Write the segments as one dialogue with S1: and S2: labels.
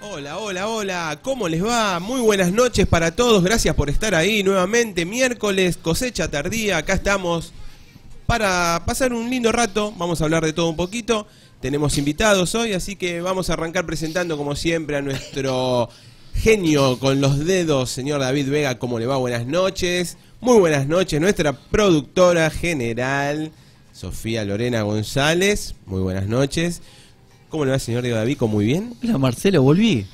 S1: Hola, hola, hola, ¿cómo les va? Muy buenas noches para todos, gracias por estar ahí nuevamente. Miércoles, cosecha tardía, acá estamos para pasar un lindo rato, vamos a hablar de todo un poquito. Tenemos invitados hoy, así que vamos a arrancar presentando como siempre a nuestro genio con los dedos, señor David Vega, ¿cómo le va? Buenas noches. Muy buenas noches, nuestra productora general, Sofía Lorena González. Muy buenas noches. ¿Cómo le va, señor Diego Davico? Muy bien.
S2: Hola Marcelo, volví.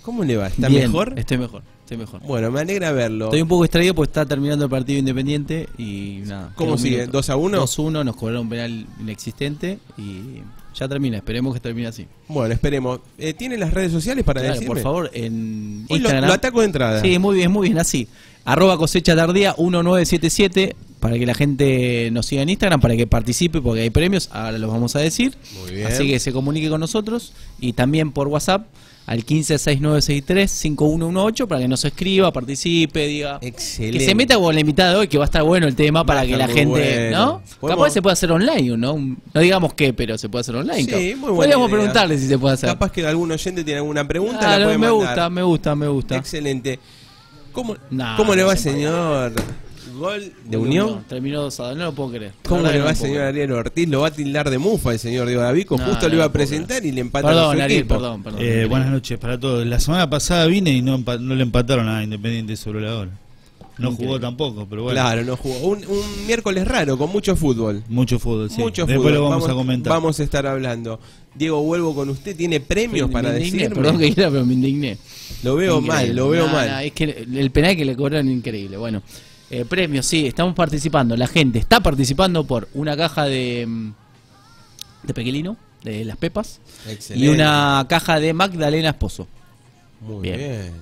S1: ¿Cómo le va? ¿Está
S2: Bien,
S1: mejor?
S2: Estoy mejor, estoy mejor.
S1: Bueno, me alegra verlo.
S2: Estoy un poco distraído porque está terminando el partido independiente y nada.
S1: ¿Cómo sigue? ¿Dos a uno?
S2: 2 1, nos cobraron un penal inexistente y ya termina, esperemos que termine así.
S1: Bueno, esperemos. Eh, ¿Tiene las redes sociales para
S2: Claro,
S1: decirme?
S2: por favor, en
S1: Hoy lo,
S2: Instagram.
S1: lo ataco de entrada.
S2: Sí, muy bien, muy bien, así. Arroba cosecha tardía 1977 para que la gente nos siga en Instagram, para que participe, porque hay premios, ahora los vamos a decir.
S1: Muy bien.
S2: Así que se comunique con nosotros y también por WhatsApp al 156963-5118 para que nos escriba, participe, diga.
S1: Excelente.
S2: Que se meta con la invitada de hoy, que va a estar bueno el tema para que
S1: estar
S2: la
S1: muy
S2: gente.
S1: bueno.
S2: ¿No?
S1: Podemos-
S2: Capaz se puede hacer online, ¿no? Un- No digamos qué, pero se puede hacer online.
S1: Sí,
S2: capaz.
S1: muy buena
S2: Podríamos
S1: idea.
S2: preguntarle si se puede hacer.
S1: Capaz que algún oyente tiene alguna pregunta.
S2: Claro,
S1: la puede
S2: me
S1: mandar.
S2: gusta, me gusta, me gusta.
S1: Excelente. ¿Cómo,
S2: Nah,
S1: cómo le
S2: no
S1: va,
S2: se
S1: señor? ¿Gol de
S2: Unión,
S1: unión?
S2: Terminó 2 a 2, no lo puedo creer. La
S1: ¿Cómo
S2: verdad
S1: le
S2: que
S1: va,
S2: no puedo
S1: señor
S2: creer.
S1: Ariel Ortiz? Lo va a tildar de mufa el señor Diego Davico.
S2: No,
S1: Justo
S2: no
S1: lo iba
S2: lo
S1: a
S2: puedo
S1: presentar y le empatan a
S2: Perdón,
S1: su
S2: Ariel,
S1: equipo.
S2: perdón, perdón.
S3: Eh, buenas noches para todos. La semana pasada vine y no, empa- no le empataron a Independiente sobre la hora. No jugó tampoco, pero bueno.
S1: Claro, no jugó. Un, un miércoles raro, con mucho fútbol.
S3: Mucho fútbol, sí.
S1: Mucho
S3: Después
S1: fútbol.
S3: lo vamos, a comentar.
S1: Vamos a estar hablando. Diego, vuelvo con usted. ¿Tiene premios
S2: Me
S1: para
S2: indigné,
S1: decirme?
S2: Perdón que quiera, pero me indigné.
S1: Lo veo mal,
S2: Increíble.
S1: lo veo
S2: No,
S1: mal.
S2: no, es que el penal que le cobraron increíble. Bueno, eh, premios, sí, estamos participando. La gente está participando por una caja de, mm, de Pequelino, de las Pepas, y
S1: Excelente.
S2: una caja de Magdalena Esposo.
S1: Muy bien.
S2: Bien.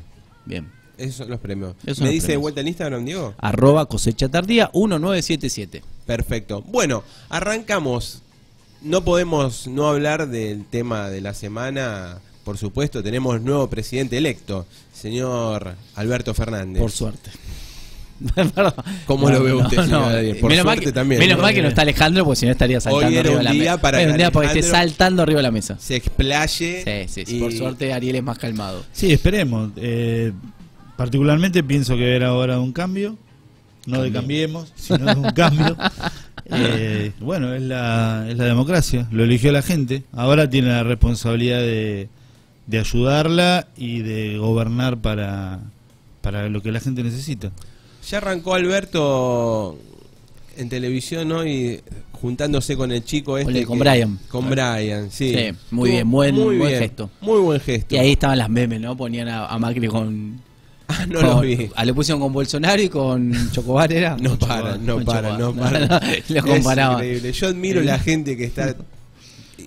S2: Bien.
S1: Esos son los premios.
S2: Esos son
S1: ¿Me
S2: los
S1: dice de
S2: premios.
S1: vuelta en Instagram, Diego?
S2: Arroba cosecha tardía 1977.
S1: Perfecto. Bueno, arrancamos. No podemos no hablar del tema de la semana. Por supuesto, tenemos nuevo presidente electo, señor Alberto Fernández.
S2: Por suerte. Perdón.
S1: ¿Cómo lo ve usted, señor Adrián? Por
S2: menos mal
S1: suerte
S2: que,
S1: también,
S2: Menos
S1: ¿no?
S2: mal que no está Alejandro, porque si no estaría saltando
S1: era
S2: arriba
S1: un
S2: de la
S1: día
S2: mesa.
S1: para
S2: Era un
S1: que
S2: día para que esté
S1: Alejandro-
S2: saltando arriba de la mesa.
S1: Se explaye.
S2: Sí, sí, sí.
S1: y-
S2: Por suerte Ariel es más calmado.
S3: Sí, esperemos. Eh, particularmente pienso que era hora de un cambio. No de cambiemos, sino de un cambio. Eh, bueno, es la, es la democracia. Lo eligió la gente. Ahora tiene la responsabilidad de, de ayudarla y de gobernar para, para lo que la gente necesita.
S1: Ya arrancó Alberto en televisión hoy juntándose con el chico este.
S2: el- con
S1: que-
S2: Brian.
S1: Con Brian, sí.
S2: Sí, muy bien, buen- buen gesto.
S1: Muy buen gesto.
S2: Y ahí estaban las memes, ¿no? Ponían a, a Macri con.
S1: Ah, no
S2: con-
S1: lo vi.
S2: A, lo pusieron con Bolsonaro y con Chocobar, ¿era?
S1: No
S2: Con
S1: para,
S2: Chocobar,
S1: no
S2: con
S1: para,
S2: Chocobar.
S1: no para.
S2: Los
S1: Es
S2: comparaban.
S1: increíble. Yo admiro la gente que está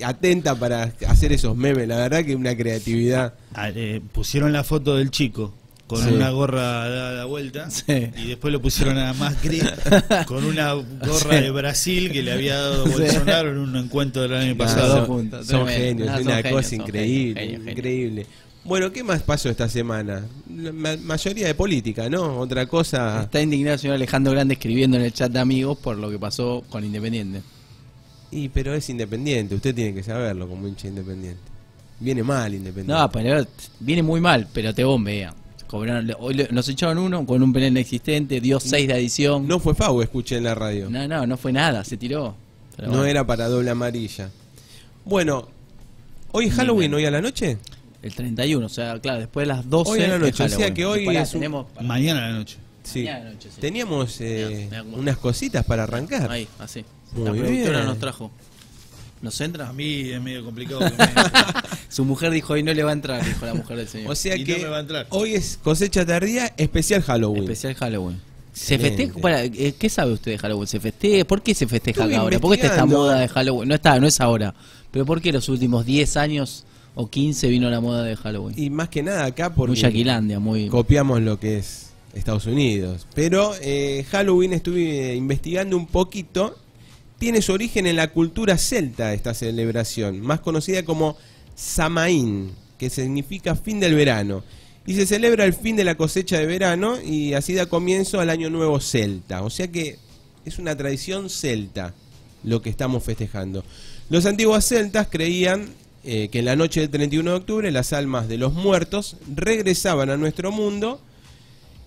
S1: atenta para hacer esos memes. La verdad que una creatividad.
S3: Ah, eh, pusieron la foto del chico con
S2: Sí.
S3: una gorra dada la vuelta
S2: Sí.
S3: y después lo pusieron a Macri con una gorra
S2: Sí.
S3: de Brasil que le había dado
S2: Sí.
S3: Bolsonaro en un encuentro del año
S2: Pasó
S3: pasado.
S2: dos
S1: Nah,
S2: puntos,
S1: son
S2: tremendo.
S1: genios,
S2: Nah,
S1: es
S2: son
S1: una
S2: genios,
S1: cosa
S2: son
S1: increíble,
S2: genios, genios,
S1: increíble. Bueno, ¿qué más pasó esta semana? La ma- mayoría de política, ¿no? Otra cosa.
S2: Está indignado el señor Alejandro Grande escribiendo en el chat de amigos por lo que pasó con Independiente.
S1: Y pero es independiente, usted tiene que saberlo como hincha independiente. Viene mal independiente.
S2: No, pues, pero viene muy mal, pero te bombea. Cobraron, hoy le- nos echaron uno con un penal inexistente, dio seis de adición.
S1: No fue Fau, escuché en la radio.
S2: no, no, no fue nada, se tiró. Pero
S1: No
S2: bueno.
S1: era para doble amarilla. Bueno, ¿hoy es
S2: Muy
S1: Halloween?
S2: bien.
S1: ¿Hoy a la noche?
S2: El 31, o sea, claro, después de las 12.
S1: Hoy a la
S2: es
S1: noche, o sea
S2: Halloween.
S1: que hoy
S2: Pará,
S1: es un-
S2: tenemos-
S3: Mañana a la noche.
S1: Sí.
S2: Mañana a la noche, sí.
S1: Teníamos eh,
S2: Mirá, mirá cómo-
S1: unas cositas para arrancar.
S2: Ahí, así.
S1: Muy
S2: la productora
S1: bien.
S2: nos trajo. ¿Nos
S3: A
S2: entra?
S3: mí es medio complicado.
S2: Su mujer dijo, hoy no le va a entrar, dijo la mujer del señor.
S1: O sea
S3: Y no
S1: que
S3: me va a entrar.
S1: hoy es cosecha tardía, especial Halloween.
S2: Especial Halloween. ¿Se
S1: Excelente.
S2: festeja? pará, eh, ¿Qué sabe usted de Halloween? ¿Se festeja? ¿Por qué se festeja
S1: Estuve
S2: ahora? ¿Por qué está esta
S1: investigando.
S2: moda de Halloween? No está, no es ahora. Pero ¿por qué los últimos 10 años o 15 vino la moda de Halloween?
S1: Y más que nada acá
S2: Muy
S1: porque
S2: Yaquilandia, muy...
S1: copiamos lo que es Estados Unidos. Pero eh, Halloween estuve eh, investigando un poquito. Tiene su origen en la cultura celta esta celebración, más conocida como Samaín, que significa fin del verano. Y se celebra el fin de la cosecha de verano y así da comienzo al año nuevo celta. O sea que es una tradición celta lo que estamos festejando. Los antiguos celtas creían eh, que en la noche del 31 de octubre las almas de los muertos regresaban a nuestro mundo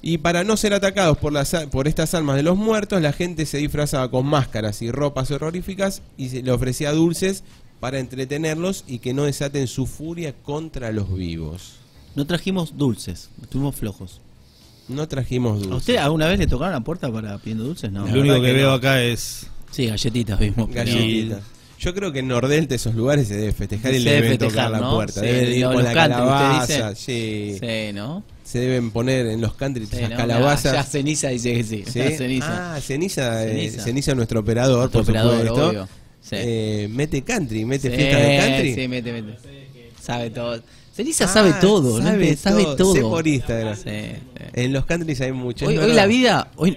S1: y para no ser atacados por, las, a- por estas almas de los muertos, la gente se disfrazaba con máscaras y ropas horroríficas y se le ofrecía dulces para entretenerlos y que no desaten su furia contra los vivos.
S2: No trajimos dulces, estuvimos flojos.
S1: No trajimos
S2: ¿A
S1: dulces.
S2: usted alguna vez le tocaron la puerta para pidiendo dulces? No.
S3: Lo único
S1: verdad
S3: que,
S1: que
S3: veo
S1: no.
S3: acá es.
S2: Sí, galletitas vimos. pero-
S1: Galletitas. Yo creo que en Nordelta esos lugares se debe festejar y
S2: Se
S1: le
S2: debe
S1: deben tocar
S2: festejar,
S1: la
S2: ¿no?
S1: puerta.
S2: Sí,
S1: deben ir
S2: los
S1: con la
S2: country, usted
S1: calabaza,
S2: dice.
S1: sí.
S2: Sí, ¿no?
S1: Se deben poner en los country
S2: Sí,
S1: las
S2: ¿no?
S1: calabazas.
S2: Ya, ya ceniza dice que sí.
S1: ¿Sí?
S2: ya ceniza.
S1: Ah, ceniza, eh,
S2: Ceniza.
S1: ceniza. nuestro operador,
S2: Nuestro
S1: por
S2: operador,
S1: supuesto.
S2: obvio. Sí.
S1: Eh, mete country, mete
S2: Sí,
S1: fiesta de country.
S2: Sí, mete, mete. Sabe todo. Ceniza
S1: Ah,
S2: sabe todo, ¿no? sabe, todo.
S1: Sé por Instagram. Eh,
S2: Sí, sí.
S1: En los country hay mucho. es
S2: Hoy, hoy
S1: verdad.
S2: la vida, hoy,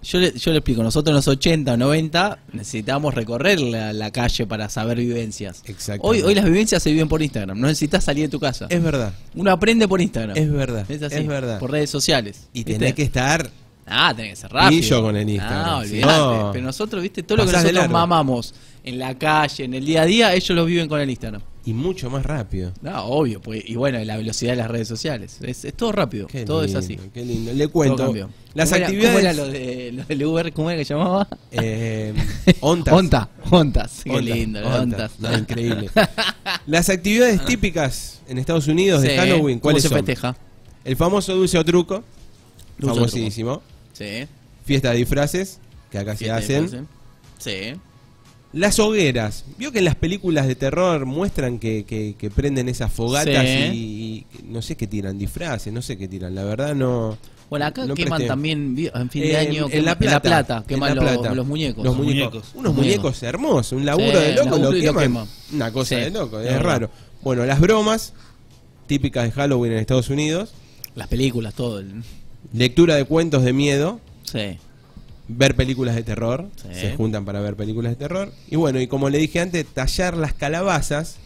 S2: yo, le, yo le explico, nosotros en los 80 o 90 necesitábamos recorrer la, la calle para saber vivencias.
S1: Exactamente.
S2: Hoy, hoy las vivencias se viven por Instagram, no necesitas salir de tu casa.
S1: Es verdad,
S2: Uno aprende por Instagram.
S1: es verdad,
S2: Es
S1: es,
S2: así,
S1: verdad.
S2: Por redes sociales.
S1: Y
S2: ¿viste?
S1: tenés que estar
S2: Ah, tenés que ser rápido.
S1: Y yo con el Instagram,
S2: Ah,
S1: si
S2: olvidate.
S1: no,
S2: Pero nosotros, viste, todo lo que
S1: pasás de
S2: nosotros
S1: largo.
S2: mamamos en la calle, en el día a día, ellos lo viven con el Instagram.
S1: y mucho más rápido.
S2: Ah, obvio, pues, y bueno, la velocidad de las redes sociales. Es, es todo rápido,
S1: Qué
S2: todo es
S1: lindo,
S2: así.
S1: Qué lindo. Le
S2: Todo
S1: cuento.
S2: cambió.
S1: Las
S2: ¿Cómo era-
S1: actividades.
S2: ¿Cómo era lo, de, lo del Uber? ¿Cómo era que llamaba?
S1: eh,
S2: Ontas.
S1: ontas.
S2: Ontas. Qué
S1: Ondas,
S2: lindo, las
S1: ondas.
S2: ontas.
S1: No, increíble. Las actividades típicas en Estados Unidos de
S2: Sí.
S1: Halloween,
S2: ¿Cómo
S1: ¿cuáles
S2: se
S1: son?
S2: festeja?
S1: El famoso dulce o truco,
S2: Dulce o
S1: famosísimo.
S2: Sí.
S1: Fiesta de disfraces, que acá se hacen.
S2: Sí.
S1: Las hogueras. Vio que en las películas de terror muestran que, que- que prenden esas fogatas
S2: Sí.
S1: y, y no sé qué tiran, disfraces, no sé qué tiran. La verdad no...
S2: Bueno, acá
S1: no
S2: queman
S1: presté.
S2: también vi- en fin de
S1: Eh,
S2: año
S1: en,
S2: queman-
S1: la plata, en
S2: queman
S1: La
S2: los-
S1: Plata.
S2: Los, muñecos.
S1: Los
S3: Los
S1: muñecos.
S3: muñecos.
S1: Unos
S2: Muñecos.
S1: muñecos hermosos, un laburo
S2: Sí,
S1: de loco,
S2: laburo
S1: lo
S2: y lo
S1: queman.
S2: queman.
S1: Una cosa
S2: Sí,
S1: de loco,
S2: es
S1: es,
S2: verdad.
S1: raro. Bueno, las bromas, típicas de Halloween en Estados Unidos.
S2: Las películas, todo. el-
S1: Lectura de cuentos de miedo,
S2: Sí.
S1: ver películas de terror,
S2: Sí.
S1: se juntan para ver películas de terror. Y bueno, y como le dije antes, tallar las calabazas,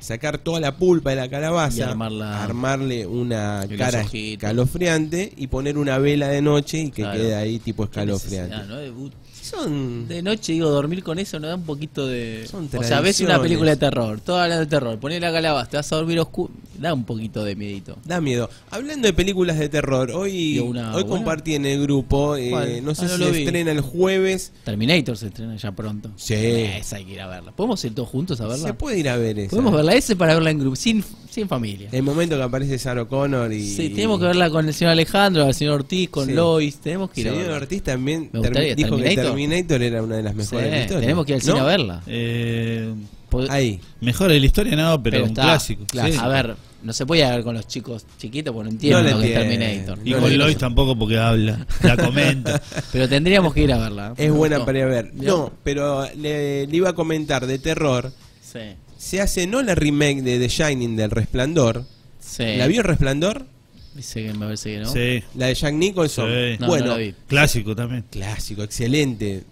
S1: sacar toda la pulpa de la calabaza,
S2: Y armarla-
S1: armarle una
S2: Y los
S1: cara
S2: ojitos.
S1: escalofriante y poner una vela de noche y que
S2: Claro.
S1: quede ahí tipo
S2: Qué
S1: escalofriante.
S2: necesidad, ¿no? De- u-
S1: Son
S2: De noche, digo, dormir con eso no da un poquito de...
S1: Son
S2: O sea, ves una
S1: tradiciones.
S2: película de terror, toda la de terror, ponés la calabaza, te vas a dormir oscuro, da un poquito de miedito.
S1: Da miedo. Hablando de películas de terror, hoy,
S2: ¿Vio
S1: hoy
S2: una buena?
S1: compartí en el grupo, eh,
S2: ¿Cuál?
S1: no sé
S2: Ah, no
S1: si
S2: lo
S1: se
S2: vi.
S1: estrena el jueves.
S2: Terminator se estrena ya pronto.
S1: Sí.
S2: Eh, Esa hay que ir a verla. ¿Podemos ir todos juntos a verla?
S1: Se puede ir a ver eso.
S2: Podemos verla ese para verla en grupo, sin, sin familia.
S1: El momento que aparece Sarah Connor y...
S2: Sí, tenemos que verla con el señor Alejandro, el señor Ortiz, con
S1: Sí.
S2: Lois, tenemos que ir a
S1: Señor
S2: verla.
S1: Ortiz también
S2: Me
S1: termi-
S2: gustaría,
S1: dijo que
S2: Terminator.
S1: Terminator era una de las mejores
S2: Sí,
S1: de la historia.
S2: tenemos que ir al cine
S1: ¿No?
S2: a verla.
S3: Eh,
S2: Pod-
S1: Ahí.
S3: mejor de la historia, no, pero,
S2: pero
S3: un
S2: está,
S3: clásico.
S2: claro,
S3: sí.
S2: A ver, no se puede ir a ver con los chicos chiquitos porque no entienden
S1: No le
S2: lo que es
S1: entienden.
S2: Terminator.
S3: Y
S1: No
S3: con
S1: le-
S3: Lois tampoco porque habla, la comenta.
S2: Pero tendríamos que ir a verla.
S1: Es buena
S2: No.
S1: para ir a ver. No, pero le, le iba a comentar de terror.
S2: Sí.
S1: Se hace no la remake de The Shining del Resplandor.
S2: Sí.
S1: ¿La vio el Resplandor?
S2: Dice que me parece que no.
S3: Sí,
S1: La de Jack Nicholson.
S3: Sí.
S2: No,
S1: bueno,
S2: no la vi.
S3: clásico también.
S1: Clásico, excelente,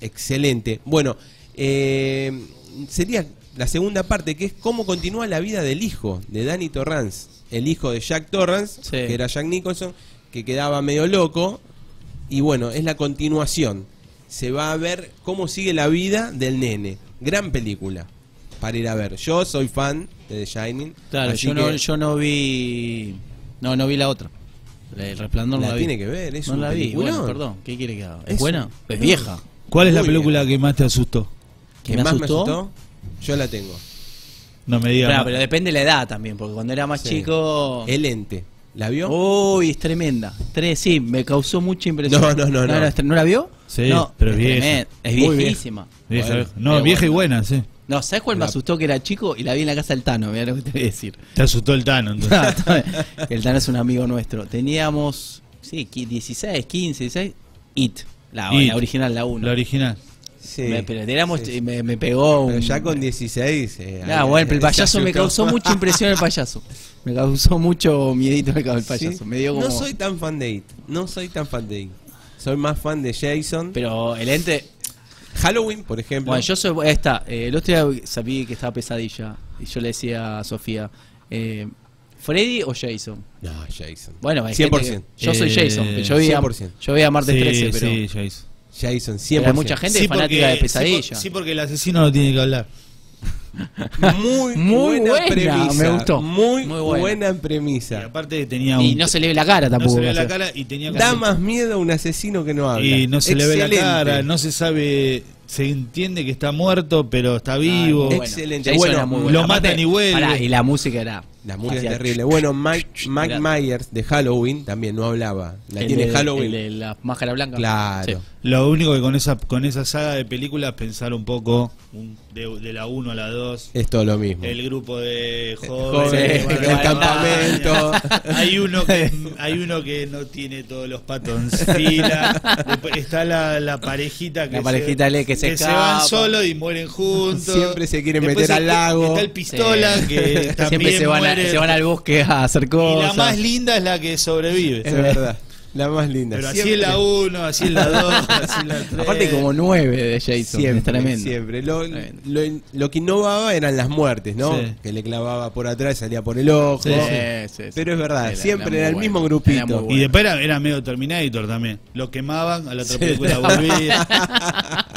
S1: excelente. Bueno, eh, sería la segunda parte, que es cómo continúa la vida del hijo de Danny Torrance, el hijo de Jack Torrance,
S2: Sí.
S1: que era Jack Nicholson, que quedaba medio loco, y bueno, es la continuación. Se va a ver cómo sigue la vida del nene. Gran película para ir a ver. Yo soy fan de The Shining.
S2: Claro,
S1: así
S2: yo no,
S1: que
S2: yo no vi. No, no vi la otra. La- El resplandor no
S1: la
S2: la vi.
S1: tiene que ver, es
S2: no
S1: un
S2: la vi.
S1: peliculón.
S2: Bueno, perdón, ¿qué quiere que haga? ¿Es,
S1: Es
S2: buena?
S1: un-
S2: ¿Es
S1: no.
S2: vieja?
S3: ¿Cuál es la
S1: Muy bien.
S3: película que más te asustó?
S1: ¿Qué
S2: ¿Me
S1: más
S2: asustó?
S1: me asustó? Yo la tengo.
S3: No me digas.
S2: Claro,
S3: más.
S2: pero depende de la edad también, porque cuando era más
S1: Sí.
S2: chico.
S1: El ente. ¿La vio?
S2: Uy, es tremenda. Tres, sí, me causó mucha impresión.
S1: No, no, no, no.
S2: ¿No, la vio?
S3: Sí,
S2: no,
S3: pero
S2: es
S3: es vieja.
S2: tremenda, Es
S1: Muy vieja.
S2: viejísima.
S3: Vieja,
S1: Bueno,
S3: vieja. no,
S2: pero
S3: vieja y
S2: bueno.
S3: buena, sí.
S2: No, ¿sabes cuál me
S1: La-
S2: asustó que era chico? Y la vi en la casa del Tano, mira lo que te voy a decir.
S3: Te asustó el Tano, entonces.
S2: Ah, está bien. el Tano es un amigo nuestro. Teníamos, sí, qui- 16, 15, 16. It, la,
S3: It.
S2: la original, la 1.
S3: la original.
S1: Sí.
S2: Me, este- pero éramos-
S1: Sí, sí.
S2: Me, me pegó.
S1: Pero
S2: un-
S1: ya con 16. eh,
S2: Nah,
S1: ahí-
S2: bueno, pero el
S1: se
S2: payaso me
S1: asustó.
S2: causó mucha impresión el payaso. Me causó mucho miedito el el payaso.
S1: Sí.
S2: Me dio como...
S1: No soy tan fan de It. No soy tan fan de It. Soy más fan de Jason.
S2: Pero el ente...
S1: Halloween, por ejemplo.
S2: Bueno, yo soy... Esta, eh, el otro día sabía que estaba pesadilla. Y yo le decía a Sofía, eh, ¿Freddy o Jason?
S1: No, Jason.
S2: Bueno, hay
S1: 100%.
S2: gente que- yo soy
S3: Eh,
S2: Jason. pero Yo vi, a,
S1: 100%.
S2: yo vi a martes
S3: sí,
S2: 13, pero...
S3: sí, ya hizo.
S1: Jason,
S2: Pero
S1: 100%.
S2: hay mucha gente fanática de
S3: sí, por-
S2: pesadilla.
S3: Sí, porque el asesino no tiene que hablar.
S1: Muy,
S2: Muy
S1: buena,
S2: buena,
S1: premisa.
S2: me gustó.
S1: Muy,
S2: Muy
S1: buena.
S2: buena.
S3: Y
S1: premisa.
S3: aparte que tenía un.
S2: Y no se le ve la cara
S3: no
S2: tampoco.
S3: se le ve
S2: o sea.
S3: la cara y tenía
S1: Da más miedo a un asesino que no habla.
S3: Y no se le ve
S1: Excelente.
S3: la cara, no se sabe. Se entiende que está muerto, pero está vivo.
S1: muy bueno. Excelente.
S2: Ya hizo
S1: Bueno,
S2: una muy
S1: lo
S2: buena.
S3: matan y vuelve.
S2: pará, y la música era.
S1: La música
S2: hacía-
S1: es terrible. Bueno, Mike, Mike
S2: Mirá.
S1: Myers de Halloween también no hablaba. La
S2: el
S1: tiene
S2: de-
S1: Halloween.
S2: el de la máscara blanca.
S1: Claro.
S2: Sí.
S3: Lo único que con esa con esa saga de películas pensar un poco un- de, de la 1 a la 2.
S1: Es todo lo mismo.
S3: El grupo de
S1: jóvenes,
S3: jóvenes, que van
S1: el
S3: a la
S1: campamento.
S3: montaña. Hay uno que hay uno que no tiene todos los patos en fila. Después está la, la parejita que
S2: La parejita
S3: se,
S2: le- que se
S3: se van
S2: escapa.
S3: solo y mueren juntos.
S1: Siempre se quieren
S3: Después
S1: meter al
S3: está-
S1: lago.
S3: Está el pistola
S2: Sí.
S3: que
S2: Siempre
S3: también
S2: se van, a-
S3: muere.
S2: se van al bosque a hacer
S3: y
S2: cosas.
S3: la más linda es la que sobrevive.
S1: Es verdad. La más linda.
S3: Pero así
S1: Siempre-
S3: es la 1, así es la 2, así es la 3.
S2: Aparte como nueve de Jason,
S1: Siempre,
S2: es tremendo.
S1: siempre. Lo,
S2: Tremendo.
S1: lo- lo que innovaba eran las muertes, ¿no?
S3: Sí.
S1: Que le clavaba por atrás, salía por el ojo.
S3: Sí, sí.
S1: Oh, Pero es verdad,
S2: Era-
S1: siempre
S2: muy
S1: era el
S2: bueno.
S1: mismo grupito.
S2: Era muy
S3: Y
S2: bueno.
S3: después era, era medio Terminator también. Lo quemaban, a la otra película volvía.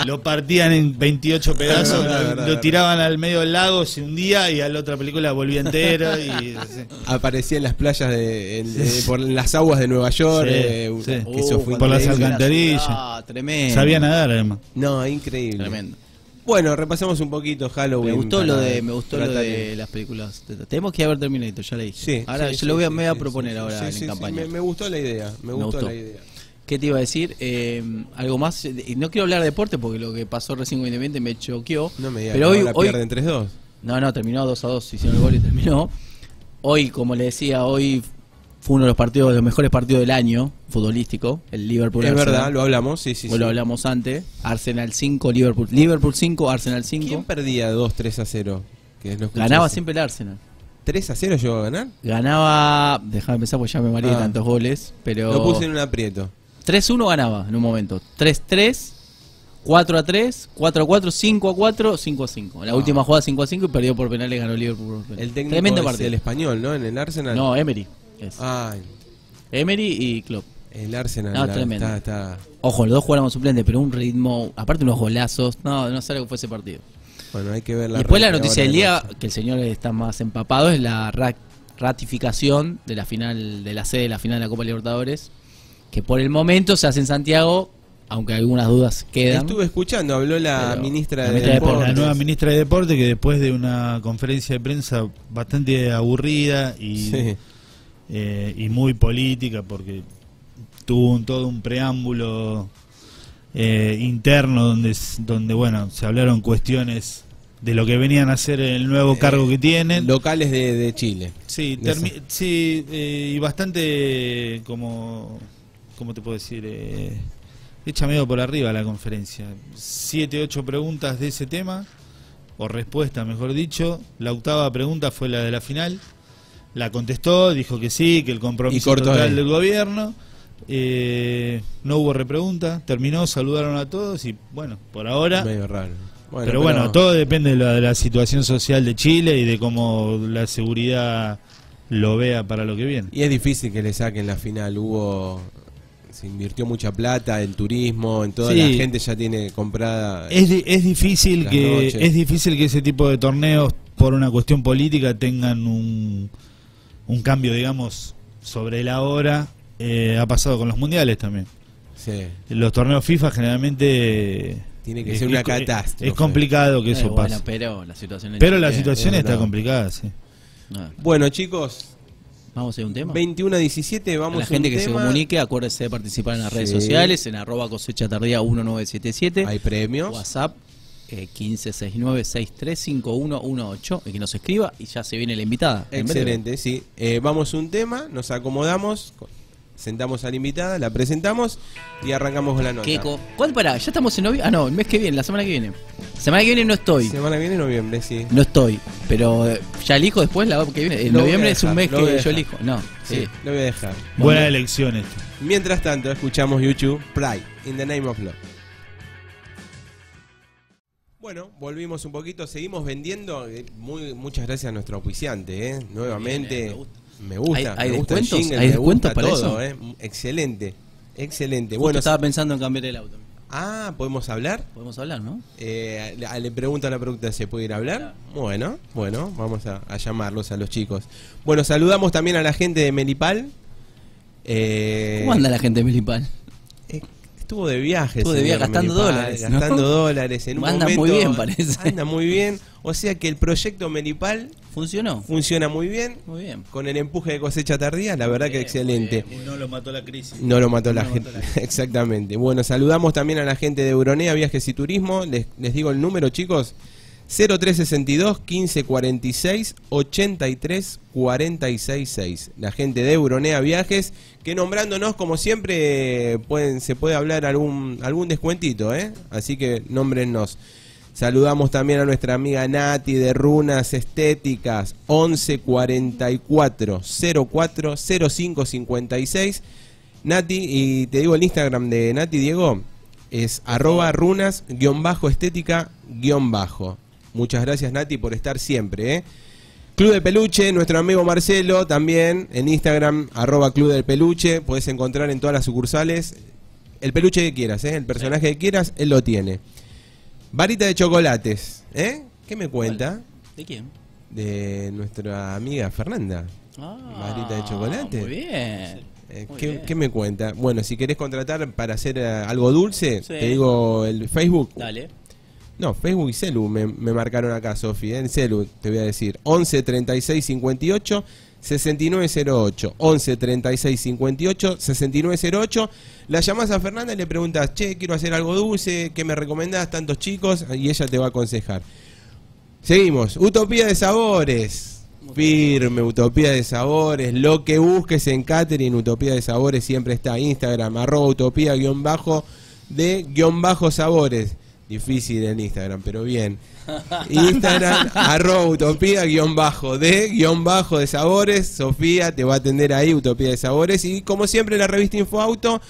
S3: lo partían en 28 pedazos,
S1: Verdad,
S3: lo,
S1: verdad,
S3: lo
S1: verdad.
S3: tiraban al medio del lago, se hundía y a la otra película volvía entero. Y, sí.
S1: Aparecía en las playas, de, en- de- por las aguas de Nueva York.
S3: Sí,
S1: eh, un-
S3: sí.
S1: que
S2: Uh,
S1: eso fue
S3: Por las
S1: increíble.
S3: alcantarillas.
S2: Ah, tremendo.
S3: Sabía nadar además.
S1: No, increíble.
S2: Tremendo.
S1: Bueno, repasemos un poquito Halloween.
S2: Me gustó
S1: para
S2: lo de, me gustó lo
S1: tratar
S2: de las películas. Te- Tenemos que ir a ver Terminator, ya le dije.
S1: Sí,
S2: ahora
S1: sí,
S2: yo
S1: sí,
S2: lo voy a,
S1: sí,
S2: me voy a
S1: sí,
S2: proponer
S1: sí,
S2: ahora
S1: sí,
S2: en
S1: sí, sí,
S2: campaña.
S1: me, me gustó la idea, me, gustó, la idea.
S2: ¿Qué te iba a decir? Eh, algo más. Y No quiero hablar de deporte porque lo que pasó recién con Independiente me choqueó.
S1: No me digas
S2: Pero
S1: que
S2: hoy,
S1: ahora
S2: hoy-
S1: pierden 3-2.
S2: No, no, terminó 2 a 2. Hicieron el gol y terminó. Hoy, como le decía, hoy fue uno de los partidos, de los mejores partidos del año futbolístico. El Liverpool
S1: Es
S2: Arsenal.
S1: verdad, lo hablamos, sí, sí.
S2: Vos
S1: sí.
S2: lo hablamos antes. Arsenal 5, Liverpool. Liverpool 5, Arsenal 5.
S1: ¿Quién perdía 2-3 a 0? Que no escuché
S2: Ganaba
S1: eso.
S2: siempre el Arsenal.
S1: 3 a 0 llegó a ganar.
S2: Ganaba, déjame pensar porque ya me mareé de
S1: Ah.
S2: tantos goles, pero
S1: Lo puse en un aprieto.
S2: 3-1 ganaba en un momento. 3-3, 4-3, 4-4, 5-4, 5-5. La última jugada 5-5 y perdió por penales, ganó Liverpool. por penales.
S1: Ah. El técnico
S2: Tremendo
S1: es
S2: partido.
S1: el Ah. español, ¿no? En el Arsenal.
S2: No, Emery. es.
S1: Ay,
S2: Emery y Klopp.
S1: el Arsenal.
S2: No,
S1: la-
S2: tremendo.
S1: Está, está-
S2: Ojo, los dos jugaron suplente, pero un ritmo, aparte unos golazos. No, no sé lo que fue ese partido.
S1: Bueno, hay que ver la.
S2: Y Después la
S1: repre
S2: noticia
S1: ahora
S2: del
S1: de
S2: día,
S1: noche.
S2: que el señor está más empapado, es la ra- ratificación de la final, de la sede de la final de la Copa Libertadores, que por el momento se hace en Santiago, aunque algunas dudas quedan.
S1: Estuve escuchando, habló la
S2: Pero-
S1: ministra
S2: la
S1: de
S2: ministra de
S3: Por la
S2: Deportes.
S3: nueva ministra de Deporte que después de una conferencia de prensa bastante aburrida y
S1: Sí.
S3: eh, y muy política porque tuvo un, todo un preámbulo eh, interno donde s- donde bueno se hablaron cuestiones de lo que venían a ser el nuevo cargo que tienen
S1: Locales de, de Chile.
S3: sí,
S1: de
S3: termi-
S1: eso.
S3: sí eh, y bastante eh, como cómo te puedo decir eh, echa medio por arriba la conferencia siete ocho preguntas de ese tema o respuesta, mejor dicho. La octava pregunta fue la de la final. La contestó, dijo que sí, que el
S1: Y
S3: compromiso
S1: cortó
S3: total
S1: ahí.
S3: del gobierno. Eh, no hubo repregunta, terminó, saludaron a todos y bueno, por ahora.
S1: Medio raro.
S3: pero, bueno, todo depende de la, de la situación social de Chile y de cómo la seguridad lo vea para lo que viene.
S1: Y es difícil que le saquen la final. Hubo. Se invirtió mucha plata en turismo, en toda
S3: Sí.
S1: la gente ya tiene comprada.
S3: Es, di- es difícil
S1: Las
S3: que
S1: noches.
S3: es difícil que ese tipo de torneos por una cuestión política tengan un, un cambio, digamos, sobre la hora. Eh, ha pasado con los mundiales también.
S1: Sí.
S3: Los torneos FIFA generalmente
S1: Tiene que ser una
S3: co-
S1: catástrofe.
S3: Es complicado que
S2: Eh,
S3: eso
S2: bueno,
S3: pase.
S2: pero la situación en
S3: Pero la
S2: Chile-
S3: situación
S1: Eh, es
S3: está
S1: verdad.
S3: complicada, sí.
S2: Ah,
S1: Bueno, chicos,
S2: Vamos a ir a un tema.
S1: 21 a 17, vamos
S2: la
S1: a un
S2: gente que se
S1: tema.
S2: comunique, acuérdese de participar en las redes
S1: Sí.
S2: sociales, en arroba cosecha tardía 1977.
S1: Hay premios.
S2: WhatsApp eh, 1569-635118 y que nos escriba y ya se viene la invitada. en breve.
S1: Excelente, sí. Eh, vamos un tema, nos acomodamos, co- sentamos a la invitada, la presentamos y arrancamos con la nota.
S2: ¿Qué co- ¿Cuál para? Ya estamos en noviembre. Ah, no, el mes que viene, la semana que viene. Semana que viene no estoy.
S1: Semana que viene, noviembre, sí.
S2: No estoy. Pero eh, ya elijo después la que viene. En
S1: Lo voy a
S2: noviembre es
S1: dejar,
S2: un mes
S1: lo voy a
S2: que yo
S1: dejar.
S2: elijo. No,
S1: Sí,
S2: sí.
S1: lo voy a dejar.
S3: Buenas elecciones.
S1: Mientras tanto, escuchamos YouTube Pride, In the Name of Love. Bueno, volvimos un poquito, seguimos vendiendo. eh, Muy, muchas gracias a nuestro auspiciante, ¿eh? Nuevamente.
S2: Bien, eh, me gusta.
S1: Me gusta.
S2: ¿Hay- hay
S1: me gusta el
S2: descuentos?
S1: jingle,
S2: ¿Hay
S1: me
S2: descuentos
S1: gusta
S2: para
S1: todo,
S2: eso?
S1: ¿eh? Excelente, excelente.
S2: bueno,
S1: bueno,
S2: estaba pensando en cambiar el auto.
S1: Ah, ¿podemos hablar?
S4: Podemos hablar, ¿no?
S1: Eh, le, le pregunto a la productora, ¿se puede ir a hablar? Bueno, bueno, vamos a, a llamarlos a los chicos. Bueno, saludamos también a la gente de Melipal. Eh,
S4: ¿Cómo anda la gente de Melipal?
S1: eh, estuvo de viaje.
S4: Estuvo de
S1: señor
S4: viaje, gastando
S1: Melipal,
S4: dólares, ¿no?
S1: Gastando dólares. En un
S4: Anda muy
S1: momento-
S4: bien, parece.
S1: Anda muy bien. O sea que el proyecto Melipal
S4: ¿Funcionó?
S1: funciona muy bien.
S4: Muy bien.
S1: Con el empuje de cosecha tardía, la verdad que excelente.
S3: Y no lo mató la crisis.
S1: No lo mató la gente. Exactamente. Bueno, saludamos también a la gente de Euronea, Viajes y Turismo. Les, les digo el número, chicos. 0362 1546 83 466. La gente de Euronea Viajes, que nombrándonos, como siempre, pueden, se puede hablar algún, algún descuentito, ¿eh? Así que nómbrennos. Saludamos también a nuestra amiga Nati de Runas Estéticas, 11 44 04 05 56. Nati, y te digo el Instagram de Nati Diego, es arroba runas guión bajo estética guión bajo. Muchas gracias Nati por estar siempre. ¿eh? Club de Peluche, nuestro amigo Marcelo también en Instagram, arroba Club del Peluche. Podés encontrar en todas las sucursales el peluche que quieras, ¿eh? el personaje que quieras, él lo tiene. Varita de chocolates, ¿eh? ¿Qué me cuenta?
S4: ¿De quién?
S1: De nuestra amiga Fernanda. Varita
S2: Ah,
S1: de chocolate.
S4: Muy bien.
S1: Eh,
S4: Muy
S1: ¿qué,
S4: bien.
S1: qué me cuenta? Bueno, si querés contratar para hacer eh, algo dulce,
S4: Sí.
S1: te digo el Facebook.
S4: Dale.
S1: No, Facebook y Celu me, me marcaron acá, Sofi. eh, En Celu te voy a decir. 11 36 58 6908. 11 36 58 6908. La llamás a Fernanda y le preguntas, che, quiero hacer algo dulce, ¿qué me recomendás? Tantos chicos, y ella te va a aconsejar. Seguimos. Utopía de sabores. Firme, Utopía de Sabores. Lo que busques en catering, Utopía de Sabores siempre está. Instagram, arroba utopía guión bajo de guión bajo sabores. Difícil en Instagram, pero bien. Instagram, arroba utopía guión bajo de guión bajo de sabores. Sofía te va a atender ahí, Utopía de Sabores. Y como siempre, la revista Infoauto,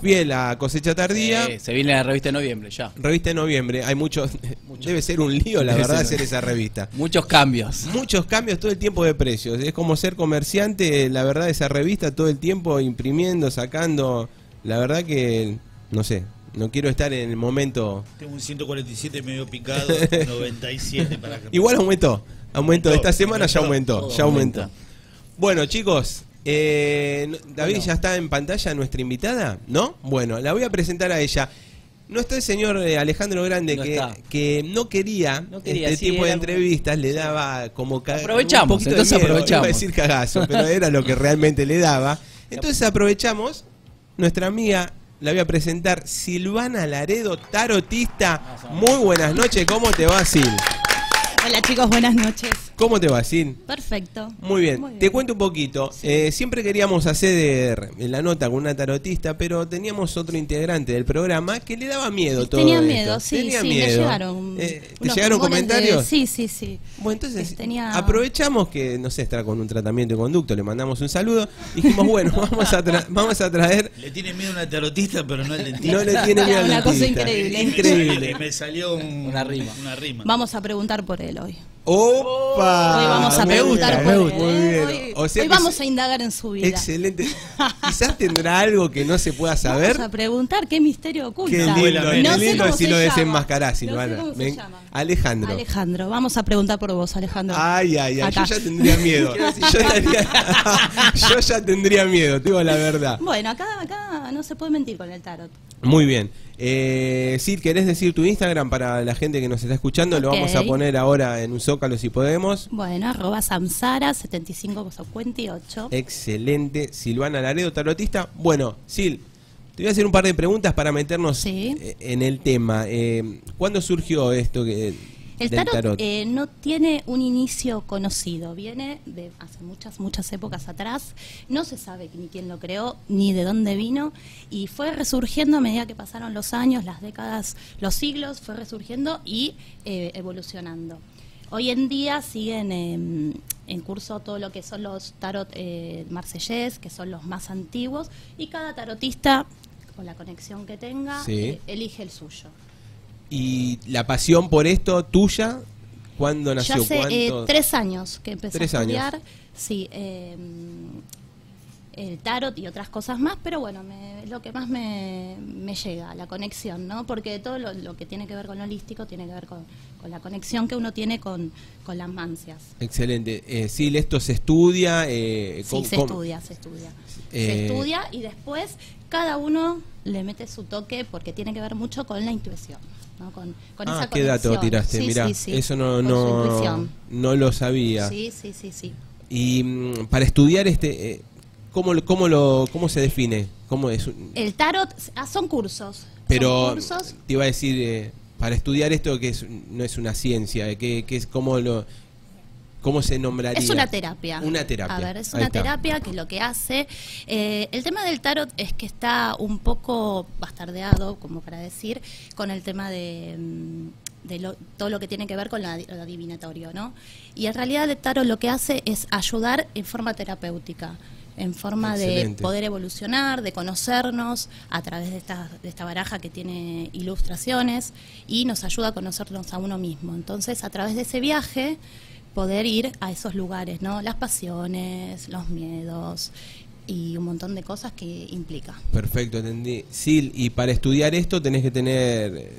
S1: fiel a cosecha tardía.
S4: Eh, se viene la revista de noviembre ya.
S1: Revista de noviembre, hay muchos. Debe ser un lío, la
S4: Debe
S1: verdad,
S4: ser.
S1: hacer esa revista.
S4: Muchos cambios.
S1: Muchos cambios todo el tiempo de precios. Es como ser comerciante, la verdad, esa revista todo el tiempo imprimiendo, sacando. La verdad que, no sé, no quiero estar en el momento.
S3: Tengo un 147 medio picado, 97 para acá.
S1: Igual aumentó, aumentó.
S3: Aumentó,
S1: Esta semana ya
S3: aumentó,
S1: aumentó,
S4: todo
S1: ya
S4: aumenta.
S1: aumentó. Bueno, chicos, eh, no- David ya está en pantalla nuestra invitada, ¿no? Bueno, la voy a presentar a ella. No está el señor eh, Alejandro Grande
S4: No
S1: que,
S4: está.
S1: que no quería,
S4: No quería,
S1: este
S4: sí,
S1: tipo de
S4: era-
S1: entrevistas, le daba como ca-
S4: Aprovechamos,
S1: un poquito de
S4: entonces
S1: miedo,
S4: aprovechamos.
S1: Iba a decir cagazo, pero era lo que realmente le daba. Entonces aprovechamos, nuestra amiga la voy a presentar, Silvana Laredo, tarotista. Muy buenas noches, ¿cómo te va, Sil?
S5: Hola chicos, buenas noches.
S1: ¿Cómo te va, Sil?
S5: Perfecto.
S1: Muy bien. te cuento un poquito. Eh, siempre queríamos hacer eh, la nota con una tarotista, pero teníamos otro integrante del programa que le daba miedo todo
S5: Tenía
S1: esto.
S5: miedo, sí,
S1: Tenía
S5: sí,
S1: miedo.
S5: me llegaron.
S1: Eh, ¿Te
S5: unos
S1: llegaron
S5: rumores de-
S1: comentarios?
S5: sí, sí, sí.
S1: Bueno, entonces
S5: Que tenía-
S1: aprovechamos que, no sé, está con un tratamiento de conducto, le mandamos un saludo. Dijimos, bueno, vamos a, tra- vamos a traer...
S3: Le tiene miedo a una tarotista, pero no al dentista.
S1: No le tiene miedo
S5: Era
S1: al
S5: una cosa
S1: dentista.
S5: increíble.
S1: Increíble.
S3: Me salió un-
S4: Una rima.
S3: Una rima.
S5: Vamos a preguntar por él hoy.
S1: ¡Opa!
S5: Hoy vamos a
S1: Ah, Me
S5: preguntar
S1: gusta,
S5: por
S1: me
S5: él.
S1: gusta. Muy
S5: ¿eh?
S1: bien.
S5: Hoy,
S1: O sea
S5: hoy
S1: que
S5: vamos
S1: es
S5: a indagar en su vida.
S1: Excelente. Quizás tendrá algo que no se pueda saber.
S5: Vamos a preguntar qué misterio oculta.
S1: Qué
S5: no
S1: lindo,
S3: Abuela
S1: qué
S3: Meli.
S5: sé
S1: lindo
S5: cómo
S1: si
S5: se
S1: lo
S5: llama.
S1: desenmascarás,
S5: No sé
S1: Silvana.
S5: cómo se
S1: Ven-
S5: llama.
S1: Alejandro.
S5: Alejandro, vamos a preguntar por vos, Alejandro.
S1: Ay, ay, ay,
S5: Acá.
S1: yo ya tendría miedo. yo, estaría- yo ya tendría miedo, te digo la verdad.
S5: Bueno, acá, acá no se puede mentir con el tarot.
S1: Muy bien. Eh, Sid, ¿querés decir tu Instagram para la gente que nos está escuchando? Lo
S5: Ok.
S1: vamos a poner ahora en un zócalo si podemos.
S5: Bueno, arroba samsara 7558.
S1: Excelente. Silvana Laredo, tarotista. Bueno, Sil, te voy a hacer un par de preguntas para meternos
S5: Sí.
S1: eh, en el tema. Eh, ¿Cuándo surgió esto que,
S5: El
S1: del
S5: tarot, eh, no tiene un inicio conocido, viene de hace muchas, muchas épocas atrás, no se sabe ni quién lo creó, ni de dónde vino, y fue resurgiendo a medida que pasaron los años, las décadas, los siglos, fue resurgiendo y eh, evolucionando. Hoy en día siguen em, en curso todo lo que son los tarot eh, marsellés, que son los más antiguos, y cada tarotista, con la conexión que tenga,
S1: Sí.
S5: eh, elige el suyo.
S1: ¿Y la pasión por esto tuya? ¿Cuándo nació?
S5: Yo hace eh,
S1: ¿Cuánto?
S5: tres años que empecé
S1: Tres
S5: a
S1: años.
S5: estudiar. Sí, eh, el tarot y otras cosas más, pero bueno, me- es lo que más me, me llega, la conexión, ¿no? Porque todo lo, lo que tiene que ver con lo holístico tiene que ver con, con la conexión que uno tiene con, con las mancias.
S1: Excelente. Eh, Sil, esto se estudia. eh,
S5: Sí,
S1: con-
S5: se
S1: con-
S5: estudia, se estudia.
S1: Eh,
S5: se estudia y después cada uno le mete su toque porque tiene que ver mucho con la intuición. ¿no? Con, con
S1: ah,
S5: esa
S1: qué dato
S5: conexión.
S1: tiraste,
S5: Sí,
S1: mirá.
S5: sí, sí.
S1: Eso no,
S5: Con su
S1: no,
S5: intuición.
S1: no lo sabía.
S5: Sí, sí, sí, sí.
S1: Y mm, para estudiar este, eh, ¿cómo, lo- cómo, lo, ¿cómo se define? ¿Cómo es? un-
S5: El tarot ah, son cursos. Son
S1: Pero
S5: cursos.
S1: te iba a decir, eh, para estudiar esto que es, no es una ciencia, eh, que, que es cómo lo... ¿Cómo se nombraría?
S5: Es una terapia.
S1: Una terapia.
S5: A ver, es
S1: Ahí
S5: una
S1: está.
S5: terapia que lo que hace. eh, el tema del tarot es que está un poco bastardeado, como para decir, con el tema de. mm, de lo- todo lo que tiene que ver con la- lo adivinatorio, ¿no? Y en realidad el tarot lo que hace es ayudar en forma terapéutica, en forma
S1: Excelente.
S5: de poder evolucionar, de conocernos a través de esta, de esta baraja que tiene ilustraciones y nos ayuda a conocernos a uno mismo. Entonces, a través de ese viaje, poder ir a esos lugares, ¿no? Las pasiones, los miedos y un montón de cosas que implica.
S1: Perfecto, entendí. Sil, y para estudiar esto tenés que tener... eh,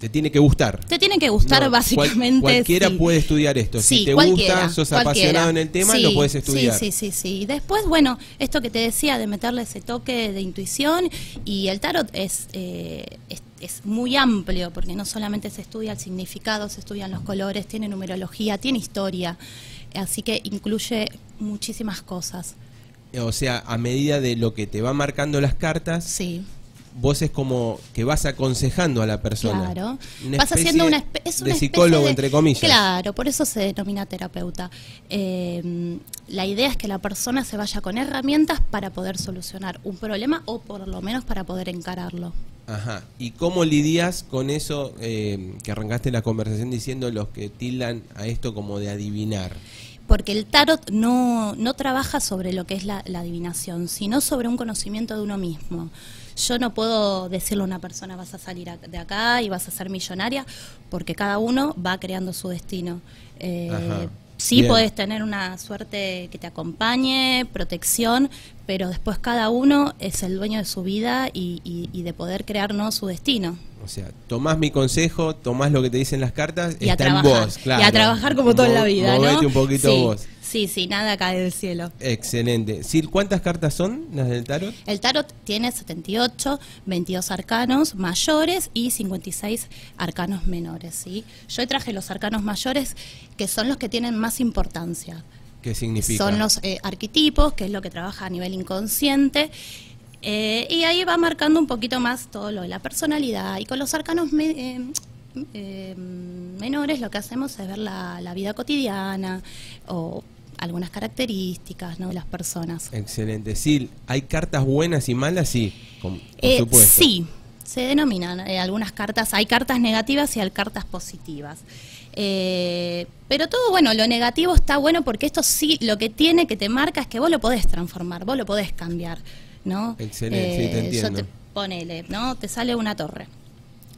S1: Te tiene que gustar.
S5: Te tiene que gustar
S1: No, cual-
S5: básicamente.
S1: cualquiera
S5: sí.
S1: puede estudiar esto. si
S5: Sí,
S1: te
S5: cualquiera,
S1: gusta, sos
S5: cualquiera.
S1: apasionado en el tema,
S5: Sí,
S1: lo puedes estudiar.
S5: Sí, sí, sí, sí. Y después, bueno, esto que te decía de meterle ese toque de intuición y el tarot es, eh, es, es muy amplio porque no solamente se estudia el significado, se estudian los colores, tiene numerología, tiene historia, así que incluye muchísimas cosas.
S1: O sea, a medida de lo que te va marcando las cartas,
S5: Sí.
S1: vos es como que vas aconsejando a la persona.
S5: Claro.
S1: Una
S5: Vas
S1: especie
S5: haciendo una, espe- es una
S1: de
S5: especie
S1: psicólogo,
S5: de-
S1: entre comillas.
S5: Claro, por eso se denomina terapeuta. Eh, la idea es que la persona se vaya con herramientas para poder solucionar un problema o por lo menos para poder encararlo.
S1: Ajá. ¿Y cómo lidias con eso eh, que arrancaste la conversación diciendo los que tildan a esto como de adivinar?
S5: Porque el tarot no, no trabaja sobre lo que es la, la adivinación, sino sobre un conocimiento de uno mismo. Yo no puedo decirle a una persona vas a salir a- de acá y vas a ser millonaria, porque cada uno va creando su destino. Eh,
S1: Ajá,
S5: sí
S1: bien.
S5: puedes tener una suerte que te acompañe, protección, pero después cada uno es el dueño de su vida y, y- y de poder crear ¿no? su destino.
S1: O sea, tomás mi consejo, tomás lo que te dicen las cartas,
S5: Y a,
S1: está
S5: trabajar,
S1: en vos, claro.
S5: y a trabajar como todo en la
S1: Mo-
S5: vida.
S1: movete
S5: ¿no?
S1: un poquito
S5: sí,
S1: vos.
S5: Sí, sí, nada cae del cielo.
S1: Excelente. Sil, ¿cuántas cartas son las del tarot?
S5: El tarot tiene 78, 22 arcanos mayores y 56 arcanos menores. ¿sí? Yo traje los arcanos mayores, que son los que tienen más importancia.
S1: ¿Qué significa?
S5: Son los eh, arquetipos, que es lo que trabaja a nivel inconsciente. eh, y ahí va marcando un poquito más todo lo de la personalidad. Y con los arcanos me- eh, eh, menores lo que hacemos es ver la, la vida cotidiana o algunas características ¿no? de las personas.
S1: Excelente. Sil, ¿hay cartas buenas y malas? Sí, con- por
S5: Eh,
S1: supuesto.
S5: Sí, se denominan eh, algunas cartas. Hay cartas negativas y hay cartas positivas. Eh, pero todo bueno, lo negativo está bueno porque esto sí, lo que tiene que te marca es que vos lo podés transformar, vos lo podés cambiar, ¿no? Eh,
S1: Excelente, sí, te entiendo.
S5: Yo te, ponele, ¿no? Te sale una torre.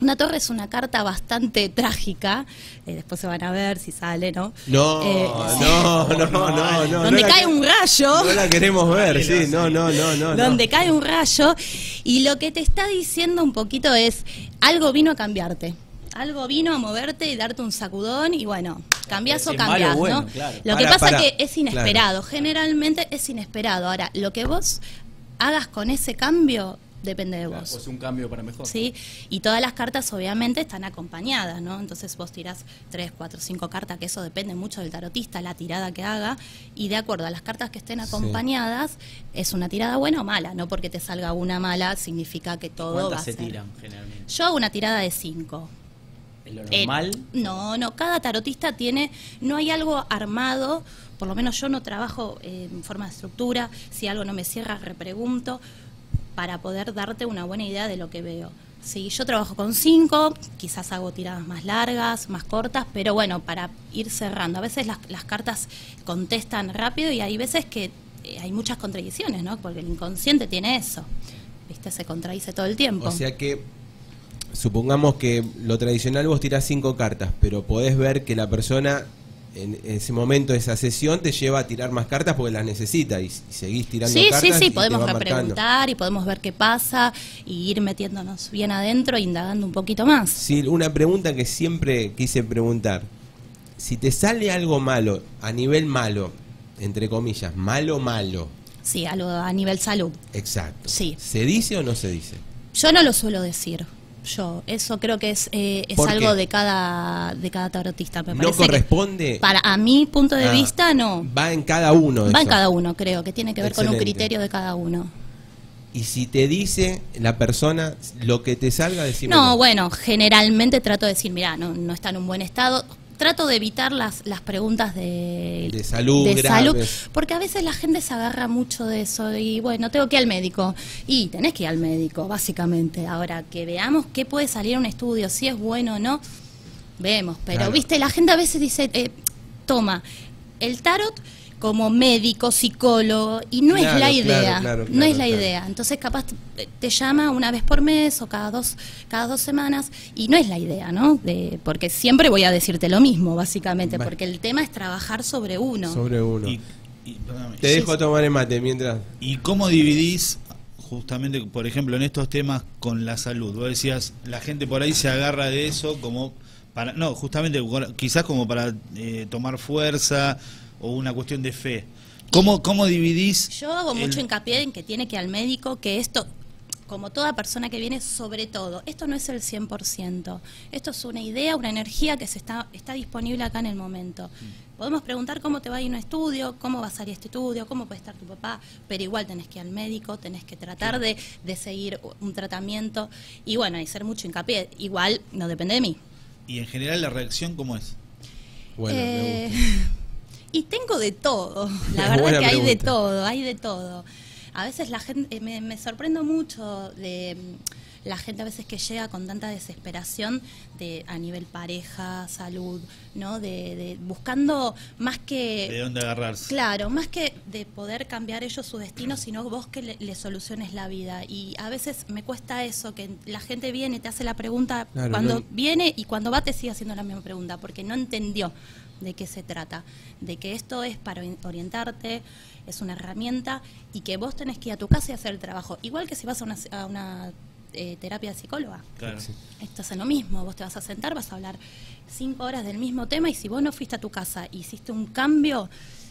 S5: Una torre es una carta bastante trágica. eh, después se van a ver si sale, ¿no?
S1: No,
S5: Eh,
S1: no, no, no, no, no.
S5: donde
S1: la
S5: cae
S1: que-
S5: un rayo.
S1: No la queremos ver, sí, no, no, no, no. no.
S5: donde cae un rayo y lo que te está diciendo un poquito es algo vino a cambiarte. Algo vino a moverte y darte un sacudón y bueno, cambiás o
S4: Es malo o
S5: cambiás,
S4: bueno,
S5: ¿no?
S4: claro.
S5: Lo que
S1: Pará,
S5: pasa
S1: pará,
S5: que es inesperado, generalmente es inesperado. Ahora, lo que vos hagas con ese cambio depende de vos.
S2: Pues un cambio para mejor.
S5: ¿sí? Y todas las cartas obviamente están acompañadas, ¿no? Entonces vos tirás tres, cuatro, cinco cartas, que eso depende mucho del tarotista, la tirada que haga, y de acuerdo a las cartas que estén acompañadas, es una tirada buena o mala, no porque te salga una mala significa que todo va a
S2: ¿Cuántas se
S5: ser.
S2: tiran generalmente?
S5: Yo hago una tirada de cinco.
S2: ¿Es lo
S5: Eh,
S2: normal?
S5: no, no, cada tarotista tiene, no hay algo armado, por lo menos yo no trabajo eh, en forma de estructura, si algo no me cierra, repregunto, para poder darte una buena idea de lo que veo. Sí, yo trabajo con cinco, quizás hago tiradas más largas, más cortas, pero bueno, para ir cerrando. A veces las, las cartas contestan rápido y hay veces que eh, hay muchas contradicciones, ¿no? Porque el inconsciente tiene eso, ¿viste? Se contradice todo el tiempo.
S1: O sea que supongamos que lo tradicional vos tirás cinco cartas, pero podés ver que la persona en ese momento esa sesión te lleva a tirar más cartas porque las necesitas y, y seguís tirando
S5: Sí,
S1: cartas.
S5: sí,
S1: y
S5: sí,
S1: te
S5: podemos
S1: va marcando.
S5: repreguntar y podemos ver qué pasa y ir metiéndonos bien adentro e indagando un poquito más.
S1: Sí, una pregunta que siempre quise preguntar. Si te sale algo malo, a nivel malo, entre comillas, malo, malo,
S5: Sí, a, lo- a nivel salud.
S1: exacto.
S5: Sí.
S1: ¿Se dice o no se dice?
S5: Yo no lo suelo decir. Yo, eso creo que es, eh, es
S1: ¿Por
S5: algo
S1: qué?
S5: de cada de cada tarotista. Me
S1: No
S5: parece que
S1: corresponde.
S5: para a mi punto de
S1: Ah,
S5: vista, no.
S1: Va en cada uno.
S5: Va en
S1: eso.
S5: cada uno, creo, que tiene que ver con un
S1: Excelente.
S5: criterio de cada uno.
S1: Y si te dice la persona lo que te salga, decimos.
S5: No, bueno, generalmente trato de decir, mira, no, no está en un buen estado. Trato de evitar las, las preguntas de,
S1: De salud
S5: de
S1: graves.
S5: salud, porque a veces la gente se agarra mucho de eso y bueno, tengo que ir al médico. Y tenés que ir al médico, básicamente. Ahora, que veamos qué puede salir en un estudio, si es bueno o no, vemos. Pero,
S1: Claro.
S5: viste, la gente a veces dice, eh, toma, el tarot como médico, psicólogo, y no
S1: Claro,
S5: es la
S1: claro,
S5: idea,
S1: claro,
S5: no
S1: claro,
S5: es la
S1: claro.
S5: idea. Entonces capaz te- te llama una vez por mes o cada dos, cada dos semanas y no es la idea, ¿no? De, porque siempre voy a decirte lo mismo, básicamente,
S1: Vale.
S5: porque el tema es trabajar sobre uno.
S1: Sobre uno.
S3: Y- y- perdóname.
S1: Te dejo tomar el mate mientras.
S3: ¿Y cómo dividís, justamente, por ejemplo, en estos temas con la salud? Vos decías, la gente por ahí se agarra de eso como para, no, justamente con- quizás como para eh, tomar fuerza o una cuestión de fe. ¿Cómo, cómo dividís?
S5: Yo hago
S3: el-
S5: mucho hincapié en que tiene que ir al médico, que esto, como toda persona que viene, sobre todo, esto no es el 100%. Esto es una idea, una energía que se está, está disponible acá en el momento. Podemos preguntar cómo te va a ir un estudio, cómo va a salir este estudio, cómo puede estar tu papá, pero igual tenés que ir al médico, tenés que tratar de, de seguir un tratamiento y bueno, y ser mucho hincapié. Igual no depende de mí.
S3: Y en general la reacción, ¿cómo es?
S1: Bueno, me
S5: Eh,
S1: gusta.
S5: Y tengo de todo, la
S1: Buena
S5: verdad que hay de
S1: pregunta.
S5: todo, hay de todo. A veces la gente, eh, me, me sorprendo mucho de mm, la gente a veces que llega con tanta desesperación de a nivel pareja, salud, ¿no? De, de- buscando más que...
S4: Eh,
S3: ¿De dónde agarrarse?
S5: Claro, más que de poder cambiar ellos su destino, sino vos que le, le soluciones la vida. Y a veces me cuesta eso, que la gente viene, te hace la pregunta
S1: Claro,
S5: cuando
S1: no-
S5: viene y cuando va te sigue haciendo la misma pregunta, porque no entendió de qué se trata, de que esto es para ori- orientarte, es una herramienta y que vos tenés que ir a tu casa y hacer el trabajo. Igual que si vas a una, a una, eh, terapia de psicóloga.
S3: Claro.
S5: Estás en lo mismo, vos te vas a sentar, vas a hablar cinco horas del mismo tema y si vos no fuiste a tu casa, e hiciste un cambio,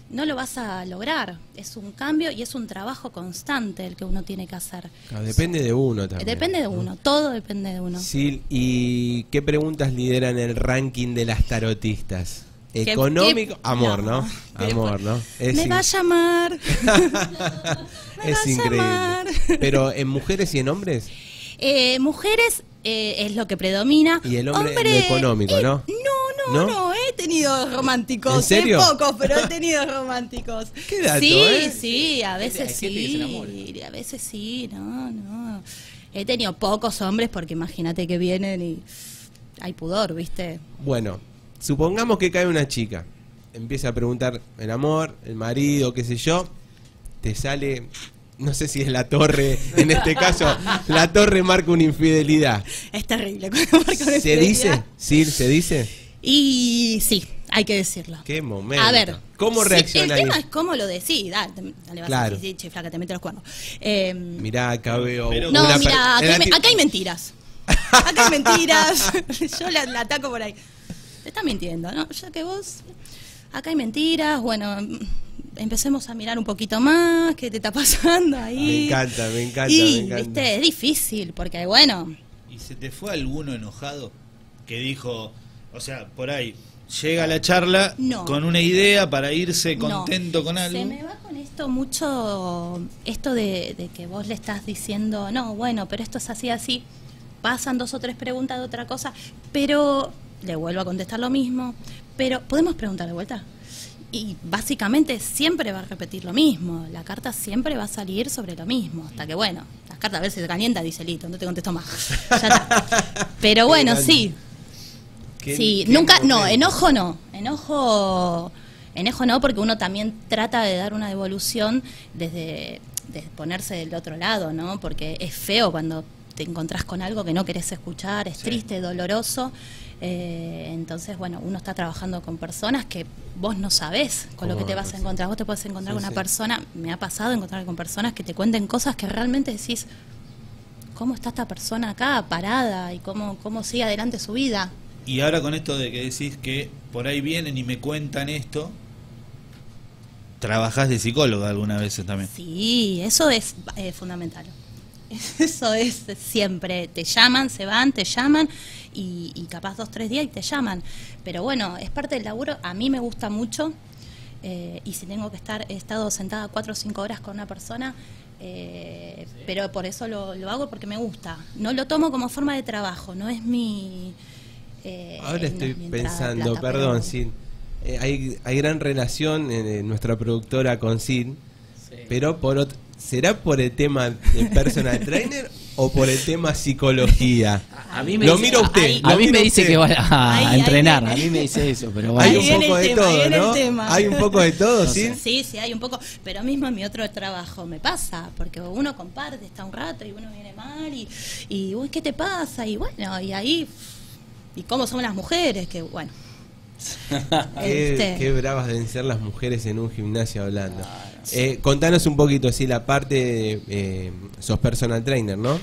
S5: no lo vas a lograr. Es un cambio y es un trabajo constante el que uno tiene que hacer.
S1: Claro, depende de uno también.
S5: eh, depende de
S1: ¿no?
S5: uno, todo depende de uno.
S1: Sí, ¿y qué preguntas lideran el ranking de las tarotistas?
S5: ¿Qué-
S1: Económico,
S5: qué-
S1: amor, ¿no?
S5: no.
S1: Amor, ¿no? Es
S5: me
S1: in-
S5: va a llamar. me va
S1: es
S5: a llamar.
S1: increíble. Pero en mujeres y en hombres,
S5: Eh, mujeres eh, es lo que predomina.
S1: Y el hombre, lo económico,
S5: eh,
S1: ¿no? ¿No?
S5: No, no, no, he tenido románticos.
S1: ¿En
S5: eh,
S1: serio?
S5: pocos, pero he tenido románticos.
S1: Qué dato,
S5: sí,
S1: ¿eh?
S5: sí, a veces
S2: hay gente que se enamora,
S5: sí. A veces sí, no, no. He tenido pocos hombres porque imagínate que vienen y hay pudor, ¿viste?
S1: bueno, supongamos que cae una chica, empieza a preguntar el amor, el marido, qué sé yo, te sale, no sé si es la torre, en este caso, la torre marca una infidelidad.
S5: Es terrible. cuando marca una
S1: ¿Se dice?
S5: infidelidad.
S1: Sí, se dice.
S5: Y sí, hay que decirlo.
S1: Qué momento.
S5: A ver,
S1: ¿cómo
S5: sí,
S1: reacciona?
S5: El
S1: ahí?
S5: tema es cómo lo decís. Dale, dale vas
S1: Claro.
S5: a decir, "Sí, flaca, te meto los cuernos. Eh,
S1: Mirá, acá veo.
S3: Pero-
S5: no,
S1: una per-
S5: mira, acá,
S1: era
S5: hay me-
S1: ti-
S5: acá hay mentiras. Acá hay mentiras. Yo la, la ataco por ahí. Te están mintiendo, ¿no? Ya que vos. Acá hay mentiras. Bueno, mm, empecemos a mirar un poquito más. ¿Qué te está pasando ahí?
S1: Me encanta, me encanta,
S5: Y,
S1: me encanta.
S5: viste, es difícil, porque bueno.
S3: ¿Y se te fue alguno enojado que dijo, o sea, por ahí, llega la charla
S5: No.
S3: con una idea para irse
S5: No.
S3: contento con algo?
S5: Se me va con esto mucho, esto de, de que vos le estás diciendo, no, bueno, pero esto es así, así. Pasan dos o tres preguntas de otra cosa, pero le vuelvo a contestar lo mismo. Pero, ¿podemos preguntar de vuelta? Y básicamente siempre va a repetir lo mismo. La carta siempre va a salir sobre lo mismo. Hasta que, bueno, las cartas a veces se calienta, dice listo, no te contesto más. Ya está. Pero bueno, sí,
S1: Qué-
S5: Sí,
S1: qué
S5: nunca, no,
S1: momento.
S5: enojo no, enojo, enojo no, porque uno también trata de dar una devolución desde, desde ponerse del otro lado, ¿no? Porque es feo cuando te encontrás con algo que no querés escuchar, es triste, doloroso, Eh, entonces, bueno, uno está trabajando con personas que vos no sabés con lo
S1: Cómo
S5: que te
S1: van a
S5: vas a
S1: pensar.
S5: encontrar. Vos te puedes encontrar
S1: Sí,
S5: con una
S1: sí.
S5: persona, me ha pasado encontrarme con personas que te cuenten cosas que realmente decís, ¿cómo está esta persona acá parada y cómo, cómo sigue adelante su vida?
S3: Y ahora con esto de que decís que por ahí vienen y me cuentan esto, trabajás de psicóloga algunas veces también.
S5: Sí, eso es eh, fundamental. Eso es siempre. Te llaman, se van, te llaman y, y capaz dos, tres días y te llaman. Pero bueno, es parte del laburo. A mí me gusta mucho eh, y si tengo que estar, he estado sentada cuatro o cinco horas con una persona. eh, Pero por eso lo, lo hago porque me gusta. No lo tomo como forma de trabajo, no es mi. eh,
S1: Ahora
S5: no es
S1: estoy
S5: mi entrada de
S1: pensando,
S5: plata,
S1: perdón,
S5: pero-
S1: Sid. eh, hay, hay gran relación en eh, nuestra productora con Sid, pero por ot- ¿será por el tema de personal trainer o por el tema psicología?
S2: A, a mí me
S1: Lo
S2: dice-
S1: miro a usted.
S4: A
S1: lo
S4: mí
S1: miro
S4: me
S1: a
S4: dice
S1: usted.
S4: que va a
S5: Ahí,
S4: a
S5: ahí
S4: entrenar, a
S5: viene.
S4: mí me dice eso, pero
S1: Hay
S4: bueno.
S5: Ahí
S1: un
S5: viene
S1: poco
S5: el
S1: de
S5: tema, ahí
S1: todo,
S5: viene el
S1: ¿no?
S5: tema.
S1: Hay un poco de todo, ¿sí?
S5: Sí, sí, hay un poco, pero mismo en mi otro trabajo me pasa, porque uno comparte, está un rato y uno viene mal y, y uy, ¿qué te pasa? Y bueno, y ahí, y cómo somos las mujeres, que bueno.
S1: Qué,
S5: Este,
S1: qué bravas deben ser las mujeres en un gimnasio hablando. Eh, contanos un poquito, sí, la parte de, eh, sos personal trainer, ¿no?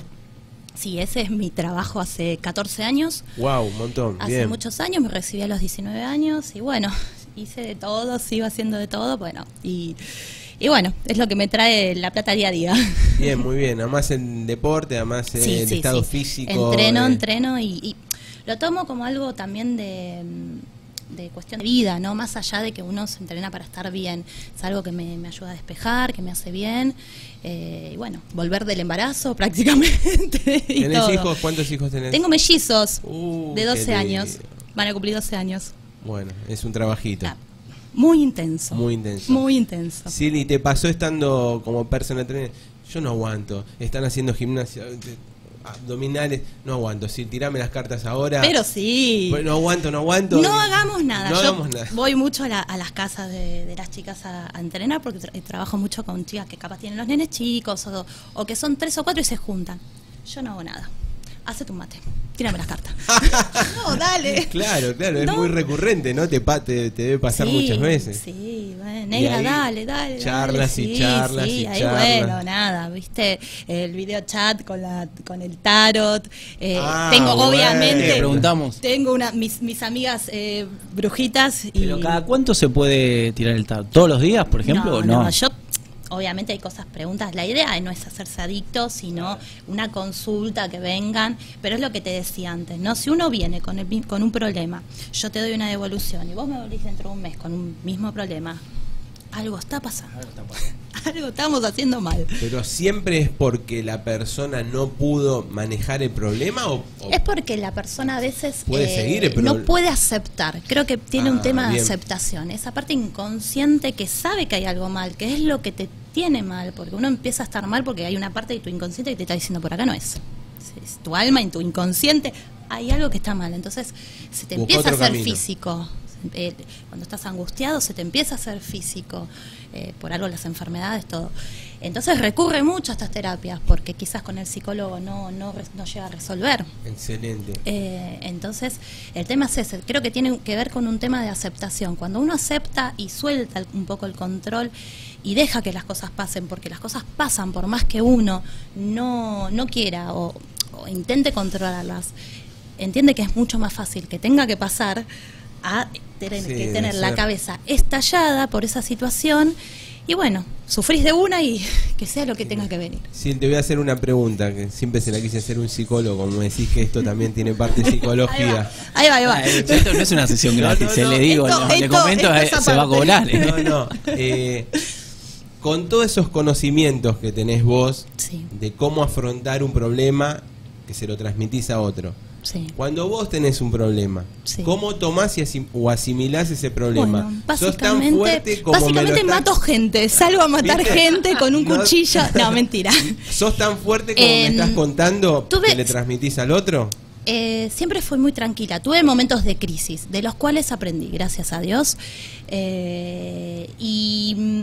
S5: Sí, ese es mi trabajo hace 14 años.
S1: Wow, un montón.
S5: Hace
S1: bien.
S5: muchos años, me recibí a los 19 años y bueno, hice de todo, sigo haciendo de todo, bueno, y, y bueno, es lo que me trae la plata día a día.
S1: Bien, muy bien. Además en deporte, además eh, en
S5: Sí, sí,
S1: estado
S5: sí.
S1: físico.
S5: Entreno,
S1: eh,
S5: entreno y, y lo tomo como algo también de, mm, de cuestión de vida, ¿no? Más allá de que uno se entrena para estar bien. Es algo que me, me ayuda a despejar, que me hace bien. eh, y bueno, volver del embarazo prácticamente. y
S1: ¿Tenés
S5: todo.
S1: hijos? ¿Cuántos hijos tenés?
S5: Tengo mellizos
S1: Uh,
S5: de
S1: qué
S5: 12 años.
S1: lindo.
S5: Van a cumplir 12 años.
S1: Bueno, es un trabajito.
S5: Ah, Muy intenso.
S1: Muy intenso.
S5: Muy intenso.
S1: Sí, y te pasó estando como personal trainer. Yo no aguanto. Están haciendo gimnasia, eh, abdominales. No aguanto. Sí, tirame las cartas ahora.
S5: Pero sí.
S1: ah. Bueno, no aguanto, no aguanto.
S5: No hagamos nada.
S1: No
S5: Yo
S1: hagamos nada.
S5: voy mucho a, la- a las casas de, de las chicas a, a entrenar porque tra- trabajo mucho con chicas que capaz tienen los nenes chicos o, o que son tres o cuatro y se juntan. Yo no hago nada. Hace tu mate. Tírame las cartas. no, dale.
S1: Claro, claro, es
S5: No.
S1: muy recurrente, ¿no? Te, pa- te, te debe pasar
S5: Sí,
S1: muchas veces.
S5: Sí, bueno,
S1: Y
S5: negra,
S1: ahí
S5: dale, dale.
S1: charlas
S5: dale,
S1: y
S5: sí,
S1: charlas
S5: sí,
S1: y
S5: ahí,
S1: charlas.
S5: Bueno, nada, viste el video chat con, la, con el tarot. eh,
S1: Ah,
S5: tengo,
S1: bueno.
S4: Le
S5: obviamente,
S4: preguntamos.
S5: tengo una, mis, mis amigas eh, brujitas y...
S4: Pero cada cuánto se puede tirar el tarot? ¿Todos los días, por ejemplo? o
S5: no,
S4: no?
S5: yo obviamente hay cosas, preguntas. La idea no es hacerse adicto, sino una consulta que vengan. Pero es lo que te decía antes, ¿no? Si uno viene con, el mi- con un problema, yo te doy una devolución y vos me volvís dentro de un mes con un mismo problema, algo está pasando. Algo estamos haciendo mal.
S1: Pero siempre es porque la persona no pudo manejar el problema o, o-
S5: Es porque la persona a veces eh,
S1: Puede seguir eh, el
S5: no
S1: proble-
S5: puede aceptar. Creo que tiene
S1: Ah,
S5: un tema
S1: bien.
S5: de aceptación. Esa parte inconsciente que sabe que hay algo mal, que es lo que te tiene mal, porque uno empieza a estar mal porque hay una parte de tu inconsciente que te está diciendo por acá no es. Es- Es tu alma, en tu inconsciente, hay algo que está mal. Entonces se te
S1: Busca
S5: empieza
S1: otro
S5: a hacer
S1: camino.
S5: físico. Eh, Cuando estás angustiado se te empieza a hacer físico, Eh, por algo las enfermedades, todo. Entonces recurre mucho a estas terapias, porque quizás con el psicólogo no, no, re- no llega a resolver.
S1: excelente.
S5: Eh, entonces, el tema es ese. Creo que tiene que ver con un tema de aceptación. Cuando uno acepta y suelta el- un poco el control y deja que las cosas pasen, porque las cosas pasan por más que uno no, no quiera o, o intente controlarlas, entiende que es mucho más fácil que tenga que pasar a tener,
S1: Sí,
S5: que
S1: debe
S5: tener la
S1: ser.
S5: cabeza estallada por esa situación. Y bueno, sufrís de una y que sea lo que tenga que venir.
S1: Sí, te voy a hacer una pregunta que siempre se la quise hacer un psicólogo, como decís que esto también tiene parte de
S5: Ahí va,
S1: psicología.
S5: ahí va, ahí va.
S4: Ah, esto no es una sesión
S1: No,
S4: gratis,
S1: no, no.
S4: eh, le digo,
S5: Esto-
S4: no, le
S5: esto-
S4: comento,
S5: esto
S4: eh,
S5: es
S4: se va a
S5: aparte.
S4: cobrar. eh.
S1: No, no. eh, con todos esos conocimientos que tenés vos
S5: Sí.
S1: de cómo afrontar un problema que se lo transmitís a otro.
S5: Sí.
S1: Cuando vos tenés un problema,
S5: Sí.
S1: ¿cómo tomás y asim- o asimilás ese problema?
S5: Bueno,
S1: Sos tan fuerte
S5: básicamente,
S1: como me lo
S5: básicamente
S1: estás-
S5: mato gente, salgo a matar
S1: ¿Viste?
S5: gente con un
S1: No.
S5: cuchillo. No, mentira.
S1: ¿Sos tan fuerte como me
S5: Em,
S1: estás contando que
S5: tuve-
S1: le transmitís al otro?
S5: Eh, siempre fui muy tranquila. Tuve momentos de crisis, de los cuales aprendí, gracias a Dios. Eh, y mm,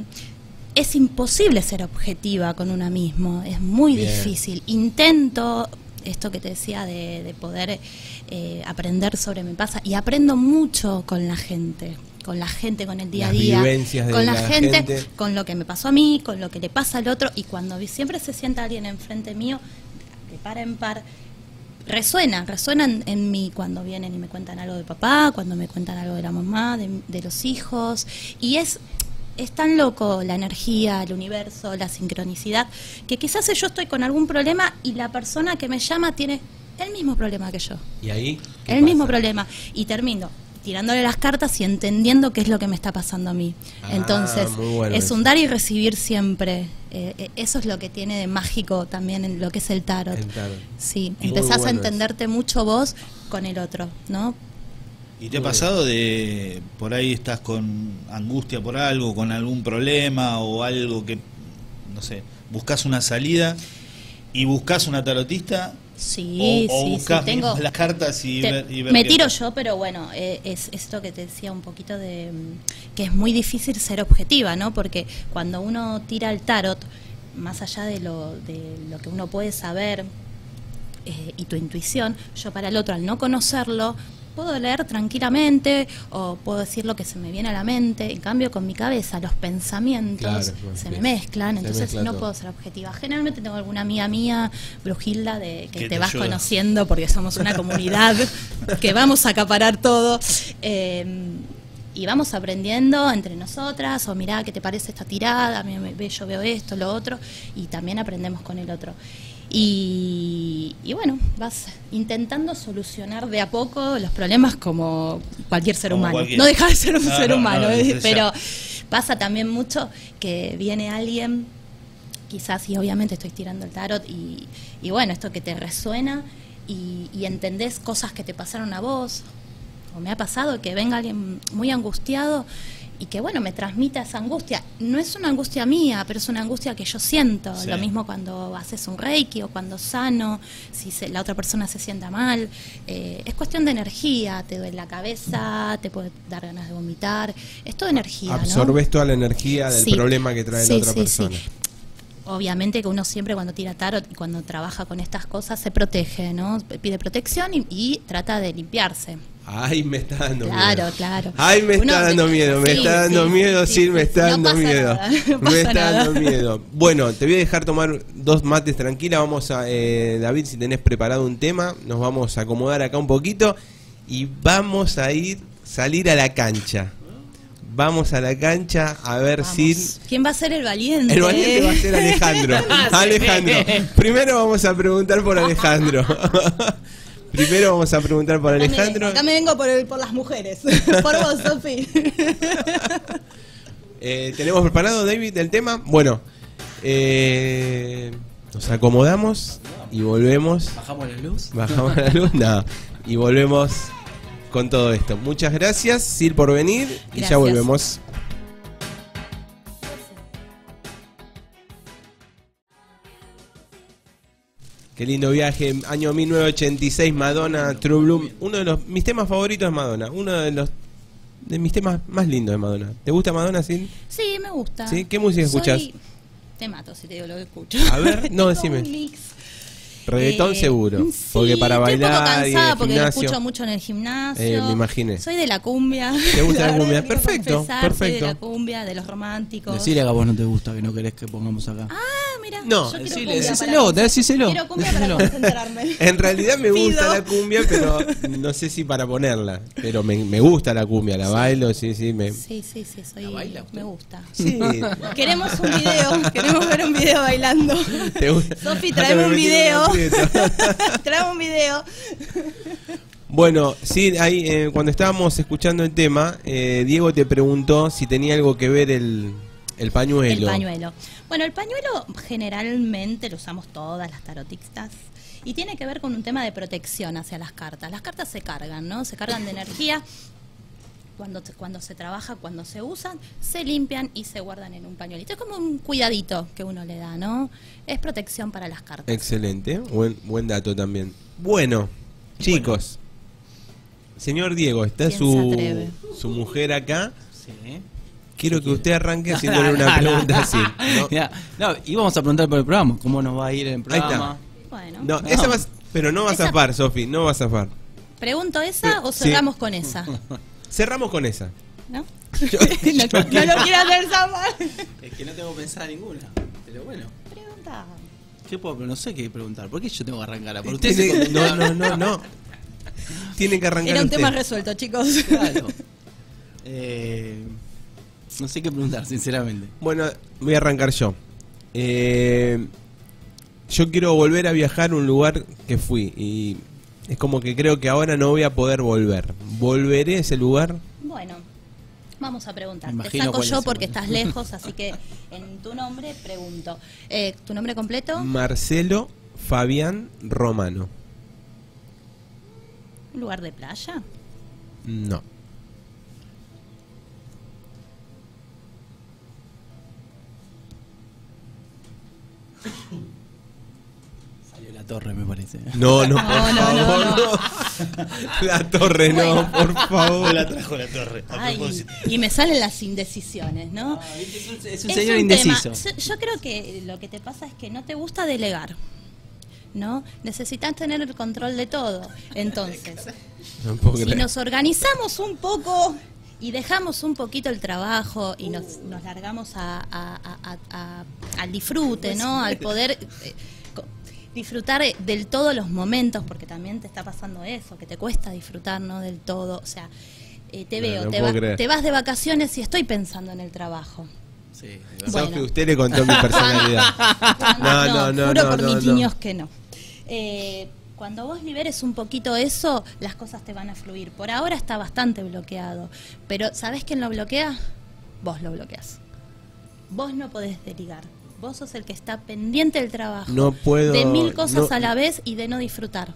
S5: es imposible ser objetiva con una mismo, es muy
S1: Bien.
S5: difícil. Intento esto que te decía de, de poder eh, aprender sobre mi pasa y aprendo mucho con la gente con la gente, con el día a
S1: Las
S5: día,
S1: vivencias de
S5: con la,
S1: la
S5: gente,
S1: gente.
S5: con lo que me pasó a mí, con lo que le pasa al otro y cuando vi- siempre se sienta alguien enfrente mío, de par en par, resuena, resuenan en mí cuando vienen y me cuentan algo de papá, cuando me cuentan algo de la mamá, de, de los hijos. Y es, es tan loco la energía, el universo, la sincronicidad, que quizás yo estoy con algún problema y la persona que me llama tiene el mismo problema que yo.
S1: Y ahí. ¿qué
S5: El mismo
S1: pasa?
S5: problema. Y termino tirándole las cartas y entendiendo qué es lo que me está pasando a mí.
S1: Ah,
S5: Entonces,
S1: muy bueno
S5: es
S1: eso.
S5: un dar y recibir siempre. Eh, eh, eso es lo que tiene de mágico también en lo que es el tarot.
S1: El tarot.
S5: Sí,
S1: Muy
S5: empezás
S1: bueno eso.
S5: a entenderte mucho vos con el otro, ¿no?
S3: ¿Y te ha pasado de por ahí estás con angustia por algo, con algún problema o algo que, no sé, buscas una salida y buscas una tarotista?
S5: Sí,
S3: o, o
S5: sí, sí,
S3: buscas
S5: tengo-
S3: mismo las cartas y,
S5: Te-
S3: ver, y ver
S5: me
S3: qué
S5: tiro
S3: pasa?
S5: yo, pero bueno, eh, es esto que te decía un poquito de mm, que es muy difícil ser objetiva, ¿no? Porque cuando uno tira el tarot, más allá de lo, de lo que uno puede saber eh, y tu intuición, yo para el otro, al no conocerlo, puedo leer tranquilamente o puedo decir lo que se me viene a la mente. En cambio, con mi cabeza, los
S1: Claro,
S5: pensamientos
S1: bueno,
S5: se me
S1: bien.
S5: mezclan,
S1: Se
S5: entonces
S1: mezcla
S5: no
S1: todo.
S5: puedo ser objetiva. Generalmente tengo alguna amiga mía, Brujilda, de,
S3: Que
S5: que te,
S3: te
S5: vas
S3: ayuda.
S5: conociendo haciendo, porque somos una comunidad que vamos a acaparar todo. eh, y vamos aprendiendo entre nosotras, o mirá, ¿qué te parece esta tirada? Mira, me- ve, Yo veo esto, lo otro, y también aprendemos con el otro. Y, y bueno, vas intentando solucionar de a poco los problemas como cualquier ser
S3: Como
S5: humano.
S3: cualquiera.
S5: No deja de ser un
S3: No,
S5: ser
S3: no,
S5: humano,
S3: no,
S5: eh,
S3: es- es
S5: pero
S3: ya.
S5: pasa también mucho que viene alguien quizás y obviamente estoy tirando el tarot y, y bueno, esto que te resuena y, y entendés cosas que te pasaron a vos, o me ha pasado que venga alguien muy angustiado y que bueno, me transmita esa angustia. No es una angustia mía, pero es una angustia que yo siento.
S3: Sí.
S5: Lo mismo cuando haces un reiki o cuando sano, si se- la otra persona se sienta mal. Eh, es cuestión de energía, te duele la cabeza, te puede dar ganas de vomitar. Es todo energía. ¿no?
S1: Absorbes toda la energía del
S5: Sí.
S1: problema que trae
S5: Sí,
S1: la otra
S5: sí, sí.
S1: persona.
S5: Obviamente que uno siempre cuando tira tarot y cuando trabaja con estas cosas se protege, ¿no? Pide protección y, y trata de limpiarse.
S1: Ay, me está dando
S5: Claro,
S1: miedo.
S5: claro.
S1: Ay, me
S5: Uno-
S1: está dando miedo, me
S5: sí,
S1: está dando
S5: sí,
S1: miedo, sí,
S5: sí, sí,
S1: me
S5: sí,
S1: está
S5: no
S1: dando
S5: pasa
S1: miedo.
S5: nada, no
S1: me
S5: pasa
S1: está
S5: nada.
S1: dando miedo. Bueno, te voy a dejar tomar dos mates tranquila. Vamos a, eh, David, si tenés preparado un tema, nos vamos a acomodar acá un poquito y vamos a ir, salir a la cancha. Vamos a la cancha a ver
S5: Vamos.
S1: si
S5: ¿Quién va a ser el valiente?
S1: el valiente va a ser Alejandro. Alejandro. Primero vamos a preguntar por Alejandro. Primero vamos a preguntar por
S5: Acá me-
S1: Alejandro.
S5: Acá me vengo por, el- por las mujeres. por vos, Sofi.
S1: Eh, ¿Tenemos preparado, David, el tema? Bueno, eh, nos acomodamos y volvemos.
S2: Bajamos la luz.
S1: Bajamos la luz, no, y volvemos con todo esto. Muchas gracias, Sil, por venir y ya
S5: Gracias.
S1: volvemos. Qué lindo viaje, año 1986, Madonna, True Bloom. Uno de los mis temas favoritos es Madonna, uno de los de mis temas más lindos de Madonna. ¿Te gusta Madonna, Sil?
S5: Sí, me gusta.
S1: Sí, ¿qué música
S5: Soy-
S1: escuchás?
S5: Te mato si te digo lo que escucho.
S1: A ver, no,
S5: Tengo
S1: decime.
S5: un mix.
S1: Reggaetón
S5: Eh,
S1: seguro,
S5: sí,
S1: porque para
S5: estoy
S1: bailar
S5: un poco
S1: y
S5: cansada
S1: de
S5: porque lo
S1: gimnasio.
S5: escucho mucho en el gimnasio.
S1: Eh, me imaginé.
S5: Soy de la cumbia.
S1: ¿Te gusta la
S5: verdad,
S1: cumbia?
S5: tengo que
S1: Perfecto,
S5: confesar, Soy
S1: perfecto.
S5: de la cumbia, de los románticos.
S4: Decirle que a vos no te gusta, que no querés que pongamos acá.
S5: Ah, mira.
S1: No,
S5: yo quiero
S4: decile,
S5: cumbia
S4: decíselo,
S5: para-
S4: decíselo,
S5: Quiero cumbia
S4: decíselo.
S5: para concentrarme.
S1: En realidad me gusta
S5: Pido.
S1: la cumbia, pero no sé si para ponerla. Pero me, me gusta la cumbia, la bailo, sí, sí, me...
S5: Sí, sí, sí, soy.
S2: baila usted?
S5: me gusta.
S1: Sí.
S5: Queremos un video, queremos ver un video bailando.
S1: ¿Te gusta?
S5: Sofi,
S1: Ahora
S5: traeme
S1: me
S5: un
S1: metí en
S5: video.
S1: aprieto.
S5: Traemos un video.
S1: Bueno, sí, ahí, eh, cuando estábamos escuchando el tema, eh, Diego te preguntó si tenía algo que ver el, el pañuelo.
S5: El pañuelo. Bueno, el pañuelo generalmente lo usamos todas las tarotistas y tiene que ver con un tema de protección hacia las cartas. Las cartas se cargan, ¿no? Se cargan de energía. Cuando, se- cuando se trabaja, cuando se usan, se limpian y se guardan en un pañuelito. Es como un cuidadito que uno le da, ¿no? Es protección para las cartas.
S1: Excelente, buen, buen dato también. Bueno, chicos. Señor Diego, está
S5: ¿Quién se
S1: su,
S5: atreve?
S1: su mujer acá.
S2: Sí.
S1: Quiero que usted arranque haciéndole una
S4: Nah, nah,
S1: pregunta
S4: nah.
S1: así. ¿no?
S4: Mirá, No, íbamos a preguntar por el programa, cómo nos va a ir en el
S1: Ahí está.
S4: programa.
S5: Bueno.
S1: Eh, No,
S4: No.
S1: esa más. Pero no va a
S5: Esa-
S1: zafar, Sofi, no va a zafar.
S5: ¿Pregunto esa o
S1: Sí.
S5: cerramos con esa?
S1: Cerramos con esa.
S2: Ah,
S5: ¿No? no, no lo quiero hacer zafar.
S2: Es que no tengo pensada ninguna. Pero bueno,
S5: Pregunta.
S2: ¿qué puedo? No sé qué preguntar. ¿Por qué yo tengo que arrancar? Por ustedes se
S1: Eh, Tiene- No,
S2: contentaron.
S1: no, no, no. Tienen que arrancar
S5: Era un
S1: ustedes.
S5: tema resuelto, chicos.
S2: Claro. Eh, no sé qué preguntar, sinceramente.
S1: Bueno, voy a arrancar yo. Eh, yo quiero volver a viajar a un lugar que fui y es como que creo que ahora no voy a poder volver. ¿Volveré a ese lugar?
S5: Bueno, vamos a preguntar.
S2: Me
S5: Te
S2: imagino
S5: saco
S2: cuál
S5: yo
S2: es,
S5: porque
S2: bueno.
S5: estás lejos, así que en tu nombre pregunto. Eh, ¿Tu nombre completo?
S2: Mm.
S1: Marcelo Fabián Romano.
S5: ¿Un lugar de
S2: Ah,
S5: playa?
S1: No.
S2: Salió la torre, me parece.
S1: No, no, por
S5: No, no, no,
S1: favor. No, La torre, no, por favor.
S3: la trajo la torre. A
S5: Ay,
S3: propósito.
S5: y me salen las indecisiones, ¿no?
S2: Ah, es un,
S5: Es
S2: señor
S5: un tema.
S2: indeciso.
S5: Yo- Yo creo que lo que te pasa es que no te gusta delegar. ¿No? Necesitas tener el control de todo. Entonces,
S1: No puedo
S5: si
S1: creer.
S5: nos organizamos un poco y dejamos un poquito el trabajo y nos, nos largamos a, a- a- a- a- al disfrute,
S1: Pues
S5: ¿no? Al poder eh, co- disfrutar eh, del todo los momentos, porque también te está pasando eso, que te cuesta disfrutar, ¿no? Del todo. O sea, eh, te
S1: No,
S5: veo,
S1: no
S5: te,
S1: puedo
S5: va-
S1: creer.
S5: te vas de vacaciones y estoy pensando en el trabajo.
S2: Sí, de verdad.
S1: Sofi,
S5: bueno.
S1: usted le contó mi personalidad. No, no, no,
S5: juro
S1: no,
S5: por
S1: no,
S5: mis
S1: no.
S5: niños que no. Eh, cuando vos liberes un poquito eso, las cosas te van a fluir. Por ahora está bastante bloqueado, pero ¿sabés quién lo bloquea? Vos lo bloqueas. Vos no podés deligar. Vos sos el que está pendiente del trabajo.
S1: No puedo-
S5: De mil cosas
S1: no-
S5: a la vez y de no disfrutar.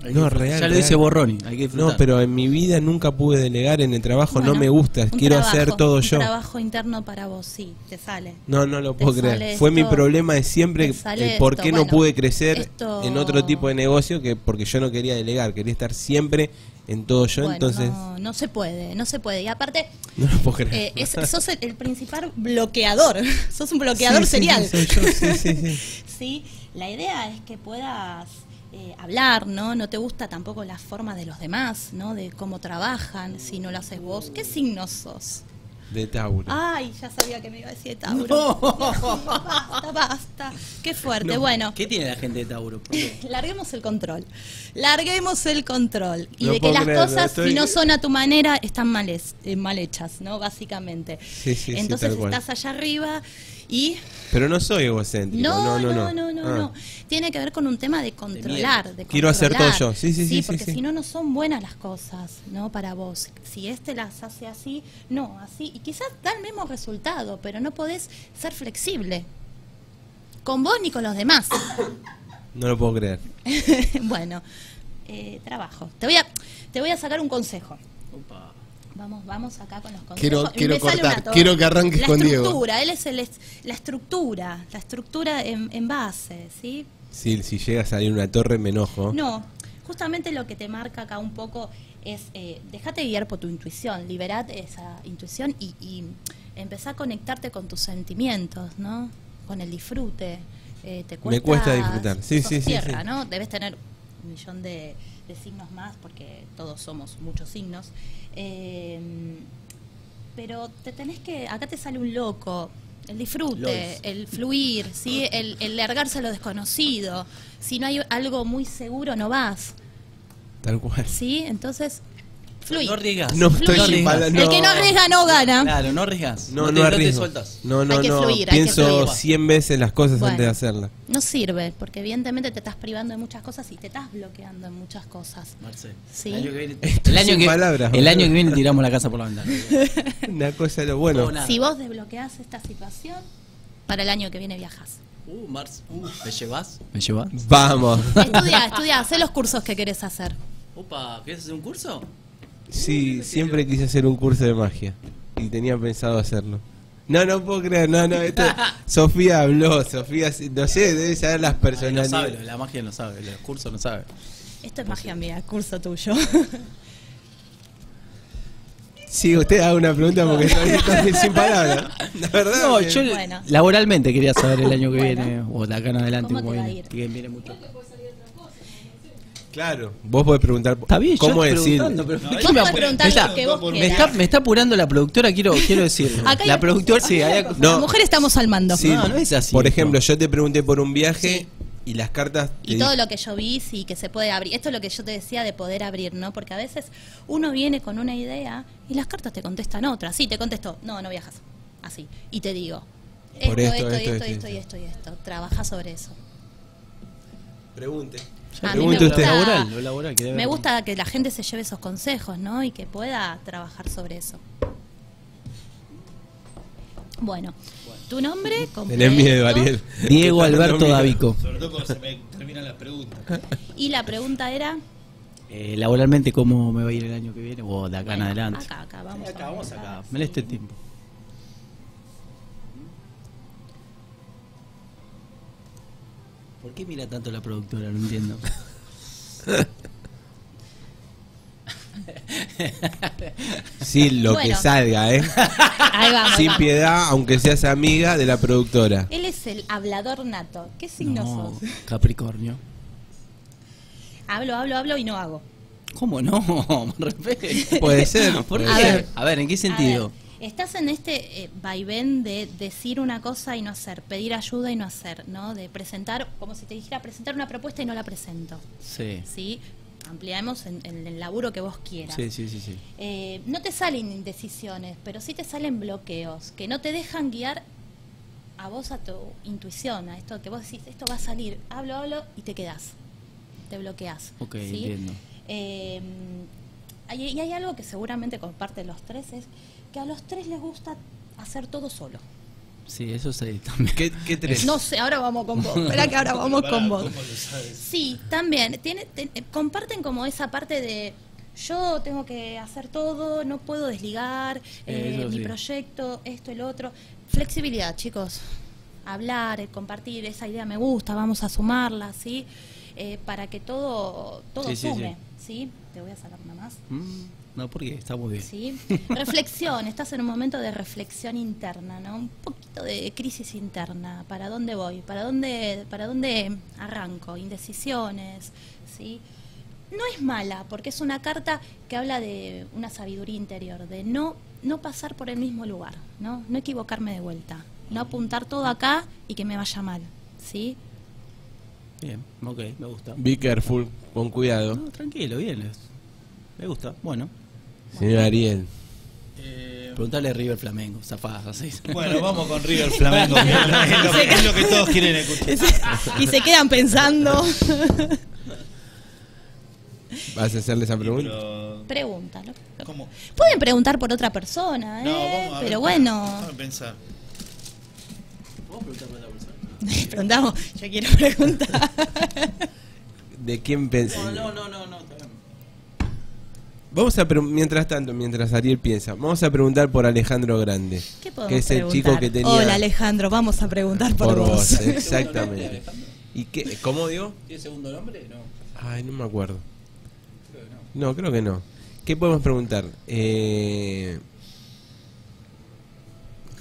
S2: Hay que
S1: No,
S2: disfrutar.
S1: real,
S2: Ya lo
S1: real.
S2: dice Borroni, hay que disfrutar.
S1: No, pero en mi vida nunca pude delegar en el trabajo, no
S5: Bueno,
S1: me gusta,
S5: un
S1: quiero
S5: trabajo,
S1: hacer todo
S5: un
S1: yo.
S5: trabajo interno para vos, sí, te sale.
S1: No, no lo
S5: Te
S1: puedo
S5: sale
S1: creer. Fue mi
S5: esto,
S1: problema de siempre
S5: te sale
S1: el por
S5: esto.
S1: qué no
S5: Bueno,
S1: pude crecer
S5: esto-
S1: en otro tipo de negocio que porque yo no quería delegar, quería estar siempre en todo yo,
S5: Bueno,
S1: entonces no,
S5: no, no se puede, no se puede. Y aparte,
S1: lo puedo creer.
S5: Eh, es- sos el, el principal bloqueador, sos un bloqueador
S1: Sí, sí,
S5: serial.
S1: sí, soy yo, sí, sí, sí.
S5: Sí, la idea es que puedas eh, hablar, ¿no? No te gusta tampoco la forma de los demás, ¿no? De cómo trabajan, si no lo haces vos. ¿Qué signo sos?
S1: De Tauro.
S5: Ay, ya sabía que me iba a decir Tauro.
S2: No.
S5: Basta, basta. Qué fuerte.
S2: No.
S5: Bueno,
S2: ¿Qué tiene la gente de Tauro? ¿Por qué?
S5: larguemos el control. Larguemos el control. Y
S1: No
S5: de que
S1: puedo
S5: las
S1: creerlo,
S5: cosas,
S1: estoy-
S5: si no son a tu manera, están mal, es- eh, mal hechas, ¿no? Básicamente.
S1: Sí, sí, sí,
S5: Entonces
S1: tal cual.
S5: estás allá arriba y
S1: Pero no soy egocéntrico. No,
S5: No,
S1: no, no.
S5: no, no,
S1: Ah.
S5: no. Tiene que ver con un tema de controlar. de
S1: Quiero hacer todo
S5: controlar.
S1: yo. Sí, sí, sí, sí,
S5: porque
S1: sí.
S5: si no, no son buenas las cosas, ¿no? Para vos. Si este las hace así, no, así. Y quizás da el mismo resultado, pero no podés ser flexible. Con vos ni con los demás.
S1: No lo puedo creer.
S5: bueno, eh, trabajo. Te voy, a, te voy a sacar un consejo.
S2: Opa.
S5: Vamos, vamos acá con los consejos.
S6: Quiero-
S5: Me
S6: quiero
S5: sale
S6: cortar,
S5: una torre.
S6: quiero que arranques
S5: la
S6: con Diego.
S5: estructura, él es el es- la estructura, la estructura en, en base, ¿sí?
S1: Si, si llega a salir una torre me enojo.
S5: No, justamente lo que te marca acá un poco es eh, dejate guiar por tu intuición, liberad esa intuición y, y empezá a conectarte con tus sentimientos, ¿no? Con el disfrute. Eh, te cuesta,
S1: Me cuesta disfrutar. Sí,
S5: sos
S1: sí, sí,
S5: tierra,
S1: sí.
S5: ¿no? Debes tener un millón de, de signos más porque todos somos muchos signos. Eh, pero te tenés que, acá te sale un loco, el disfrute,
S2: Lois.
S5: el fluir, ¿sí? el, el largarse a lo desconocido. Si no hay algo muy seguro, no vas,
S1: Tal cual.
S5: ¿sí? Entonces, fluir.
S2: No arriesgas.
S1: No estoy
S2: No
S1: sin
S2: arriesgas.
S1: palabras.
S5: El que no arriesga no gana.
S2: Claro, no arriesgas.
S1: No, no,
S2: te, te
S1: arriesgo.
S2: sueltas.
S1: No, no,
S5: Hay que
S1: no.
S5: fluir, hay que
S1: Pienso
S5: fluir.
S1: 100 veces las cosas
S5: Bueno.
S1: antes de hacerlas.
S5: No sirve, porque evidentemente te estás privando de muchas cosas y te estás bloqueando en muchas cosas.
S2: Marce,
S5: Sí.
S2: El año que viene,
S1: Estoy
S2: el año
S1: sin
S2: que-
S1: palabras,
S2: el año
S1: boludo.
S2: que viene tiramos la casa por la ventana.
S1: Una cosa de lo bueno.
S2: Todo nada.
S5: Si vos desbloqueás esta situación, para el año que viene viajas.
S2: Uh, Marce, uh, ¿me llevas? ¿Me llevas?
S1: Vamos.
S5: Estudia, estudia, hacé los cursos que querés hacer.
S2: Opa, ¿querés hacer un curso?
S1: Sí, siempre quise hacer un curso de magia y tenía pensado hacerlo. No, no puedo creer, no, no, esto, Sofía habló, Sofía, no sé, debe saber las
S2: Ay, no sabe, lo de
S1: personalidades.
S2: la magia no sabe, lo de los cursos no sabe.
S5: Esto es magia mía, curso tuyo.
S1: Sí, usted haga una pregunta porque estoy estoy sin palabras. La verdad.
S2: No,
S1: que-
S2: yo
S5: Bueno.
S2: laboralmente quería saber el año que
S5: Bueno.
S2: viene, o de acá en adelante,
S5: ¿Cómo
S2: como
S5: te va
S2: viene.
S5: a ir?
S2: Que viene mucho.
S1: Claro. Vos podés preguntar
S2: Está bien,
S1: cómo
S2: yo estoy
S1: decir.
S2: preguntando, pero
S3: No,
S2: ¿qué
S3: ahí
S2: me
S5: podés
S2: apura?
S5: preguntar
S2: Me está-
S5: lo que vos
S2: me, está, me está apurando la productora, quiero, quiero decirlo.
S5: Acá hay-
S2: la productora, sí, hay-
S5: Las
S1: No.
S5: mujeres estamos al mando.
S1: Sí,
S2: No, no es así,
S1: Por
S2: no.
S1: ejemplo, yo te pregunté por un viaje y las cartas. te
S5: Y
S1: di-
S5: todo lo que yo vi, sí, que se puede abrir. Esto es lo que yo te decía de poder abrir, ¿no? Porque a veces uno viene con una idea y las cartas te contestan otra. Sí, te contesto, no, no viajas. Así. Y te digo, esto,
S1: Por
S5: esto, esto,
S1: esto,
S5: esto,
S1: esto,
S5: esto, y esto, y esto. Trabaja sobre eso.
S1: Pregunte.
S5: A mí me
S1: Pregunte
S5: gusta,
S1: usted.
S2: laboral, lo laboral, que debe
S5: me
S2: haber-
S5: gusta que la gente se lleve esos consejos, ¿no? Y que pueda trabajar sobre eso. Bueno, tu nombre
S1: Tenés
S5: completo
S1: miedo, Ariel.
S2: Diego
S1: Te está dando
S2: Alberto
S1: miedo.
S2: Davico.
S3: Sobre todo cuando se me terminan las preguntas.
S5: y la pregunta era
S2: Eh, laboralmente, ¿cómo me va a ir el año que viene? O de acá en
S5: Bueno,
S2: adelante.
S5: Acá, acá, vamos. a
S2: Acabamos
S5: ver.
S2: acá. Me este tiempo. ¿Por qué mira tanto la productora? No entiendo.
S1: Sí, lo
S5: Bueno.
S1: que salga, ¿eh?
S5: Ahí vamos.
S1: Sin
S5: vamos.
S1: piedad, aunque seas amiga de la productora.
S5: Él es el hablador nato. ¿Qué signo
S2: No,
S5: sos?
S2: Capricornio.
S5: Hablo, hablo, hablo y no hago.
S2: ¿Cómo no? Con respeto.
S1: Puede ser,
S2: ¿Por
S1: puede
S2: qué? a,
S1: ser.
S2: ver, a ver, ¿en qué sentido?
S5: A ver, estás en este eh, vaivén de decir una cosa y no hacer, pedir ayuda y no hacer, ¿no? De presentar, como si te dijera presentar una propuesta y no la presento.
S2: Sí.
S5: ¿Sí? Ampliamos en, en el laburo que vos quieras.
S2: Sí, sí, sí, sí.
S5: Eh, no te salen indecisiones, pero sí te salen bloqueos que no te dejan guiar a vos, a tu intuición, a esto que vos decís, esto va a salir, hablo, hablo y te quedás, te bloqueás.
S2: Ok,
S5: ¿sí?
S2: entiendo.
S5: Eh, hay- y hay algo que seguramente comparten los tres, es que a los tres les gusta hacer todo solo.
S2: Sí, eso sí, también.
S1: ¿Qué, qué tres?
S5: No sé, ahora vamos con vos, espera que ahora vamos con vos.
S3: ¿Cómo lo sabes?
S5: Sí, también. Tiene, ten- eh, comparten como esa parte de yo tengo que hacer todo, no puedo desligar eh,
S2: Eso
S5: mi
S2: sí.
S5: proyecto, esto, el otro. Flexibilidad, chicos. Hablar, eh, compartir, esa idea me gusta, vamos a sumarla, ¿sí? Eh, para que todo, todo
S2: Sí, sí,
S5: sume, sí, Te voy a sacar una más.
S2: Mm, No, porque está muy bien.
S5: ¿sí? Reflexión, estás en un momento de reflexión interna, ¿no? Un poquito de crisis interna. ¿Para dónde voy? ¿Para dónde, para dónde arranco? Indecisiones, ¿sí? No es mala, porque es una carta que habla de una sabiduría interior, de no, no pasar por el mismo lugar, ¿no? No equivocarme de vuelta, no apuntar todo acá y que me vaya mal, ¿sí?
S2: Bien, ok, me gusta.
S1: Be careful, con cuidado.
S2: No, tranquilo, bien. es- Me gusta. Bueno,
S1: Señor Ariel.
S2: preguntale a River Flamengo, zafás, así.
S3: Bueno, vamos con River Flamengo, que es lo que, es lo que todos quieren escuchar.
S5: y se quedan pensando.
S1: ¿Vas a hacerle esa pregunta?
S3: Pero,
S5: Pregunta, ¿no?
S3: ¿cómo?
S5: Pueden preguntar por otra persona,
S3: No,
S5: ¿eh?
S3: vamos a ver,
S5: Pero bueno.
S3: Déjame pensar.
S5: Preguntamos, yo quiero preguntar.
S1: ¿De quién pensé?
S2: no, no, no.
S1: Vamos a pre- mientras tanto, mientras Ariel piensa, vamos a preguntar por Alejandro Grande,
S5: ¿Qué podemos
S1: que es el
S5: preguntar?
S1: chico que tenía
S5: Hola Alejandro, vamos a preguntar por, vos.
S1: exactamente. ¿Y qué? ¿Cómo dio?
S2: ¿Tiene segundo nombre? No.
S1: Ay, no me acuerdo. No, creo que no. ¿Qué podemos preguntar? Eh,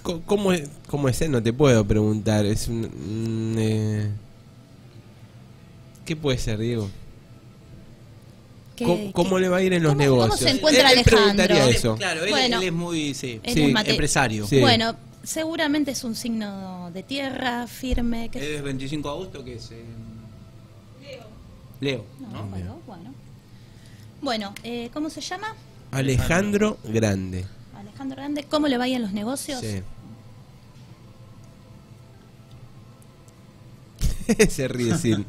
S1: co- ¿Cómo es, cómo es él? No te puedo preguntar. Es un, un, eh, ¿Qué puede ser, Diego?
S5: ¿Qué-
S1: ¿Cómo, cómo
S5: qué-
S1: le va a ir en los
S5: cómo- cómo
S1: negocios?
S5: se encuentra
S1: Él- él preguntaría
S5: Alejandro?
S1: eso.
S2: Claro, él,
S5: Bueno.
S2: él es muy, sí,
S5: Él
S2: sí,
S5: es mate-
S2: empresario.
S1: Sí.
S5: Bueno, seguramente es un signo de tierra, firme. Que...
S2: Es 25 de agosto, que es... eh, Leo.
S5: No,
S2: ¿no?
S5: bueno, bueno. Bueno, eh, ¿cómo se llama?
S1: Alejandro Grande.
S5: Alejandro Grande, ¿cómo le va a ir en los negocios?
S1: Sí. se ríe sin.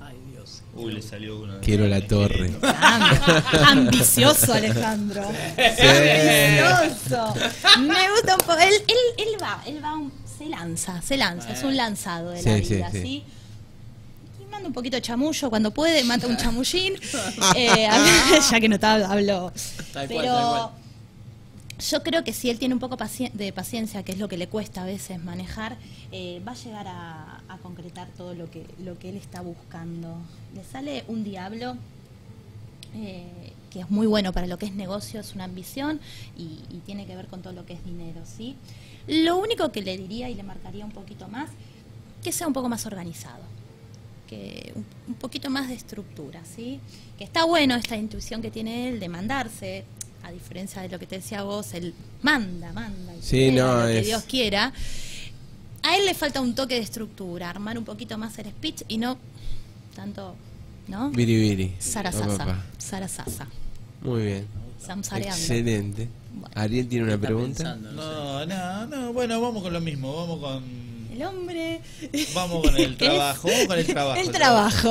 S2: Ay, Dios.
S3: Uy, le salió uno.
S1: Quiero la torre.
S5: Ah, Ambicioso Alejandro. Ambicioso. Me gusta un poco. Él, él- él va, él va, un- se lanza, se lanza. Es
S2: Eh.
S5: un lanzado de la
S1: Sí, sí,
S5: vida,
S1: sí.
S5: sí. Y manda un poquito de chamullo cuando puede, mata un chamullín. Eh, a- ya que no estaba, hablo.
S2: Tal cual,
S5: Pero
S2: tal cual.
S5: yo creo que si él tiene un poco paci- de paciencia, que es lo que le cuesta a veces manejar, eh, va a llegar a, a concretar todo lo que, lo que él está buscando. Le sale un diablo eh, que es muy bueno para lo que es negocio, es una ambición y, y tiene que ver con todo lo que es dinero, ¿sí? Lo único que le diría y le marcaría un poquito más, que sea un poco más organizado. que un, un poquito más de estructura, ¿sí? Que está bueno esta intuición que tiene él de mandarse, a diferencia de lo que te decía vos, él manda, manda, y
S1: Sí,
S5: pega
S1: no,
S5: lo que
S1: es-
S5: Dios quiera. A él le falta un toque de estructura, armar un poquito más el speech y no tanto, ¿no?
S1: Biribiri.
S5: Sarasasa,
S1: Pa, pa, pa.
S5: Sarasasa,
S1: Muy bien.
S5: samsareando.
S1: Excelente.
S5: Bueno.
S1: Ariel tiene una
S2: Está
S1: pregunta.
S2: pensando, no sé.
S3: No, no, no, bueno, vamos con lo mismo, vamos con...
S5: El hombre.
S3: Vamos con el
S5: es-
S3: trabajo, vamos con el trabajo.
S5: El trabajo.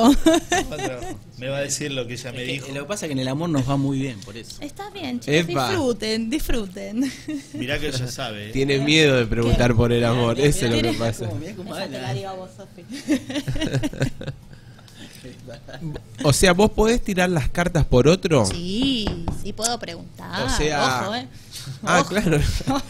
S3: Vamos al trabajo. Me va a decir lo que ella me
S2: Es que
S3: dijo.
S2: Lo que pasa es que en el amor nos va muy bien, por eso.
S5: Está bien, chicos.
S1: Epa.
S5: Disfruten, disfruten.
S3: Mirá que ella sabe. ¿eh?
S1: Tiene miedo de preguntar por el amor.
S2: Mirá,
S1: Eso es lo
S2: mirá
S1: que pasa.
S2: cómo, Eh, mirá cómo habla.
S1: O sea, vos podés tirar las cartas por otro.
S5: Sí, sí puedo preguntar.
S1: O sea-
S5: Ojo, ¿eh?
S1: Ah,
S5: Ojo.
S1: claro.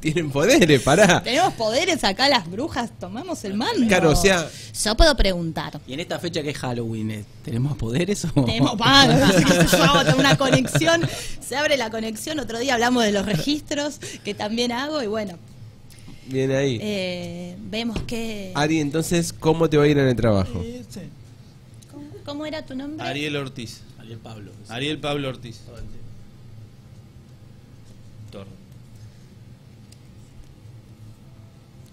S1: Tienen poderes, pará.
S5: Tenemos poderes acá, las brujas, tomamos el mando.
S1: Claro, o sea-
S5: Yo puedo preguntar.
S2: Y en esta fecha que es Halloween, eh, ¿tenemos poderes o...?
S1: Oh.
S5: Tenemos ah, mando, qué sé yo, hago toda una conexión. Se abre la conexión. Otro día hablamos de los registros que también hago y bueno,
S1: Bien ahí.
S5: eh, vemos que.
S1: Ari, entonces, ¿cómo te va a ir en el trabajo?
S3: Sí, sí.
S5: ¿Cómo, cómo era tu nombre?
S3: Ariel Ortiz.
S2: Ariel Pablo.
S3: Ariel Pablo Ortiz. Torre.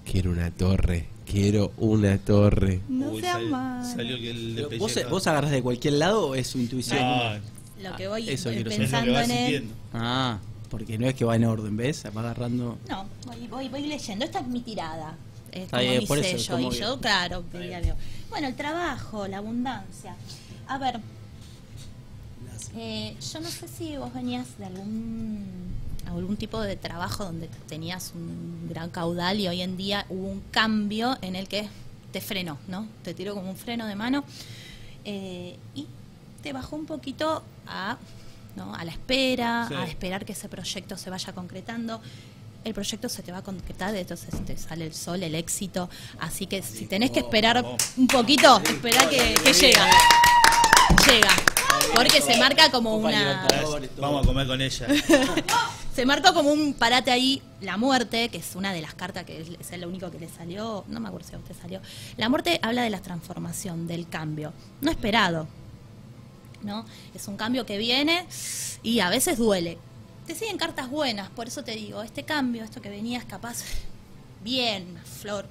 S1: Quiero una torre. Quiero una torre.
S5: No
S3: Uy,
S5: seas
S3: sal-
S5: malo.
S3: Salió que el de
S2: Pero ¿Vos,
S3: pellejo.
S2: ¿Vos agarras de cualquier lado o es su intuición?
S3: No, es
S5: Lo que
S3: Ah,
S5: voy
S2: Eso quiero saber.
S3: lo que
S5: pensando
S3: vas
S5: en él.
S3: sintiendo.
S2: Ah, porque no es que va en orden, ¿ves? Va agarrando...
S5: No, voy, voy, voy leyendo. Esta es mi tirada. Es
S2: Está
S5: como
S2: bien,
S5: mi
S2: por eso,
S5: sello.
S2: como
S5: Y
S2: que-
S5: yo, claro, diario. Bueno, el trabajo, la abundancia. A ver, eh, yo no sé si vos venías de algún algún tipo de trabajo donde tenías un gran caudal y hoy en día hubo un cambio en el que te frenó, ¿no? Te tiró como un freno de mano eh, y te bajó un poquito a, ¿no? a la espera,
S3: Sí.
S5: a esperar que ese proyecto se vaya concretando. El proyecto se te va a concretar, entonces te sale el sol, el éxito. Así que si tenés que esperar
S3: vamos.
S5: un poquito, esperá que, que llega. Llega. Porque se marca como
S2: Copa
S5: una.
S3: eh.
S2: Libertadores.
S3: Vamos a comer con ella.
S5: Se marcó como un parate ahí, la muerte, que es una de las cartas que es- es el único que le salió, no me acuerdo si a usted salió. La muerte habla de la transformación, del cambio, no esperado, ¿no? Es un cambio que viene y a veces duele. Te siguen cartas buenas, por eso te digo, este cambio, esto que venías capaz, bien, flor,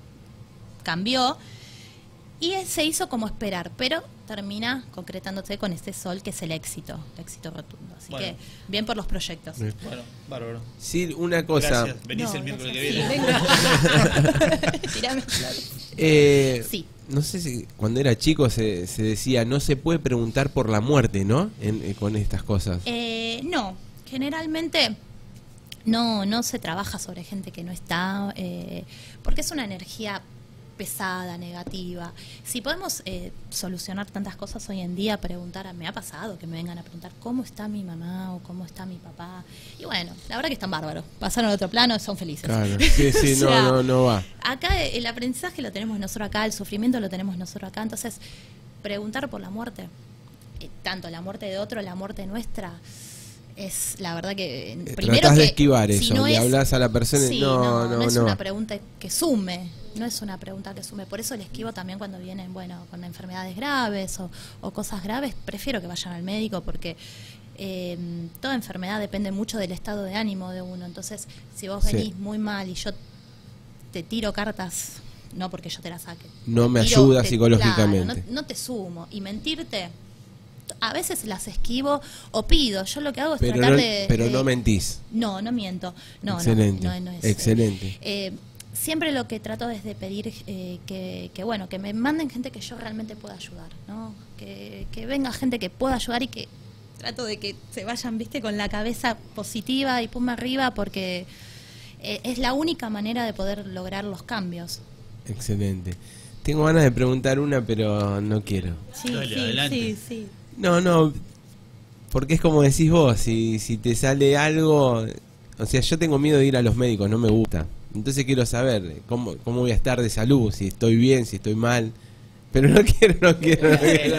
S5: cambió. Y él se hizo como esperar, pero termina concretándose con este sol que es el éxito, el éxito rotundo. Así
S3: Bueno.
S5: que, bien por los proyectos.
S3: Bueno, bárbaro.
S1: Sí, una cosa.
S3: Gracias. Venís el
S5: No,
S3: miércoles que
S5: gracias.
S3: viene.
S5: Sí, vengo. Tirame.
S1: Eh,
S5: Sí.
S1: No sé si cuando era chico se, se decía, no se puede preguntar por la muerte, ¿no? En- eh, con estas cosas.
S5: Eh, no, generalmente no, no se trabaja sobre gente que no está, eh, porque es una energía pesada, negativa. Si podemos eh, solucionar tantas cosas hoy en día, preguntar, me ha pasado que me vengan a preguntar cómo está mi mamá o cómo está mi papá. Y bueno, la verdad que están bárbaros. Pasaron a otro plano, son felices.
S1: Claro. Sí, sí,
S5: O sea,
S1: no, no, no va.
S5: Acá el aprendizaje lo tenemos nosotros acá, el sufrimiento lo tenemos nosotros acá. Entonces, preguntar por la muerte, eh, tanto la muerte de otro, la muerte nuestra, es la verdad que. eh,
S1: Eh,
S5: primero
S1: Tratás de
S5: que
S1: esquivar
S5: si
S1: eso.
S5: no
S1: y
S5: es-
S1: hablas a la persona y
S5: Sí,
S1: no, no, no.
S5: es una pregunta que sume, no es una pregunta que sume. Por eso el esquivo también cuando vienen, bueno, con enfermedades graves o, o cosas graves, prefiero que vayan al médico porque eh, toda enfermedad depende mucho del estado de ánimo de uno. Entonces, si vos
S1: Sí.
S5: venís muy mal y yo te tiro cartas, no porque yo te las saque.
S1: No me
S5: Tiro-
S1: ayuda
S5: te-
S1: psicológicamente.
S5: claro, no, no te sumo. Y mentirte, a veces las esquivo o pido. Yo lo que hago es
S1: pero
S5: tratar
S1: no,
S5: de...
S1: pero
S5: de-
S1: no mentís.
S5: no, no miento. No, no,
S1: Excelente,
S5: No, no es,
S1: excelente.
S5: Eh, siempre lo que trato es de pedir eh, que, que, bueno, que me manden gente que yo realmente pueda ayudar, ¿no? Que, que venga gente que pueda ayudar y que trato de que se vayan, viste, con la cabeza positiva y pum arriba porque eh, es la única manera de poder lograr los cambios.
S1: Excelente. Tengo ganas de preguntar una, pero no quiero.
S5: Sí,
S3: Dale,
S5: sí,
S3: adelante.
S5: sí, sí.
S1: No, no. Porque es como decís vos, si, si te sale algo... O sea, yo tengo miedo de ir a los médicos, no me gusta. Entonces quiero saber cómo, cómo voy a estar de salud, si estoy bien, si estoy mal. Pero no quiero, no quiero, no quiero.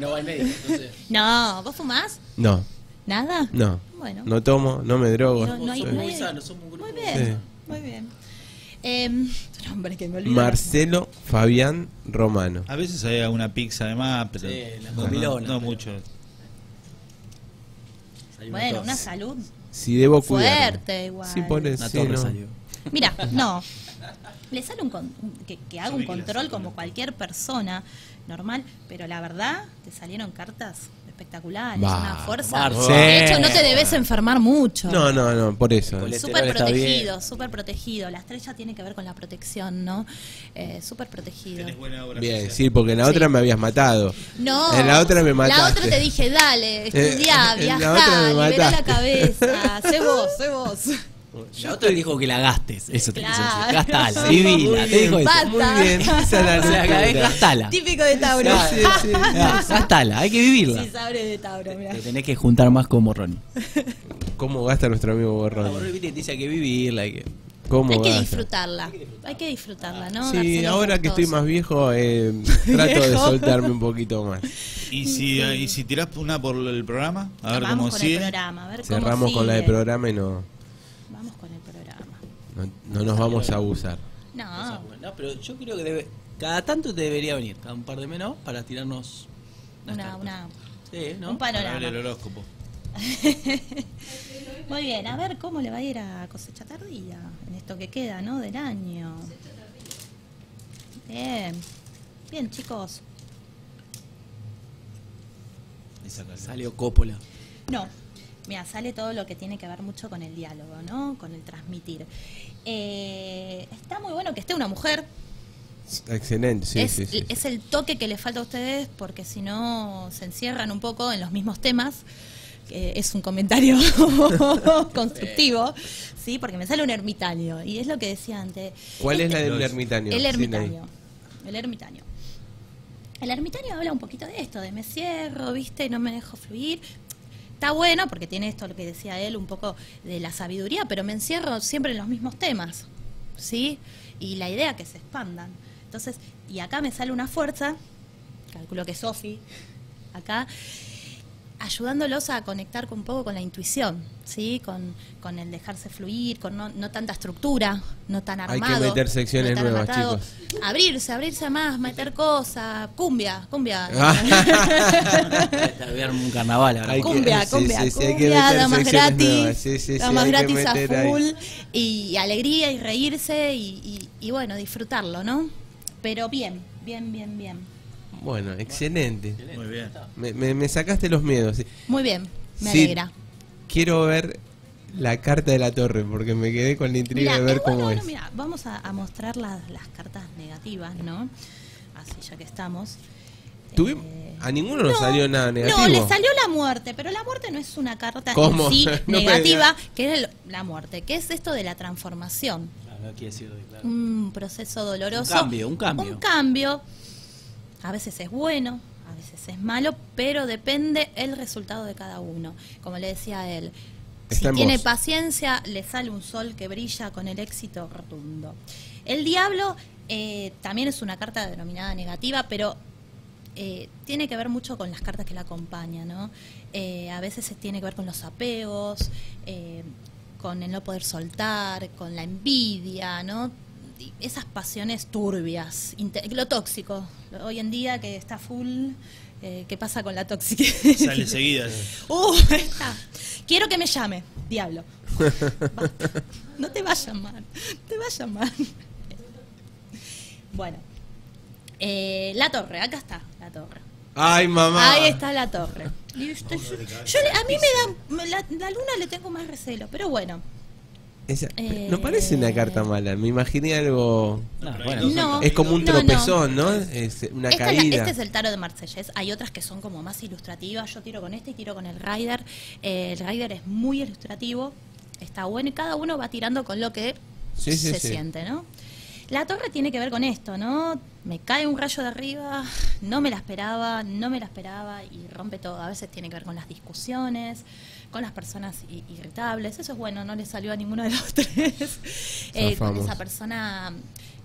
S2: no va al médico, entonces...
S5: No, ¿vos fumás?
S1: No,
S5: ¿Nada?
S1: no.
S5: Bueno.
S1: No tomo, no me drogo.
S5: No, no hay-
S1: Sí.
S5: no hay-
S2: Muy sano, somos un grupo
S5: Muy bien,
S1: Sí.
S5: muy bien. Em, tu nombre que me olvidé.
S1: Marcelo Fabián Romano.
S3: A veces hay alguna pizza de más, pero
S2: Sí, las
S3: no, no-
S2: comilonas,
S3: no
S2: pero-
S3: mucho.
S2: Salió
S5: Bueno,
S2: torre.
S5: una salud.
S1: Si debo cuidar.
S5: Fuerte, igual.
S1: Sí, por eso.
S2: Una
S1: sí,
S2: torre
S1: no.
S2: salió.
S5: Mira, no. Le sale un con- que, que haga un control como cualquier persona normal, pero la verdad te salieron cartas espectaculares,
S1: Va,
S5: una fuerza.
S2: Marce.
S5: De hecho, no te debes enfermar mucho.
S1: No, no, no, por eso.
S2: Colesterol
S5: Súper
S2: está bien.
S5: protegido, súper protegido. La estrella tiene que ver con la protección, ¿no? Eh, súper protegido.
S3: buena obra.
S1: Bien, sí, porque en la otra me habías matado.
S5: No.
S1: En la otra me
S5: La
S1: mataste.
S5: otra te dije, dale, estudiá,
S1: Eh, en la otra me
S5: viajá, liberá la
S1: mataste.
S5: cabeza, sé vos, sé vos.
S2: La otra dijo que la gastes. Eso te quiso decir.
S5: Claro.
S2: Gastala, vivila. Te dijo eso.
S5: Basta.
S1: Muy bien, esa es la
S2: O sea, cada vez
S1: locura.
S2: gastala.
S5: Típico de Tauro.
S1: Sí, sí,
S2: Ah, Gastala, hay que vivirla.
S5: Sí, sabres de Tauro, mirá.
S4: Te tenés que juntar más con Morroni.
S1: sí. ¿Cómo gasta nuestro amigo Borrón?
S2: Dice hay que vivirla. hay que-
S1: ¿Cómo
S5: Hay que
S1: gasta?
S5: disfrutarla, hay que disfrutarla, ¿no? Darse
S1: Sí,
S5: los
S1: ahora que estoy
S5: gustos.
S1: más viejo, eh, trato de
S5: Viejo.
S1: soltarme un poquito más.
S3: ¿Y si, y si tirás una por el programa, a ver
S5: Vamos
S3: cómo
S5: con
S3: sigue.
S5: el programa, a ver cómo
S1: Cerramos con la de
S5: sigue.
S1: programa y no,
S5: Vamos con el programa.
S1: no, no nos vamos a abusar.
S5: No,
S2: No, Ah, pero yo creo que debe- cada tanto te debería venir, cada un par de menos, para tirarnos. las
S5: una,
S2: cartas.
S5: una,
S2: Sí, ¿no?
S5: un
S3: Para ver el
S5: panorama.
S3: horóscopo.
S5: Muy bien, a ver cómo le va a ir a cosecha tardía en esto que queda, ¿no? Del año. Bien, bien chicos.
S2: Salió Coppola.
S5: No. Mira, sale todo lo que tiene que ver mucho con el diálogo, ¿no? Con el transmitir. Eh, está muy bueno que esté una mujer.
S1: Excelente, sí,
S5: es,
S1: sí, sí, sí.
S5: es el toque que le falta a ustedes porque si no se encierran un poco en los mismos temas. que es un comentario constructivo, sí, porque me sale un ermitaño y es lo que decía antes.
S1: ¿Cuál es la
S5: Este-
S1: del ermitaño?
S5: el
S1: Sí,
S5: ermitaño.
S1: la-
S5: El ermitaño. El ermitaño habla un poquito de esto, de me cierro, viste, y no me dejo fluir. Está bueno porque tiene esto lo que decía él, un poco de la sabiduría, pero me encierro siempre en los mismos temas, ¿sí? Y la idea que se expandan. Entonces, y acá me sale una fuerza, calculo que Sofi, acá, ayudándolos a conectar con un poco con la intuición, ¿sí? Con, con el dejarse fluir, con no, no tanta estructura, no tan
S1: Hay que
S5: armado.
S1: meter secciones
S5: tan
S1: nuevas,
S5: amarrado. Abrirse, abrirse más, meter cosas, cumbia, cumbia.
S2: Está bien un carnaval ahora.
S1: Hay que-
S5: cumbia,
S1: sí,
S5: cumbia,
S1: sí, sí, hay que
S5: cumbia,
S1: meter
S5: damas
S1: secciones
S5: gratis,
S1: nuevas. Sí, sí, sí,
S5: damas
S1: hay que
S5: gratis a
S1: meter ahí.
S5: full, y alegría y reírse y, y- y bueno, disfrutarlo, ¿no? Pero bien, bien, bien, bien.
S1: Bueno, excelente.
S3: Muy bien.
S1: Me, me- me sacaste los miedos. sí.
S5: Muy bien, me
S1: Sí.
S5: alegra.
S1: Quiero ver la carta de la torre porque me quedé con la intriga
S5: Mirá,
S1: de ver
S5: eh, bueno,
S1: cómo
S5: bueno,
S1: es.
S5: mirá, vamos a, a mostrar las, las cartas negativas, ¿no? Así ya que estamos.
S1: Tuvim-
S5: Eh,
S1: a ninguno nos salió nada negativo.
S5: No, le salió la muerte, pero la muerte no es una carta en
S1: ¿Cómo?
S5: sí
S1: No me
S5: negativa,
S1: digas.
S5: que es el- la muerte, que es esto de la transformación.
S2: Ah, No, no quiere decir, claro.
S5: Un proceso doloroso.
S2: Un cambio, un cambio.
S5: Un cambio. A veces es bueno, a veces es malo, pero depende el resultado de cada uno. Como le decía él,
S1: Está en
S5: si tiene
S1: vos.
S5: paciencia, le sale un sol que brilla con el éxito rotundo. El diablo eh, también es una carta denominada negativa, pero eh, tiene que ver mucho con las cartas que la acompañan, ¿no? Eh, a veces se tiene que ver con los apegos, eh, con el no poder soltar, con la envidia, ¿no? Y Esas pasiones turbias, inte- lo tóxico, lo- hoy en día que está full, eh, ¿qué pasa con la tóxica?
S3: Sale seguida.
S5: Uh, está. Quiero que me llame, diablo. Basta. No te va a llamar, te va a llamar. Bueno, eh, la torre, acá está la torre.
S1: Ay, mamá.
S5: Ahí está la torre. Y usted- yo le- a mí me da, me- la, la luna le tengo más recelo, pero bueno.
S1: Esa-
S5: Eh.
S1: No parece una carta mala. Me imaginé algo.
S2: No,
S3: pero
S2: bueno,
S3: ahí
S5: No.
S1: Es como un
S5: no, no.
S1: tropezón, ¿no? Es eh, una
S5: Esta es la-
S1: caída.
S5: este es el tarot de Marsellés. Hay otras que son como más ilustrativas. Yo tiro con este y tiro con el Rider. Eh, el Rider es muy ilustrativo. Está bueno y cada uno va tirando con lo que
S1: Sí, sí,
S5: se
S1: sí.
S5: siente, ¿no? La torre tiene que ver con esto, ¿no? Me cae un rayo de arriba, no me la esperaba, no me la esperaba y rompe todo. A veces tiene que ver con las discusiones, con las personas i- irritables. Eso es bueno, no le salió a ninguno de los tres. Eh, con
S1: Zafamos.
S5: esa persona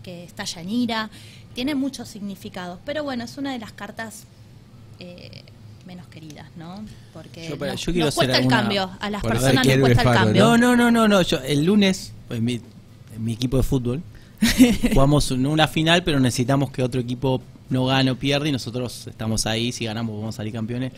S5: que está llanira. Tiene muchos significados, pero bueno, es una de las cartas eh, menos queridas, ¿no? Porque
S2: Yo para-
S5: nos,
S2: yo quiero
S5: nos cuesta
S2: hacer
S5: el
S2: alguna-
S5: cambio, a
S1: Bueno, a
S5: las
S1: ver,
S5: personas
S1: ¿quién
S5: nos cuesta el
S1: Befaro,
S5: cambio.
S2: pues, No, no, no, no, no. Yo, el lunes, en mi, en mi equipo de fútbol, jugamos un- una final, pero necesitamos que otro equipo no gane o pierda y nosotros estamos ahí, si ganamos vamos a salir campeones.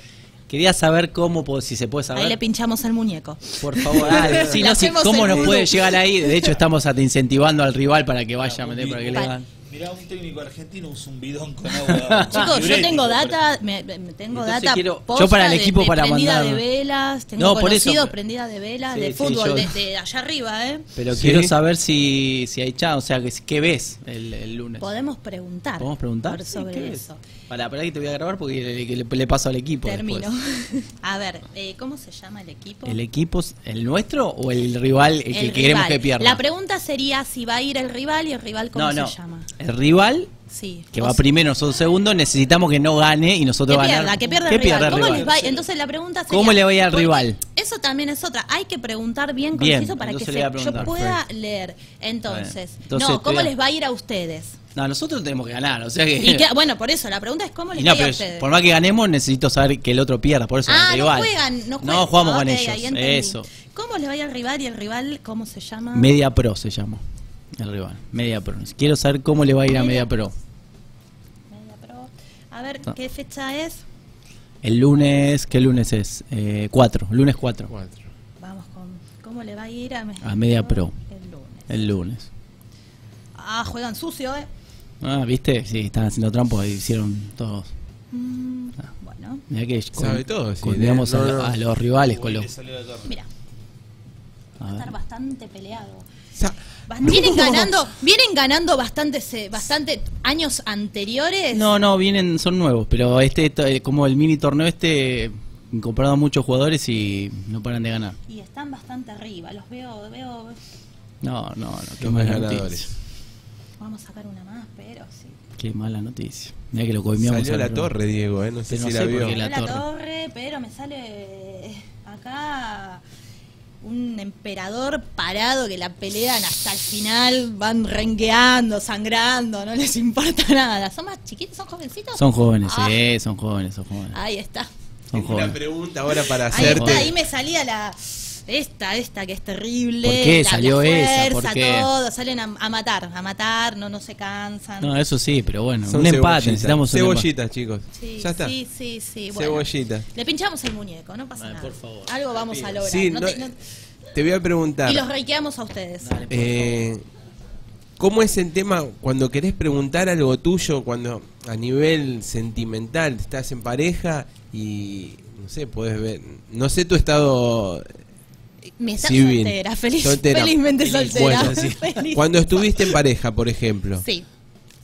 S2: Quería saber cómo, po- si se puede
S5: Ahí le
S2: saber,
S5: pinchamos al muñeco.
S2: por favor, dale. Si
S5: Le
S2: no, si-
S5: hacemos
S2: cómo
S5: el
S2: nos
S5: vudú.
S2: puede llegar ahí. De hecho, estamos hasta incentivando al rival para que vaya a meter, para que le
S5: Vale.
S2: hagan.
S3: Mirá, un técnico argentino usa un bidón con agua.
S5: Ah, Chicos, yo
S3: Libreto,
S5: tengo
S3: por-
S5: data, me, me- me tengo
S2: Entonces
S5: data.
S2: quiero- yo
S5: posta
S2: para el
S5: de-
S2: equipo
S5: de
S2: para
S5: prendida
S2: mandar-
S5: de velas, tengo
S2: No, por
S5: conocidos
S2: eso, pero-
S5: prendida de velas,
S2: Sí,
S5: de
S2: sí,
S5: fútbol,
S2: yo-
S5: de, de allá arriba, ¿eh?
S2: Pero
S1: Sí.
S2: quiero saber si, si hay chat, o sea, que- qué ves el, el lunes.
S5: Podemos preguntar.
S2: ¿Podemos preguntar?
S5: por sobre
S2: Sí, ¿qué ves?
S5: eso.
S2: Pará, pará que te voy a grabar porque le, que le- le paso al equipo.
S5: Termino.
S2: después.
S5: A ver, eh, ¿cómo se llama el equipo?
S2: ¿El equipo, es el nuestro o el rival el que
S5: El
S2: queremos
S5: rival.
S2: que pierda?
S5: La pregunta sería si va a ir el rival y el rival cómo
S2: no, no.
S5: se llama.
S2: El rival
S5: Sí.
S2: que
S5: O
S2: va
S5: sea,
S2: primero, nosotros segundo, necesitamos que no gane y nosotros
S5: Que
S2: ganar.
S5: pierda, que pierda
S2: ¿Qué
S5: el rival.
S2: pierda el
S5: ¿Cómo
S2: rival?
S5: les va? Entonces la pregunta sería,
S2: ¿Cómo le va a ir al
S5: porque
S2: rival?
S5: Eso también es otra. Hay que preguntar bien
S2: Bien,
S5: conciso para que
S2: entonces le
S5: se-
S2: voy a
S5: yo
S2: preguntar.
S5: pueda leer. Entonces,
S2: Bueno, entonces
S5: no,
S2: te
S5: ¿cómo
S2: voy a-
S5: les va a ir a ustedes?
S2: No, nosotros tenemos que ganar, o sea que...
S5: Y que, bueno, por eso, la pregunta es cómo les
S2: Y no,
S5: va a ir a
S2: pero
S5: ustedes.
S2: por más que ganemos, necesito saber que el otro pierda, por eso
S5: ah,
S2: el
S5: no
S2: rival.
S5: juegan, no juegan. Ah,
S2: No jugamos con
S5: Ok, ahí
S2: ellos,
S5: entendí.
S2: eso.
S5: ¿Cómo les va a ir al rival y el rival cómo se llama?
S2: Media Pro se llama el rival, Media Pro. Quiero saber cómo le va a ir a Media
S5: Media
S2: Pro.
S5: Media Pro. A ver,
S2: No.
S5: ¿qué fecha es?
S2: El lunes, ¿qué lunes es? Eh, 4, lunes 4.
S1: Cuatro.
S5: Vamos con cómo le va a ir a,
S2: A Media Pro.
S5: el lunes.
S2: El lunes.
S5: Ah, juegan sucio, ¿eh?
S2: Ah, ¿viste? Sí, están haciendo trampos y hicieron todos.
S5: Mm,
S2: Ah.
S5: Bueno,
S2: Mirá que
S1: Sabe todo, sí,
S2: condenamos
S1: no,
S2: a,
S1: no,
S2: lo-
S1: no.
S2: a los rivales con los...
S5: mira,
S2: a
S5: va a
S2: ver.
S5: estar bastante peleado.
S1: Sa-
S5: Bast- Vienen ganando, vienen ganando bastantes, eh, bastante años anteriores.
S2: No, no, vienen, son nuevos, pero este, to- eh, como el mini torneo este, incorporado a muchos jugadores y no paran de ganar.
S5: Y están bastante arriba, los veo, veo.
S2: No, no, no, qué
S1: Los más
S2: mala
S1: ganadores.
S2: noticia.
S5: Vamos a sacar una más, pero sí.
S2: Qué mala noticia. Mirá que lo coimiamos.
S1: Salió
S2: al
S1: la
S2: otro.
S1: torre, Diego, eh, no sé
S2: Pero
S1: si
S2: no
S1: la
S2: sé por
S1: vio.
S2: qué la
S5: Salió la
S2: torre.
S5: torre. pero me sale eh, acá un emperador parado que la pelean hasta el final, van rengueando, sangrando, no les importa nada. ¿Son más chiquitos? ¿Son jovencitos?
S2: Son jóvenes,
S5: Ah,
S2: eh, son jóvenes, son jóvenes.
S5: Ahí está.
S2: Son
S1: Tengo una
S2: jóvenes.
S1: pregunta ahora para
S5: Ahí,
S1: hacerte.
S5: está, ahí me salía la. Esta, esta que es terrible.
S2: ¿Por qué
S5: la,
S2: salió
S5: la
S2: esa? ¿Por
S5: fuerza,
S2: qué?
S5: todo. Salen a, a matar, a matar, no, no se cansan.
S2: No, eso sí, pero bueno,
S1: Son
S2: un empate,
S1: cebollitas.
S2: necesitamos un empate.
S1: Cebollitas, chicos.
S5: Sí,
S1: ya está.
S5: Sí, sí, sí. bueno.
S1: Cebollita.
S5: Le pinchamos el muñeco, no pasa
S2: Ay,
S5: nada.
S2: por favor,
S5: Algo vamos a lograr.
S1: Sí,
S5: no
S1: no-
S5: te- no-
S1: Te voy a preguntar.
S5: Y los reikeamos a ustedes.
S1: eh, ¿Cómo es el tema cuando querés preguntar algo tuyo, cuando a nivel sentimental estás en pareja y no sé, puedes ver, no sé tu estado
S5: Me estás
S1: civil.
S5: soltera, feliz,
S1: Soltera.
S5: felizmente
S1: Feliz.
S5: soltera.
S1: Bueno, sí.
S5: Feliz.
S1: Cuando estuviste en pareja, por ejemplo,
S5: Sí,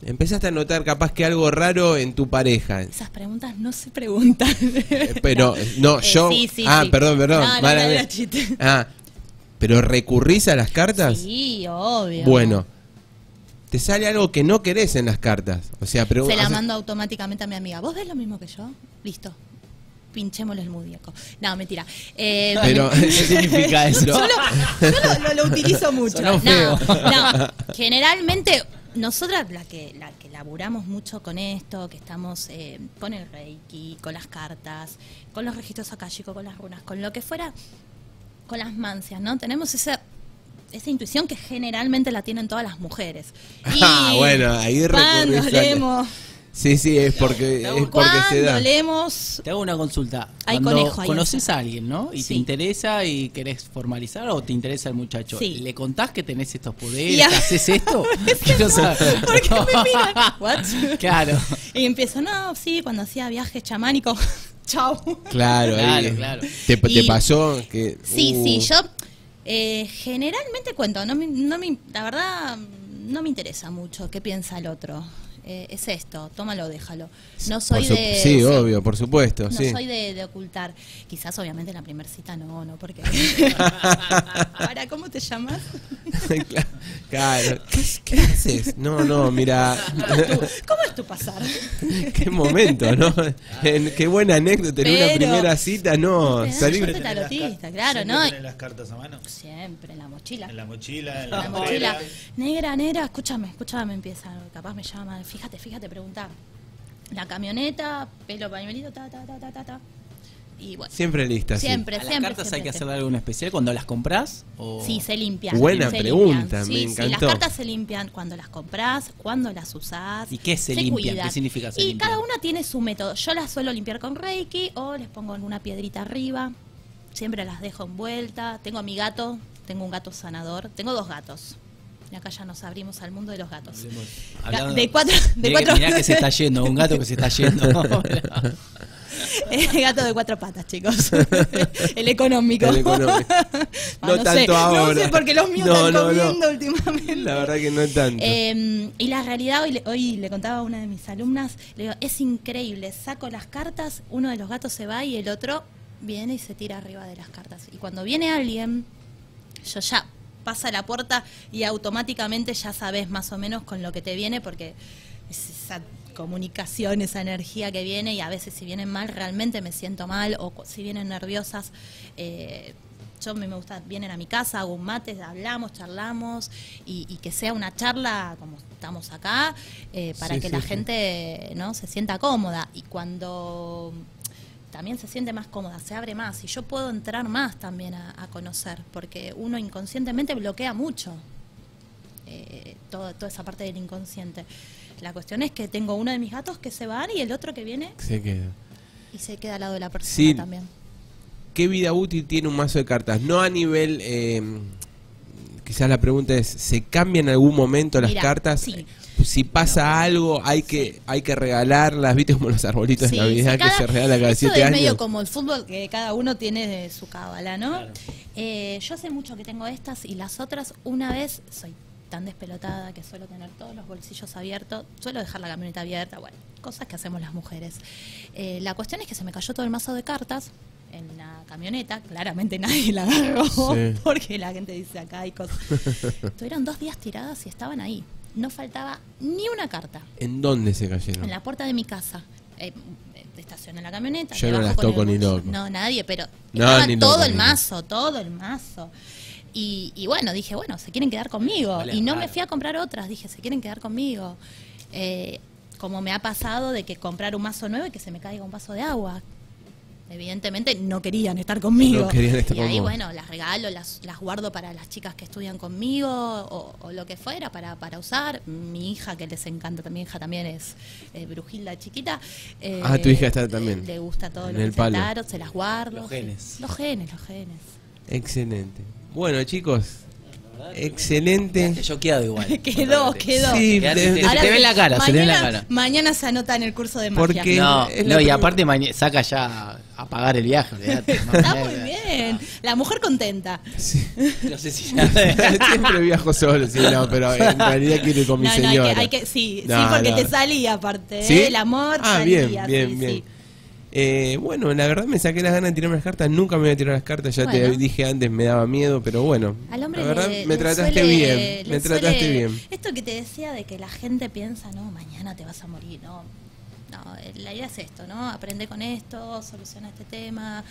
S1: empezaste a notar capaz que algo raro en tu pareja.
S5: esas preguntas no se preguntan.
S1: Eh, Pero, no,
S5: Eh,
S1: yo.
S5: sí, sí,
S1: ah,
S5: sí.
S1: perdón, perdón.
S5: No, no,
S1: mala
S5: no,
S1: mía.
S5: era chiste.
S1: Ah, pero recurrís a las cartas.
S5: Sí, obvio.
S1: bueno, te sale algo que no querés en las cartas. O sea, pero.
S5: Se la
S1: hace-
S5: mando automáticamente a mi amiga. ¿Vos ves lo mismo que yo? Listo. Pinchémosle el muñeco. No, mentira. Eh,
S1: Pero-
S2: ¿Qué significa eso?
S5: yo lo, yo lo- lo- lo utilizo mucho.
S2: Sonó feo.
S5: No, no. Generalmente, nosotras la que, la que laburamos mucho con esto, que estamos eh, con el Reiki, con las cartas, con los registros akáshicos, con las runas, con lo que fuera, con las mancias, ¿no? Tenemos esa esa intuición que generalmente la tienen todas las mujeres.
S1: Ah, bueno, ahí recurrís
S5: Cuando
S1: a-
S5: leemos,
S1: Sí, sí, es porque, es porque se
S5: cuando
S1: da.
S5: leemos
S2: Te hago una consulta.
S5: Hay
S2: Cuando
S5: conejo ahí
S2: conoces
S5: afuera.
S2: a alguien, ¿no? Y
S5: Sí.
S2: te interesa y querés formalizar o te interesa el muchacho.
S5: Sí.
S2: ¿Le contás que tenés estos poderes?
S5: Y a-
S2: que ¿Haces esto? Quiero saber.
S5: Porque me miran. What?
S2: Claro.
S5: Y empiezo, no, sí, cuando hacía viajes chamánicos. Chau.
S1: Claro, ahí-
S2: Claro, claro.
S1: ¿Te, te
S5: Y-
S1: pasó que.
S5: Sí,
S1: uh,
S5: sí, yo eh, generalmente cuento, no me, no me, la verdad no me interesa mucho qué piensa el otro. Eh, es esto, tómalo, déjalo. No
S1: por
S5: soy
S1: su-
S5: de...
S1: Sí, obvio, por supuesto.
S5: No
S1: sí.
S5: soy de, de ocultar. Quizás, obviamente, en la primera cita no, no, porque. Ahora, ¿cómo te llamas?
S1: claro. ¿Qué, qué haces? No, no, mira.
S5: ¿Cómo es tu pasar?
S1: Qué momento, ¿no? En- qué buena anécdota en una
S5: Pero-
S1: primera cita, no.
S5: Pero,
S1: Salir,
S5: Siempre tarotista, claro,
S3: siempre
S5: ¿no?
S3: tenés las cartas a mano?
S5: Siempre en la mochila.
S3: En la mochila, en la,
S5: En la mochila. Negra, negra, escúchame, escúchame, empieza. Capaz me llama. Fíjate, fíjate, pregunta. La camioneta, pelo pañuelito, ta, ta, ta, ta, ta, ta. Y bueno,
S1: Siempre lista. sí.
S5: siempre,
S2: ¿A las
S5: siempre.
S2: cartas hay
S5: siempre,
S2: que hacer
S5: siempre.
S2: algo en especial cuando las compras? O...
S5: Sí, se limpian.
S1: Buena
S5: se
S1: pregunta,
S5: limpian. Sí,
S1: me
S5: sí,
S1: encantó.
S5: las cartas se limpian cuando las compras, cuando las usás.
S2: ¿Y qué se limpian? ¿Qué significa se
S5: Y
S2: limpian?
S5: cada una tiene su método. Yo las suelo limpiar con Reiki o les pongo alguna piedrita arriba. Siempre las dejo envuelta. Tengo a mi gato, tengo un gato sanador. Tengo dos gatos. Y acá ya nos abrimos al mundo de los gatos.
S2: Hablando-
S5: de cuatro- de
S2: Mirá que-
S5: cuatro-
S2: mirá que se está yendo, un gato que se está yendo.
S5: El gato de cuatro patas, chicos. El económico.
S1: El económico.
S5: Ah,
S1: No tanto
S5: sé,
S1: ahora.
S5: No sé, porque los míos
S1: No,
S5: están
S1: no, no.
S5: comiendo últimamente.
S1: La verdad que no es tanto.
S5: Eh, y la realidad, hoy le, hoy le contaba a una de mis alumnas, le digo, es increíble, saco las cartas, uno de los gatos se va y el otro viene y se tira arriba de las cartas. Y cuando viene alguien, yo ya pasa la puerta y automáticamente ya sabes más o menos con lo que te viene porque es esa comunicación, esa energía que viene y a veces si vienen mal realmente me siento mal o cu- si vienen nerviosas, eh, yo a mí me gusta, vienen a mi casa, hago un mate, hablamos, charlamos y, y que sea una charla como estamos acá eh, para
S1: Sí,
S5: que
S1: sí,
S5: la
S1: sí.
S5: gente no se sienta cómoda y cuando también se siente más cómoda, se abre más y yo puedo entrar más también a, a conocer, porque uno inconscientemente bloquea mucho eh, todo- toda esa parte del inconsciente. La cuestión es que tengo uno de mis gatos que se van y el otro que viene
S1: Se queda.
S5: y se queda al lado de la persona
S1: Sí.
S5: también.
S1: ¿Qué vida útil tiene un mazo de cartas? No a nivel. eh, quizás la pregunta es: ¿se cambian en algún momento las
S5: Mirá,
S1: cartas? Eh,
S5: sí.
S1: Si pasa algo, hay que hay que regalarlas, ¿viste? Como los arbolitos
S5: Sí,
S1: de Navidad
S5: sí, cada-
S1: que se regalan cada
S5: eso
S1: siete
S5: es
S1: años.
S5: medio como el fútbol, que cada uno tiene de su cábala, ¿no? Eh, yo hace mucho que tengo estas y las otras. Una vez soy tan despelotada que suelo tener todos los bolsillos abiertos, suelo dejar la camioneta abierta, bueno, cosas que hacemos las mujeres. Eh, la cuestión es que se me cayó todo el mazo de cartas en la camioneta, claramente nadie la agarró,
S1: Sí.
S5: porque la gente dice acá hay cosas. Tuvieron dos días tiradas y estaban ahí. No faltaba ni una carta.
S1: ¿En dónde se cayeron?
S5: En la puerta de mi casa. Eh, estacioné la camioneta.
S1: Yo
S5: me
S1: no
S5: bajo
S1: las
S5: con el
S1: toco ni
S5: bolso.
S1: loco.
S5: No, nadie, pero
S1: No,
S5: estaba
S1: ni
S5: todo
S1: loco,
S5: el
S1: ni
S5: mazo, todo el mazo. Y, y bueno, dije, bueno, se quieren quedar conmigo.
S2: Huele
S5: y no
S2: raro.
S5: me fui a comprar otras, dije, se quieren quedar conmigo. Eh, como me ha pasado de que comprar un mazo nuevo y que se me caiga un vaso de agua. Evidentemente no querían estar conmigo.
S1: No querían estar
S5: y ahí,
S1: con vos.
S5: bueno, las regalo, las, las guardo para las chicas que estudian conmigo o, o lo que fuera para, para usar. Mi hija, que les encanta también, mi hija también es eh, brujilda chiquita. eh,
S1: Ah, tu hija está también.
S5: eh, Le gusta todo
S1: En
S5: lo que
S1: el
S5: es el
S1: palo.
S5: tarot, se las guardo.
S2: Los genes.
S5: Los genes, los genes.
S1: Excelente. Bueno, chicos, excelente.
S2: Te choqueado Este, igual.
S5: Quedó, quedó.
S1: Sí,
S2: Quedate-
S1: de-
S2: se te ve en la cara, se te ve en la
S5: mañana-
S2: cara.
S5: Mañana se anota en el curso de
S1: ¿Por
S5: magia.
S1: qué?
S2: No,
S1: Es la
S2: no y
S1: prim-
S2: aparte maña- saca ya a pagar el viaje. olvidate.
S5: Está muy bien. La mujer contenta.
S1: sí.
S2: No sé si
S1: Siempre viajo solo, sí, no, pero en realidad quiero ir con mi
S5: no, no, hay
S1: señora.
S5: que, hay que- sí, sí,
S1: No,
S5: porque
S1: no.
S5: te salía aparte. ¿eh?
S1: ¿Sí?
S5: El amor
S1: Ah,
S5: salía.
S1: bien,
S5: sí,
S1: bien,
S5: sí.
S1: bien. Eh, bueno, la verdad me saqué las ganas de tirarme las cartas. Nunca me voy a tirar las cartas. Ya te
S5: Bueno.
S1: dije antes, me daba miedo, pero bueno.
S5: Al hombre
S1: la verdad,
S5: le-
S1: me
S5: le
S1: trataste
S5: suele-
S1: bien.
S5: le
S1: Me trataste
S5: suele-
S1: bien.
S5: Esto que te decía de que la gente piensa, no, mañana te vas a morir, no. No, eh, la idea es esto, ¿no? Aprende con esto, soluciona este tema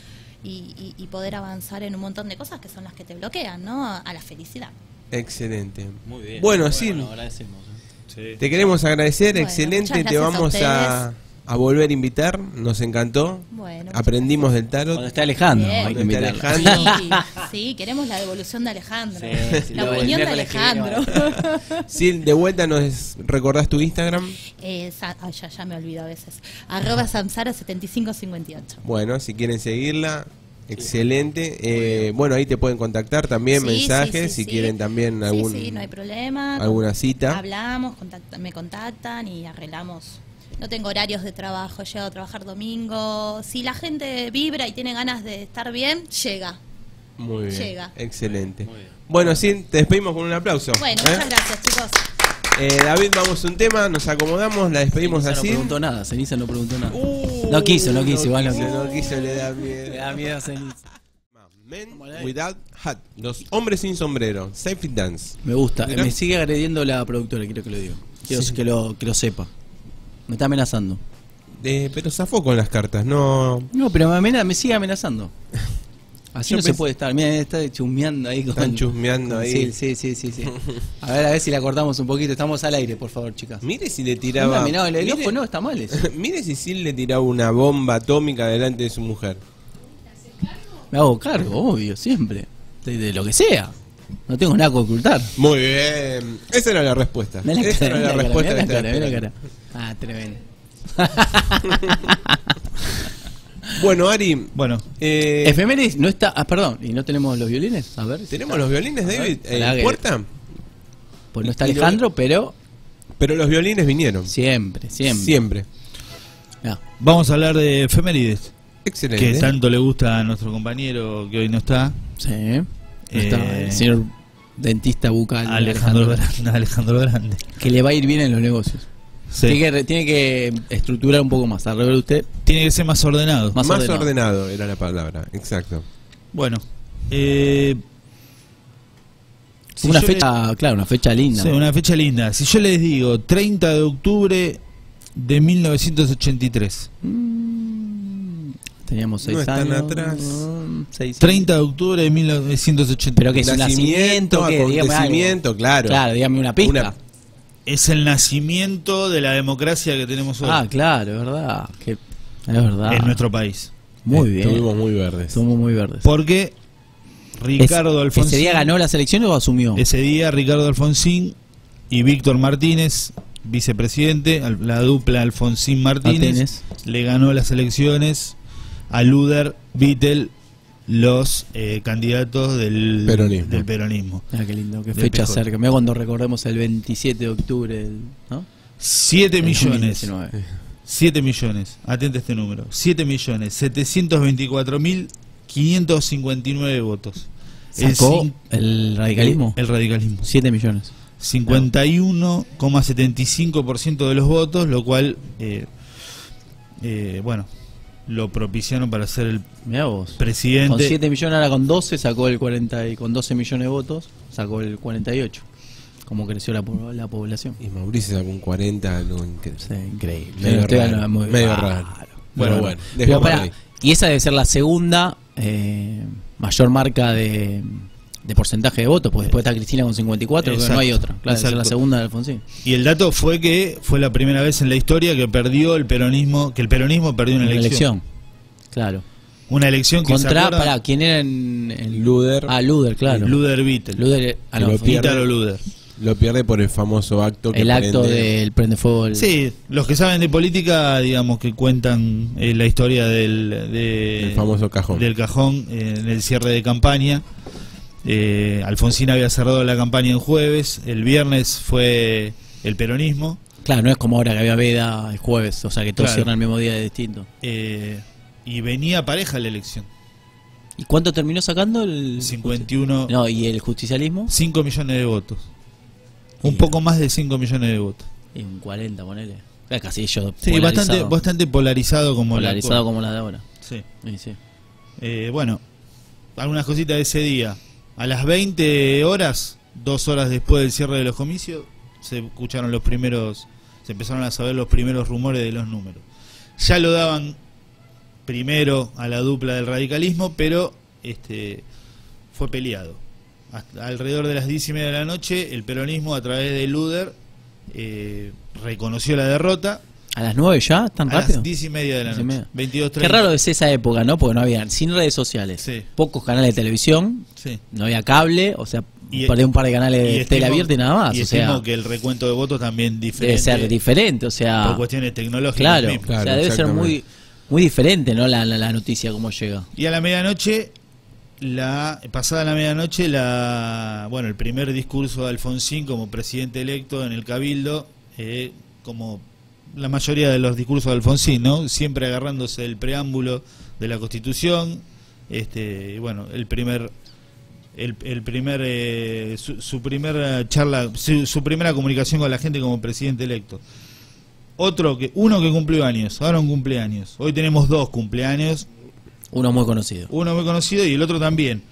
S5: y, y- y poder avanzar en un montón de cosas que son las que te bloquean, ¿no? A la felicidad.
S1: Excelente.
S2: Muy bien.
S1: Bueno, sí.
S2: agradecemos. ¿eh?
S3: Sí.
S1: Te queremos agradecer.
S5: Bueno,
S1: Excelente.
S5: muchas
S1: Te
S5: gracias a
S1: vamos a,
S5: ustedes.
S1: a volver a invitar. Nos encantó.
S5: Bueno, muchas
S1: Aprendimos del
S2: Cuando
S1: tarot.
S2: está Alejandro,
S5: Bien.
S2: hay que
S1: Cuando está
S2: invitarlo.
S1: Alejandro.
S5: Sí, sí, queremos la devolución de Alejandro.
S2: Sí, sí,
S5: la
S2: lo- el
S5: opinión de
S2: miércoles que viene
S5: Alejandro.
S1: Sil, de vuelta nos recordás tu Instagram.
S5: Eh, sa- ay, ya, ya me olvido a veces. Arroba Samsara7558.
S1: Bueno, si quieren seguirla, excelente. Eh, bueno, ahí te pueden contactar también,
S5: Sí,
S1: mensajes,
S5: sí, sí,
S1: si
S5: sí.
S1: quieren también
S5: Sí,
S1: algún,
S5: sí, no hay problema.
S1: alguna cita.
S5: Hablamos, contacta- me contactan y arreglamos. No tengo horarios de trabajo, he llegado a trabajar domingo. Si la gente vibra y tiene ganas de estar bien, llega.
S1: Muy bien.
S5: Llega.
S1: Excelente. Bueno, sí, te despedimos con un aplauso.
S5: Bueno,
S1: ¿eh?
S5: muchas gracias, chicos.
S1: Eh, David, vamos a un tema, nos acomodamos, la despedimos
S2: Ceniza
S1: así.
S2: No preguntó nada, Ceniza no preguntó nada.
S1: Uh,
S2: no quiso, no quiso, igual no
S1: quiso,
S2: quiso.
S1: no quiso, le da miedo.
S2: Me da miedo Ceniza.
S1: Men without hat, los hombres sin sombrero, safety dance.
S2: Me gusta.
S1: Mirá.
S2: Me sigue agrediendo la productora, quiero que lo diga. Quiero que, lo, que lo sepa. Me está amenazando.
S1: Eh, pero zafó con las cartas, no.
S2: No, pero me, amena- me sigue amenazando. Así
S1: Yo
S2: no se
S1: pensé-
S2: puede estar. Mira, está chusmeando ahí. Con,
S1: Están chusmeando ahí.
S2: Sí, sí, sí, sí, sí. A ver, a ver si la cortamos un poquito. Estamos al aire, por favor, chicas.
S1: Mire si le tiraba.
S2: Mirá, mirá, el, el
S1: mire-
S2: ojo no está mal eso.
S1: Mire si Sil le tiraba una bomba atómica delante de su mujer.
S2: Me hago cargo, obvio, siempre. De, de lo que sea. No tengo nada que ocultar.
S1: Muy bien. Esa era la respuesta.
S2: Mirá la
S1: Esa era
S2: cara, mirá
S1: la
S2: la cara,
S1: respuesta que
S2: mirá la
S1: estaba
S2: cara, mirá la
S1: esperando.
S2: cara. Ah, tremendo.
S1: Bueno, Ari.
S3: Bueno,
S1: eh,
S2: Efemérides no está. Ah, perdón, ¿y no tenemos los violines? A ver. si
S1: ¿Tenemos los violines, David,
S2: ver, pará
S1: en
S2: que-
S1: puerta?
S2: está. Pues no está
S1: y lo-
S2: Alejandro, pero
S1: Pero los violines vinieron.
S2: siempre, siempre. Ah.
S1: Siempre.
S2: No.
S3: vamos a hablar de efemérides,
S1: Excelente.
S3: que tanto le gusta a nuestro compañero que hoy no está,
S2: Sí. No está
S3: Eh,
S2: el señor dentista bucal.
S3: Alejandro Grande. Alejandro Grande.
S2: Que le va a ir bien en los negocios.
S3: Sí.
S2: Tiene, que, tiene que estructurar un poco más. Alrededor de usted.
S3: Tiene que ser más ordenado.
S2: Más
S1: Más,
S2: ordenado.
S1: ordenado. era la palabra. Exacto.
S3: Bueno, eh, si
S2: una
S3: yo le-
S2: fecha, claro, una fecha linda.
S3: Sí, una fecha linda. Si yo les digo 30 de octubre de 1983.
S2: Mm. Teníamos seis
S1: No están
S2: años.
S1: atrás.
S2: mm, Seis
S3: 30 de octubre de 1983.
S2: Pero que es un nacimiento, que dígame algo.
S1: acontecimiento, claro.
S2: Claro, dígame una pista.
S1: Una-
S3: Es el nacimiento de la democracia que tenemos hoy
S2: Ah, claro, es verdad. Que, es verdad.
S3: en nuestro país.
S2: Muy bien.
S1: Estuvimos muy verdes.
S2: Somos muy verdes.
S3: Porque Ricardo
S2: Ese-
S3: Alfonsín.
S2: ¿Ese día ganó la selección o asumió?
S3: Ese día Ricardo Alfonsín y Víctor Martínez, vicepresidente, al- la dupla Alfonsín Martínez, le ganó las elecciones a Luder Vittel, los eh, candidatos del
S1: Peronismo.
S3: del peronismo.
S2: Ah, qué lindo, qué
S3: Del
S2: fecha
S3: PJ.
S2: cerca. Mira cuando recordemos el 27 de octubre, del- ¿no?
S3: 7
S2: Del
S3: millones.
S2: 2019.
S3: 7 millones. Atente a este número. 7 millones. 724 mil 559 votos. El
S2: ¿Sacó
S3: cin-
S2: el radicalismo?
S3: El radicalismo.
S2: 7 millones.
S3: 51,75% de los votos, lo cual, eh, eh, bueno, lo propiciaron para ser el
S2: Mirá vos. Con
S3: presidente.
S2: 7 millones, ahora con 12, sacó el 40 y con 12 millones de votos, sacó el 48. Como creció la, po- la población.
S1: Y Mauricio sacó un 40. algo increíble.
S2: Sí, increíble.
S1: Medio
S2: Estoy
S1: raro,
S2: ganando muy-
S1: medio
S2: Ah,
S1: raro.
S2: Bueno,
S1: Pero
S2: bueno.
S1: bueno,
S2: Pero
S1: dejémoslo
S2: pará,
S1: ahí.
S2: y esa debe ser la segunda eh, mayor marca de, de porcentaje de votos, porque después está Cristina con 54, que no
S3: Exacto,
S2: hay otra. Claro, debe ser la
S3: exacto.
S2: segunda de Alfonsín.
S3: Y el dato fue que fue la primera vez en la historia que perdió el peronismo, que el peronismo perdió una
S2: Una
S3: elección.
S2: elección. Claro.
S3: Una elección que se
S2: Contra,
S3: acuerdan,
S2: para ¿quién era en, en-
S1: Luder.
S2: Ah, Luder, claro.
S3: Luder Vittel.
S2: Luder, ah, no,
S1: Lo
S2: fue-
S1: pierde.
S3: Ítalo Luder.
S1: Lo pierde por el famoso acto que
S2: el acto
S1: prende-
S2: del prendefuego. del-
S3: Sí, los que saben de política, digamos que cuentan eh, la historia del de-
S1: Del famoso cajón.
S3: Del cajón eh, en el cierre de campaña. Eh, Alfonsín había cerrado la campaña en jueves, el viernes fue el peronismo.
S2: Claro, no es como ahora que había veda el jueves, o sea que todos
S3: Claro.
S2: cierran el mismo día de distinto.
S3: eh, y venía pareja la elección.
S2: ¿Y cuánto terminó sacando el
S3: 51,
S2: No, y el justicialismo
S3: 5 millones de votos. Un poco más de 5 millones de votos.
S2: y un 40, ponele. Claro, casi yo
S3: Sí, bastante, bastante polarizado como
S2: polarizado
S3: la
S2: como la de ahora.
S3: Sí.
S2: Y sí.
S3: Eh, bueno, algunas cositas de ese día. A las 20 horas, dos horas después del cierre de los comicios, se escucharon los primeros, se empezaron a saber los primeros rumores de los números. Ya lo daban primero a la dupla del radicalismo, pero este fue peleado. Hasta- alrededor de las 10 y media de la noche, el peronismo a través de Luder eh, reconoció la derrota.
S2: A las 9 ya, tan
S3: a
S2: rápido.
S3: las 10 y media de la
S2: 10 y
S3: noche.
S2: media.
S3: 22,
S2: Qué raro es esa época, ¿no? Porque no había sin redes sociales,
S3: Sí.
S2: pocos canales de televisión,
S3: Sí.
S2: no había cable, o sea,
S3: Y-
S2: perdí un par de canales Eh, de
S3: estimo-
S2: tela abierta y nada más,
S3: y
S2: o sea,
S3: estimo que el recuento de votos también
S2: debe
S3: diferente.
S2: ser diferente, o sea,
S3: Por cuestiones tecnológicas.
S2: claro,
S3: mismo.
S2: o
S1: Claro,
S2: sea, debe ser
S1: exactamente.
S2: muy muy diferente, ¿no? La, la, la noticia como llega.
S3: Y a la medianoche, la pasada la medianoche, la bueno, el primer discurso de Alfonsín como presidente electo en el Cabildo, eh, como la mayoría de los discursos de Alfonsín, ¿no? Siempre agarrándose el preámbulo de la Constitución. Este, y bueno, el primer el, el primer eh, su, su primera charla, su, su primera comunicación con la gente como presidente electo. Otro que uno que cumplió años, ahora un cumpleaños. Hoy tenemos dos cumpleaños,
S2: Uno muy conocido.
S3: uno muy conocido y el otro también.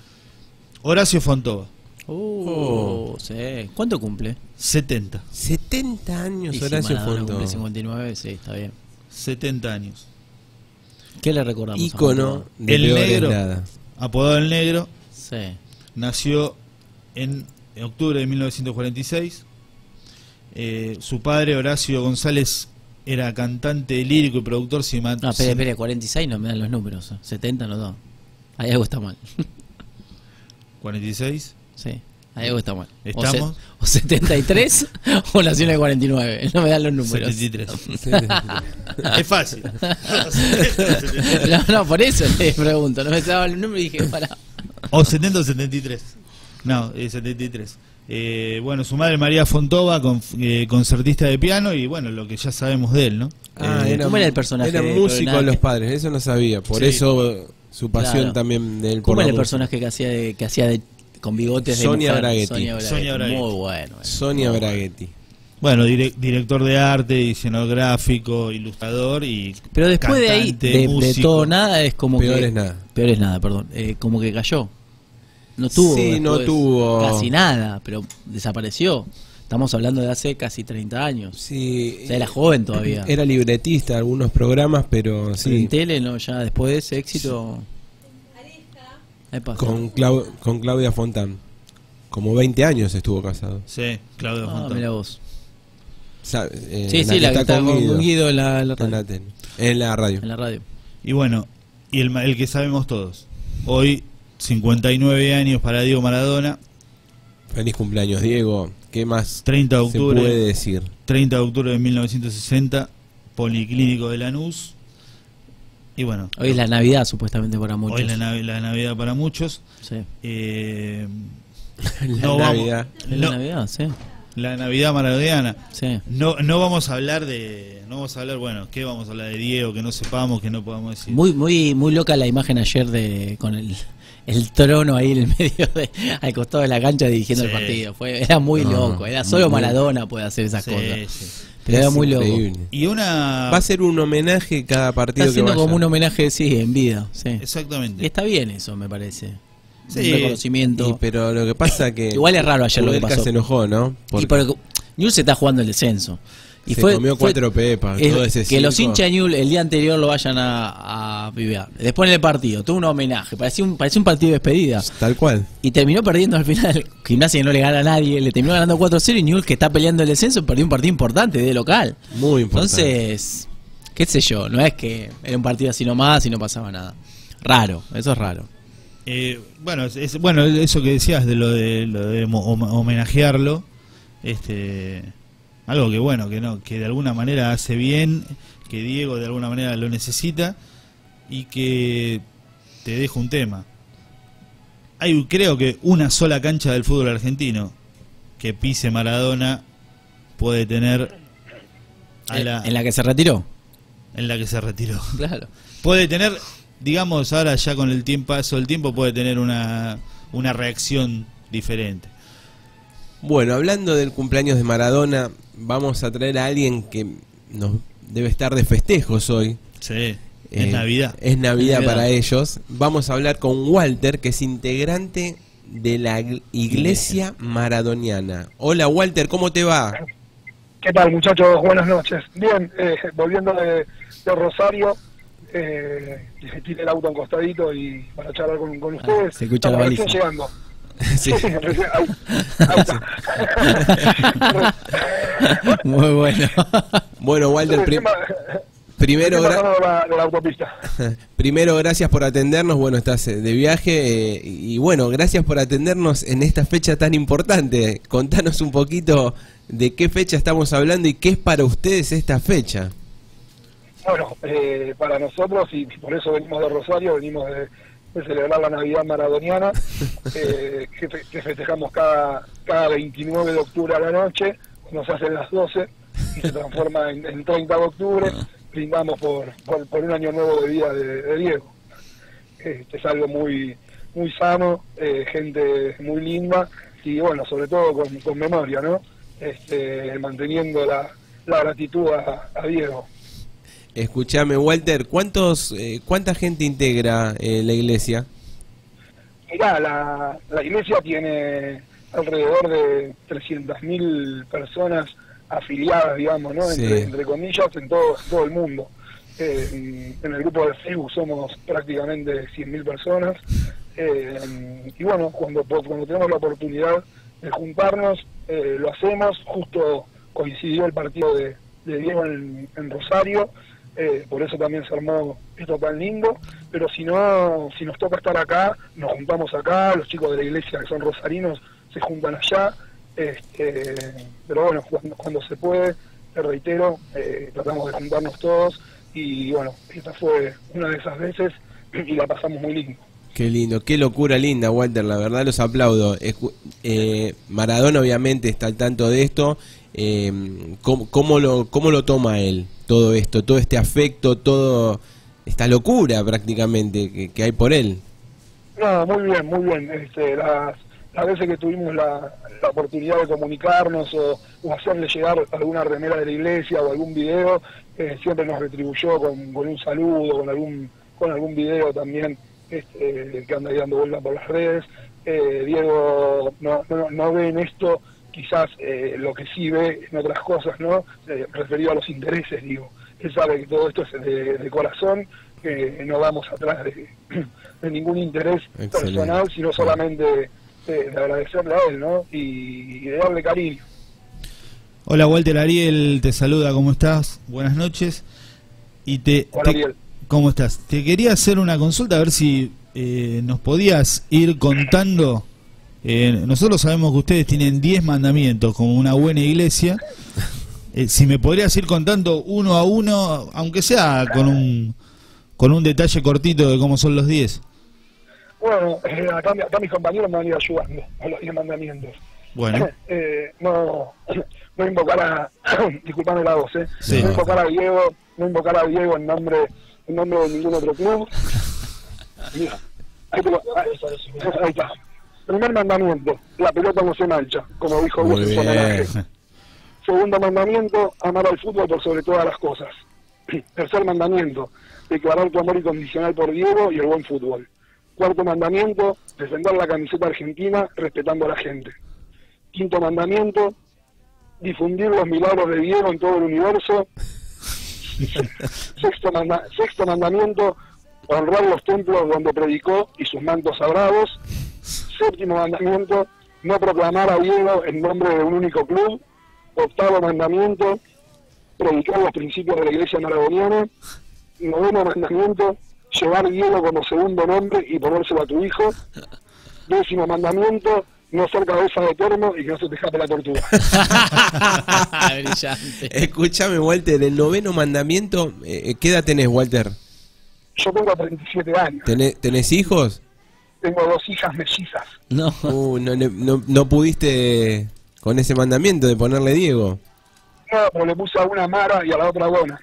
S3: Horacio Fontova,
S2: Oh, sí. ¿Cuánto cumple?
S3: 70.
S1: 70 años
S2: Y si
S1: Horacio
S2: Maradona
S1: Fontova.
S2: cumple 59, sí, está bien.
S3: 70 años.
S2: ¿Qué le recordamos? a
S1: Ícono
S2: Fontova?
S1: de
S3: El
S1: peores
S3: negro.
S1: nada.
S3: Apodado El Negro,
S2: Sí.
S3: nació en en octubre de 1946. Eh, su padre, Horacio González, era cantante lírico y productor cinematográfico.
S2: No, espere, espere, 46 no me dan los números. 70 no da. Ahí algo está mal.
S3: 46.
S2: Sí, ahí algo está mal. O se-
S3: Estamos.
S2: O, 73 o la de 49. No me dan los números.
S3: 73. es fácil.
S2: No, no, por eso le pregunto. No me daban los números y dije, pará.
S3: O 70 o 73. No, eh, 73. Eh, bueno, su madre María Fontova, con- eh, concertista de piano, y bueno, lo que ya sabemos de él, ¿no?
S1: Ah,
S3: Eh,
S2: era- ¿cómo el personaje
S1: Eran
S2: de
S1: músicos
S2: Coronado?
S1: los padres, eso no sabía. Por
S3: Sí.
S1: eso eh, su pasión
S2: Claro.
S1: también del por
S2: ¿Cómo
S1: la
S2: era el
S1: música.
S2: personaje que hacía de, que hacía de con bigotes de
S1: Sonia
S2: mujer?
S1: Braghetti.
S2: Sonia Braghetti.
S3: Sonia Braghetti.
S2: Muy bueno. eh.
S1: Sonia Braghetti.
S3: bueno, dire- director de arte, diseñador gráfico, ilustrador y.
S2: Pero después de ahí,
S3: cantante,
S2: de- de,
S3: músico.
S2: todo nada, es como
S1: Peor
S2: que.
S1: es nada.
S2: Peor es nada, perdón. Eh, como que cayó. No tuvo.
S1: Sí, no
S2: después
S1: tuvo.
S2: Casi nada, pero desapareció. Estamos hablando de hace casi 30 años.
S1: Sí.
S2: O sea, era joven todavía.
S1: Era libretista de algunos programas, pero
S2: Pero
S1: sí.
S2: En tele, no, ya después de ese éxito. Ahí pasa.
S1: Con, Clau- con Claudia Fontán. Como 20 años estuvo casado.
S3: Sí, Claudio
S2: Ah,
S3: Fontova.
S2: mira vos.
S1: O sea, eh,
S2: Sí, sí, la que está con Guido, en, la, en la
S1: En
S2: radio,
S1: la, tele. En la radio.
S2: en la radio.
S3: Y bueno, y el, ma- el que sabemos todos. Hoy, 59 años para Diego Maradona,
S1: Feliz cumpleaños, Diego. ¿Qué más
S3: 30 de
S1: se puede
S3: octubre,
S1: decir?
S3: 30 de octubre de 1960, Policlínico de Lanús. Y bueno,
S2: Hoy es la Navidad, supuestamente, para muchos.
S3: hoy la, nav- la Navidad para muchos.
S2: Sí.
S3: Eh,
S1: La
S3: no vamos-
S1: Navidad.
S2: Es
S3: no-
S2: la Navidad, sí.
S3: la Navidad maradoniana.
S2: sí.
S3: No, no vamos a hablar de. No vamos a hablar, bueno, ¿qué vamos a hablar de Diego? Que no sepamos, que no podamos decir.
S2: Muy, muy, muy loca la imagen ayer de con el, el trono ahí en el medio de, al costado de la cancha dirigiendo
S3: Sí.
S2: el partido. Fue, era muy
S1: No,
S2: loco, era
S1: muy-
S2: solo
S1: muy-
S2: Maradona puede hacer esas
S3: Sí,
S2: cosas.
S3: sí.
S2: Pero era
S1: Es
S2: muy loco.
S1: increíble.
S3: Y una.
S1: Va a ser un homenaje cada partido
S2: Está
S1: que
S2: haciendo
S1: vaya.
S2: como un homenaje, sí, en vida. Sí. Y
S3: Exactamente.
S2: está bien eso, me parece.
S3: Sí.
S2: Un
S1: Y,
S2: reconocimiento.
S1: pero lo que pasa que
S2: Igual es raro ayer lo que
S1: Kudelka
S2: pasó.
S1: se enojó, ¿no?
S2: Y porque Newell's se está jugando el descenso. Y
S1: se
S2: fue,
S1: comió
S2: fue-
S1: cuatro pepas,
S2: es-
S1: todo ese
S2: que los
S1: circo.
S2: hinchas de Newell el día anterior lo vayan a, a vivear. Después en el partido, tuvo un homenaje, parecía un, parecía un partido de despedida.
S1: Tal cual.
S2: Y terminó perdiendo al final. Gimnasia que no le gana a nadie, le terminó ganando 4-0 y Newell que está peleando el descenso perdió un partido importante de local.
S1: Muy importante.
S2: Entonces, qué sé yo, no es que era un partido así nomás y no pasaba nada. Raro, eso es raro.
S3: Eh, bueno, es- es- bueno, eso que decías de lo de, lo de mo- hom- homenajearlo, este, algo que bueno, que no, que de alguna manera hace bien, que Diego de alguna manera lo necesita y que te dejo un tema. Hay creo que una sola cancha del fútbol argentino que pise Maradona puede tener a la-
S2: Eh, En la que se retiró.
S3: en la que se retiró
S2: Claro.
S3: puede tener, digamos, ahora ya con el tiempo, paso del tiempo, puede tener una, una reacción diferente.
S1: Bueno, hablando del cumpleaños de Maradona, vamos a traer a alguien que nos debe estar de festejos hoy.
S3: Sí,
S1: Eh,
S3: es Navidad.
S1: Es Navidad
S2: Es Navidad.
S1: para ellos. Vamos a hablar con Walter, que es integrante de la ig- Iglesia Maradoniana. Hola Walter, ¿cómo te va?
S6: ¿Qué tal, muchachos? Buenas noches. Bien, eh, volviendo de, de Rosario, eh, que tiré el auto a un costadito y para charlar con,
S1: Ah,
S6: con ustedes.
S2: se escucha la
S6: Estamos recién
S2: valija.
S6: llegando.
S1: Sí.
S6: Recién- au, au, está.
S2: Muy bueno.
S1: Bueno, Walter,
S6: Recién
S1: pri-
S6: pa-
S1: primero,
S6: recién
S1: gra-
S6: pasando la, de la autopista.
S1: Primero, gracias por atendernos. Bueno, estás eh, de viaje eh, y bueno, gracias por atendernos en esta fecha tan importante. Contanos un poquito de qué fecha estamos hablando y qué es para ustedes esta fecha.
S6: Bueno, eh, para nosotros, y por eso venimos de Rosario, venimos de, de celebrar la Navidad maradoniana, eh, que, fe- que festejamos cada, cada 29 de octubre a la noche, nos hacen las 12 y se transforma en, en 30 de octubre, brindamos por, por, por un año nuevo de vida de, de Diego. Este, es algo muy muy sano, eh, gente muy linda y bueno, sobre todo con, con memoria, ¿no? Este, manteniendo la, la gratitud a- a Diego.
S1: Escúchame, Walter, ¿cuántos, eh, ¿cuánta gente integra eh, la iglesia?
S6: Mirá, la, la iglesia tiene alrededor de 300.000 personas afiliadas, digamos, ¿no?
S1: Sí.
S6: Entre, entre comillas, en todo, en todo el mundo. Eh, en el grupo de Facebook somos prácticamente 100.000 personas. Eh, y bueno, cuando, po- cuando tenemos la oportunidad de juntarnos, eh, lo hacemos. Justo coincidió el partido de, de Diego en, en Rosario eh, por eso también se armó esto tan lindo, pero si no, si nos toca estar acá, nos juntamos acá, los chicos de la iglesia que son rosarinos se juntan allá, este, pero bueno, cuando, cuando se puede, te reitero, eh, tratamos de juntarnos todos y bueno, esta fue una de esas veces y la pasamos muy lindo.
S1: Qué lindo, qué locura linda, Walter. La verdad los aplaudo. Escu- eh, Maradona obviamente está al tanto de esto. Eh, ¿cómo, cómo lo, ¿Cómo lo toma él todo esto? Todo este afecto, todo esta locura prácticamente que, que hay por él.
S6: No, muy bien, muy bien. Este, las, las veces que tuvimos la, la oportunidad de comunicarnos o, o hacerle llegar alguna remera de la iglesia o algún video, eh, siempre nos retribuyó con, con un saludo, con algún con algún video también este, que anda ahí dando vuelta por las redes. Eh, Diego no, no, no ve en esto quizás eh, lo que sí ve en otras cosas, ¿no? Eh, referido a los intereses, digo. Él sabe que todo esto es de, de corazón, que no vamos atrás de, de ningún interés
S1: Excelente.
S6: personal, sino solamente eh, de agradecerle a él, ¿no? Y, y de darle cariño.
S3: Hola Walter Ariel, te saluda, ¿cómo estás? Buenas noches. Y te,
S6: Hola,
S3: te-
S6: Ariel.
S3: ¿Cómo estás? Te quería hacer una consulta a ver si eh, nos podías ir contando. eh, nosotros sabemos que ustedes tienen 10 mandamientos como una buena iglesia. Eh, si me podrías ir contando uno a uno, aunque sea con un, con un detalle cortito de cómo son los 10.
S6: Bueno, eh, acá, acá mis compañeros me han ido ayudando a los 10 mandamientos.
S3: Bueno,
S6: Eh, no, no invocar a disculpame la voz, eh,
S3: Sí.
S6: no invocar a Diego, no invocar a Diego en nombre, en nombre de ningún otro club. Mira, ahí, te lo- ahí- ahí está. Primer mandamiento, la pelota no se mancha, como dijo
S1: Muy
S6: Wilson
S1: bien.
S6: Homenaje. Segundo mandamiento, amar al fútbol por sobre todas las cosas. Tercer mandamiento, declarar tu amor incondicional por Diego y el buen fútbol. Cuarto mandamiento, defender la camiseta argentina respetando a la gente. Quinto mandamiento, difundir los milagros de Diego en todo el universo. sexto, manda- sexto mandamiento, honrar los templos donde predicó y sus mantos sagrados. Séptimo mandamiento, no proclamar a Diego en nombre de un único club. Octavo mandamiento, predicar los principios de la iglesia maradoniana. Noveno mandamiento, llevar Diego como segundo nombre y ponérselo a tu hijo. Décimo mandamiento, no ser cabeza de termo y que no se te escape la tortuga.
S4: Brillante.
S1: Escúchame, Walter, el noveno mandamiento, eh, ¿qué edad tenés, Walter?
S6: Yo tengo 37 años,
S1: ¿Tenés, tenés hijos?
S6: tengo dos hijas mellizas.
S2: No.
S1: Uh, no, le- no- no pudiste con ese mandamiento de ponerle Diego.
S6: No, pero le puse a una Mara y a la otra Bona.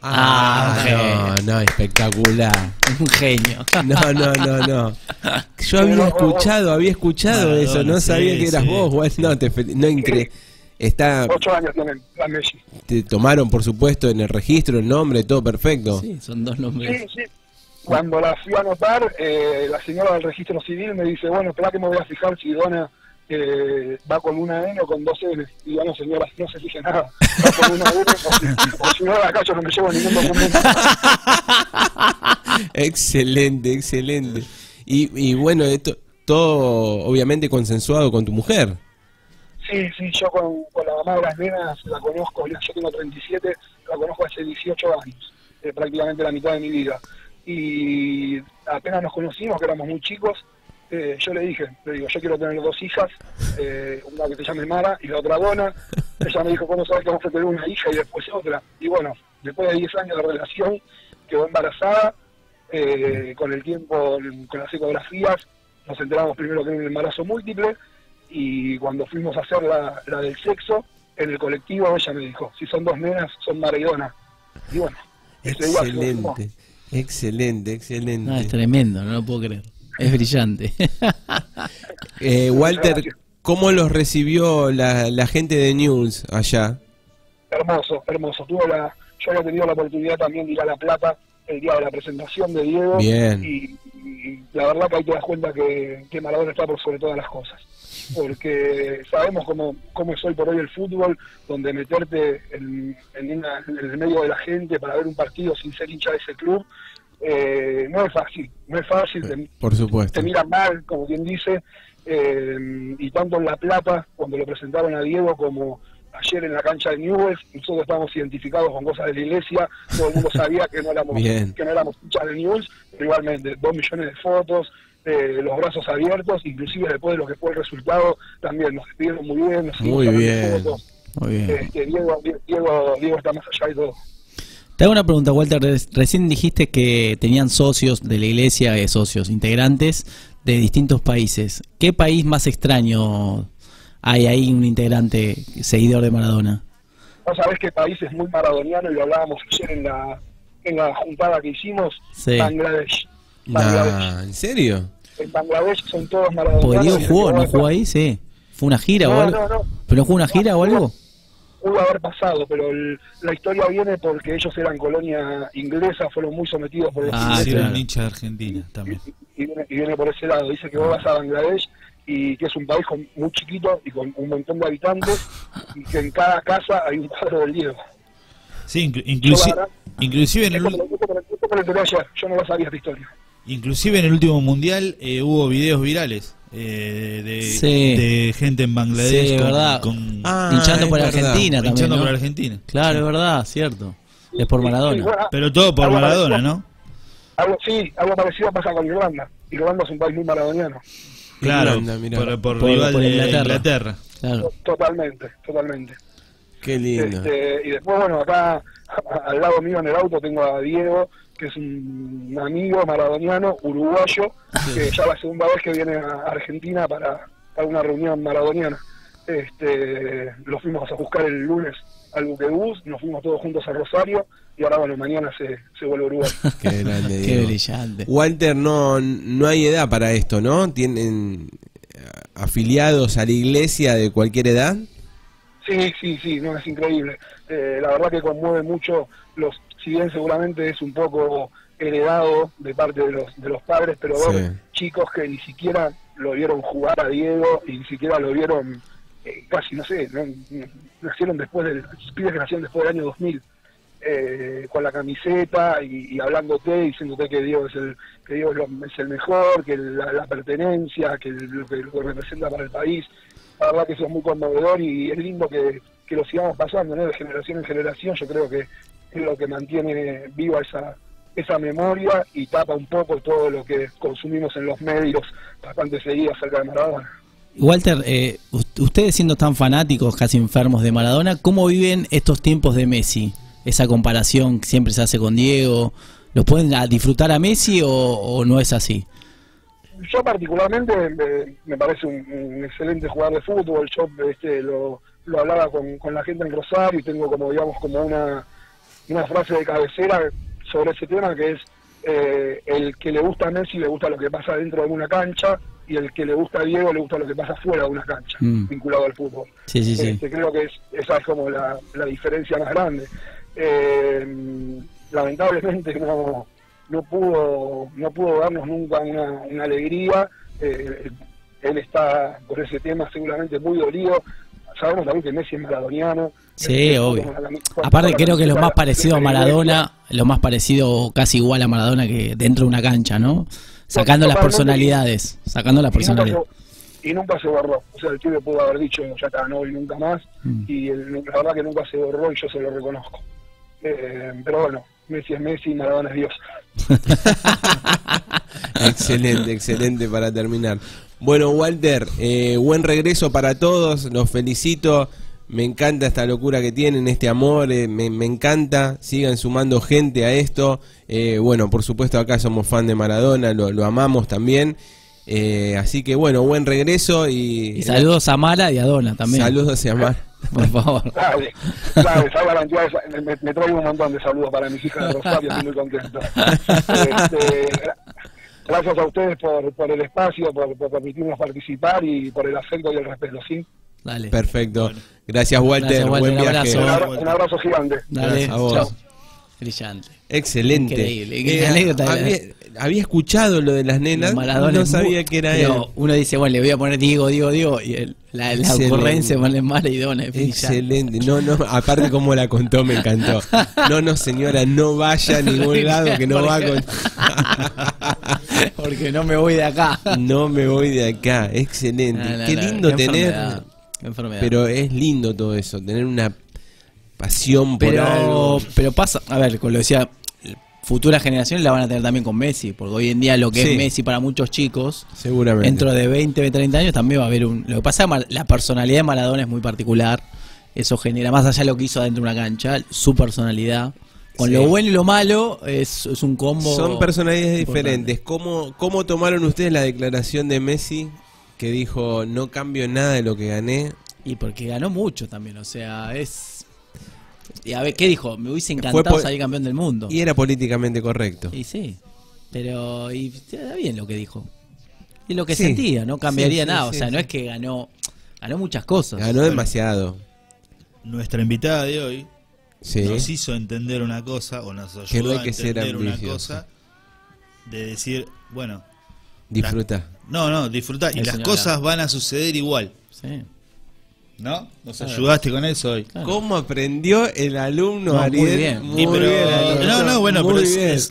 S1: Ah, no, no, espectacular.
S2: Un genio.
S1: No, no, no, no. Yo había escuchado, había escuchado
S3: Maradona,
S1: eso, no
S3: sí,
S1: sabía que eras
S3: sí.
S1: vos, Wal- No, te fel- no incre- Está,
S6: Ocho años tienen las mellizas.
S1: te tomaron, por supuesto, en el registro, el nombre, todo perfecto.
S2: Sí, son dos
S6: Sí,
S2: nombres.
S6: sí. Cuando la fui a anotar, eh, la señora del registro civil me dice, bueno, espera que me voy a fijar si Dona eh, va con una N o con dos N. Y bueno, señora, no se fije nada. Va con una N o si, o si no, acá yo no me llevo ningún documento.
S1: Excelente, excelente. Y, y bueno, esto, todo obviamente consensuado con tu mujer.
S6: Sí, sí, yo con, con la mamá de las nenas la conozco, yo tengo 37, la conozco hace 18 años, eh, prácticamente la mitad de mi vida. Y apenas nos conocimos, que éramos muy chicos, eh, yo le dije, le digo, yo quiero tener dos hijas, eh, una que se llame Mara y la otra Dona. Ella me dijo, ¿cómo sabes que vamos a tener una hija y después otra? Y bueno, después de 10 años de relación, quedó embarazada, eh, con el tiempo, con las ecografías, nos enteramos primero que era un embarazo múltiple y cuando fuimos a hacer la, la del sexo, en el colectivo ella me dijo, si son dos nenas, son Maradona. Y bueno, ese día se lo firmó.
S1: Excelente, excelente, excelente.
S4: No, es tremendo, no lo puedo creer. Es brillante.
S1: Eh, Walter, ¿cómo los recibió la, la gente de News allá?
S6: hermoso, hermoso. Tuve la, yo había tenido la oportunidad también de ir a La Plata el día de la presentación de Diego
S1: Bien.
S6: y, y la verdad que ahí te das cuenta que, que Maradona está por sobre todas las cosas. Porque sabemos cómo, cómo es hoy por hoy el fútbol, donde meterte en, en una- en el medio de la gente para ver un partido sin ser hincha de ese club, eh, no es fácil, no es fácil. te-
S1: Por supuesto.
S6: te miran mal, como quien dice, eh, y tanto en La Plata, cuando lo presentaron a Diego, como ayer en la cancha de Newell's, nosotros estábamos identificados con cosas de la iglesia, todo el mundo sabía que no éramos,
S1: Bien.
S6: que no éramos hinchas de Newell's, pero igualmente, dos millones de fotos, eh, los brazos abiertos, inclusive después de lo que fue el resultado, también nos despidieron muy bien, nos
S1: Muy
S6: sacaron
S1: bien.
S6: fotos.
S2: Muy bien.
S6: Este, Diego, Diego, Diego está más allá y todo.
S2: Te hago una pregunta, Walter. Re- Recién dijiste que tenían socios de la iglesia, eh, socios integrantes de distintos países. ¿Qué país más extraño hay ahí un integrante seguidor de Maradona?
S6: Vos sabés que país es muy maradoniano y lo hablábamos ayer en la, en la juntada que hicimos,
S2: Sí.
S6: Bangladesh. Bangladesh.
S1: Nah, ¿En serio?
S6: En Bangladesh son todos maradonianos.
S2: Porque Pues Diego
S6: y
S2: jugó, ¿no
S6: Uruguay
S2: jugó ahí? Sí. ¿Fue una gira o
S6: No,
S2: algo?
S6: no, no.
S2: ¿Pero no jugó una gira o algo?
S6: Pudo haber pasado, pero el- la historia viene porque ellos eran colonia inglesa, fueron muy sometidos por los
S2: Ah,
S3: Sí, era
S2: claro.
S3: un hincha de Argentina también.
S6: y viene, y viene por ese lado. Dice que vos vas a Bangladesh y que es un país con- muy chiquito y con un montón de habitantes y que en cada casa hay un cuadro del Diego.
S3: Sí, inclu- inclusi-
S6: Yo, la verdad,
S3: inclusive en el
S6: Esto me
S3: ul-
S6: lo- esto me lo- esto me lo enteré ayer, yo no lo sabía esta historia.
S3: Inclusive en el último mundial eh, hubo videos virales eh, de,
S2: Sí.
S3: de gente en Bangladesh
S2: Sí,
S3: con,
S2: verdad.
S3: con-
S1: Ah,
S2: hinchando
S1: es
S2: por
S1: verdad.
S2: Argentina
S3: hinchando
S2: también. ¿no?
S3: por Argentina.
S2: Claro, es verdad, cierto. Es por
S6: Y- y
S2: Maradona.
S6: bueno,
S3: Pero todo por
S6: algo
S3: Maradona,
S6: parecido-
S3: ¿no?
S6: Algo, sí, algo parecido pasa con Irlanda. Irlanda es un país muy maradoniano.
S3: Claro,
S1: Irlanda, mirá.
S3: por, por
S2: Por-
S3: rival
S2: por
S3: de
S2: Inglaterra.
S3: Inglaterra.
S2: Claro.
S6: Totalmente, totalmente.
S1: Qué lindo.
S6: Este, y después, bueno, acá al lado mío en el auto tengo a Diego, que es un amigo maradoniano, uruguayo, que ya la segunda vez que viene a Argentina para, para una reunión maradoniana. Este, lo fuimos a buscar el lunes al Buquebús, nos fuimos todos juntos a Rosario y ahora, bueno, mañana se, se vuelve a Uruguay.
S1: Qué grande,
S2: Qué
S1: Diego.
S2: brillante.
S1: Walter, no, no hay edad para esto, ¿no? ¿Tienen eh, afiliados a la iglesia de cualquier edad?
S6: Sí, sí, sí, no, es increíble. Eh, la verdad que conmueve mucho los, si bien seguramente es un poco heredado de parte de los, de los padres, pero
S1: Sí.
S6: ver chicos que ni siquiera lo vieron jugar a Diego y ni siquiera lo vieron eh, casi, no sé, no- no- nacieron después del, pibes que nacieron después del año 2000, eh, con la camiseta y, y hablándote, diciéndote que Diego es el, que Diego es, lo- es el mejor, que la, la pertenencia, que lo que lo que representa para el país la verdad que eso es muy conmovedor y es lindo que, que lo sigamos pasando, ¿no? De generación en generación, yo creo que es lo que mantiene viva esa esa memoria y tapa un poco todo lo que consumimos en los medios bastante seguido acerca de Maradona.
S2: Walter, eh, ust- ustedes siendo tan fanáticos, casi enfermos de Maradona, ¿cómo viven estos tiempos de Messi? Esa comparación que siempre se hace con Diego. ¿Los pueden a- disfrutar a Messi o, o no es así?
S6: yo particularmente me, me parece un, un excelente jugador de fútbol. Yo este, lo, lo hablaba con, con la gente en Rosario y tengo como digamos como una, una frase de cabecera sobre ese tema que es eh, el que le gusta a Messi le gusta lo que pasa dentro de una cancha y el que le gusta a Diego le gusta lo que pasa fuera de una cancha
S2: Mm.
S6: vinculado al fútbol.
S2: Sí, sí, sí.
S6: Este, creo que es, esa es como la, la diferencia más grande. Eh, lamentablemente no, no pudo no pudo darnos nunca una, una alegría. Eh, él está por ese tema seguramente muy dolido. Sabemos también que Messi es maradoniano.
S2: Sí,
S6: Eh,
S2: obvio.
S6: con la- con-
S2: Aparte
S6: con la
S2: creo que lo más
S6: camiseta
S2: parecido a
S6: de la
S2: Maradona, lo más parecido o casi igual a Maradona que dentro de una cancha, ¿no? Sacando las
S6: Totalmente.
S2: personalidades, sacando las
S6: Y nunca
S2: personalidades.
S6: se- Y nunca se borró. O sea, el tío pudo haber dicho, ya está, no voy nunca más. Y el- la verdad que nunca se borró y yo se lo reconozco. Eh, pero bueno, Messi es Messi, Maradona es Dios.
S1: excelente, excelente para terminar. Bueno, Walter, eh, buen regreso para todos, los felicito. Me encanta esta locura que tienen, este amor, eh, me, me encanta. Sigan sumando gente a esto. Eh, bueno, por supuesto, acá somos fan de Maradona, lo, lo amamos también. Eh, así que bueno, buen regreso y, eh,
S2: Y saludos a Mala y a Dona también.
S1: saludos y amar.
S2: Por favor.
S6: Dale, dale, sabe la cantidad de sa- me, me traigo un montón de saludos para mis hijas de Rosario, estoy muy contento. Este, gra- gracias a ustedes por, por el espacio, por, por permitirnos participar y por el afecto y el respeto, ¿sí?
S2: Dale.
S1: Perfecto. Gracias, Walter.
S2: Gracias, Walter,
S1: Buen
S2: un
S1: viaje.
S2: abrazo.
S6: Un abra- un abrazo gigante.
S2: Dale.
S1: Gracias a vos.
S2: Chao. Brillante.
S1: Excelente. Eh,
S2: Increíble, qué anécdota era.
S1: había, había escuchado lo de las nenas,
S2: Maradona
S1: no
S2: es muy-
S1: sabía que era él.
S2: pero Uno dice, bueno, le voy a poner Diego, Diego, Diego. Y el- la, la
S1: Excelente.
S2: ocurrencia ponerle Mala y Dona. es brillante.
S1: Excelente. No, no, aparte como la contó, me encantó. No, no, señora, no vaya a ningún lado que no va con...
S2: Porque no me voy de acá.
S1: No me voy de acá. Excelente.
S2: No, no,
S1: Qué
S2: no,
S1: lindo
S2: qué
S1: tener
S2: enfermedad. enfermedad.
S1: Pero es lindo todo eso, tener una pasión por
S2: pero,
S1: algo.
S2: pero pasa, a ver, como lo decía, futuras generaciones la van a tener también con Messi, porque hoy en día lo que
S1: Sí.
S2: es Messi para muchos chicos,
S1: Seguramente.
S2: dentro de 20, 30 años también va a haber un... Lo que pasa es que Mar- la personalidad de Maradona es muy particular, eso genera, más allá de lo que hizo adentro de una cancha, su personalidad, con
S1: Sí.
S2: lo bueno y lo malo, es, es un combo...
S1: Son personalidades
S2: importante.
S1: diferentes. ¿Cómo, ¿Cómo tomaron ustedes la declaración de Messi que dijo no cambio nada de lo que gané?
S2: Y porque ganó mucho también, o sea, es... Y a ver, ¿qué dijo? Me hubiese
S1: Fue
S2: encantado
S1: por-
S2: salir campeón del mundo.
S1: Y era políticamente correcto.
S2: Y sí, pero y está bien lo que dijo. Y lo que
S1: Sí.
S2: sentía, no cambiaría
S1: Sí, sí,
S2: nada. o
S1: sí,
S2: sea, no
S1: sí.
S2: es que ganó, ganó muchas cosas.
S1: Ganó demasiado.
S3: Nuestra invitada de hoy
S1: Sí.
S3: nos hizo entender una cosa, o nos ayudó
S1: Que no hay
S3: a
S1: que ser
S3: entender una
S1: ambicioso.
S3: cosa, de decir, bueno,
S1: Disfruta.
S3: no, no, disfrutá, y
S2: El
S3: las
S2: señor
S3: cosas
S2: Adam.
S3: van a suceder igual,
S2: Sí.
S3: ¿no? Nos
S2: Claro.
S3: ayudaste con eso hoy.
S2: Claro.
S1: ¿Cómo aprendió el alumno
S2: No, muy
S1: Ariel?
S2: bien.
S1: Muy
S3: Y pero-
S1: bien, Ariel.
S3: no, no, bueno,
S1: Muy
S3: pero es-
S1: bien.
S3: es-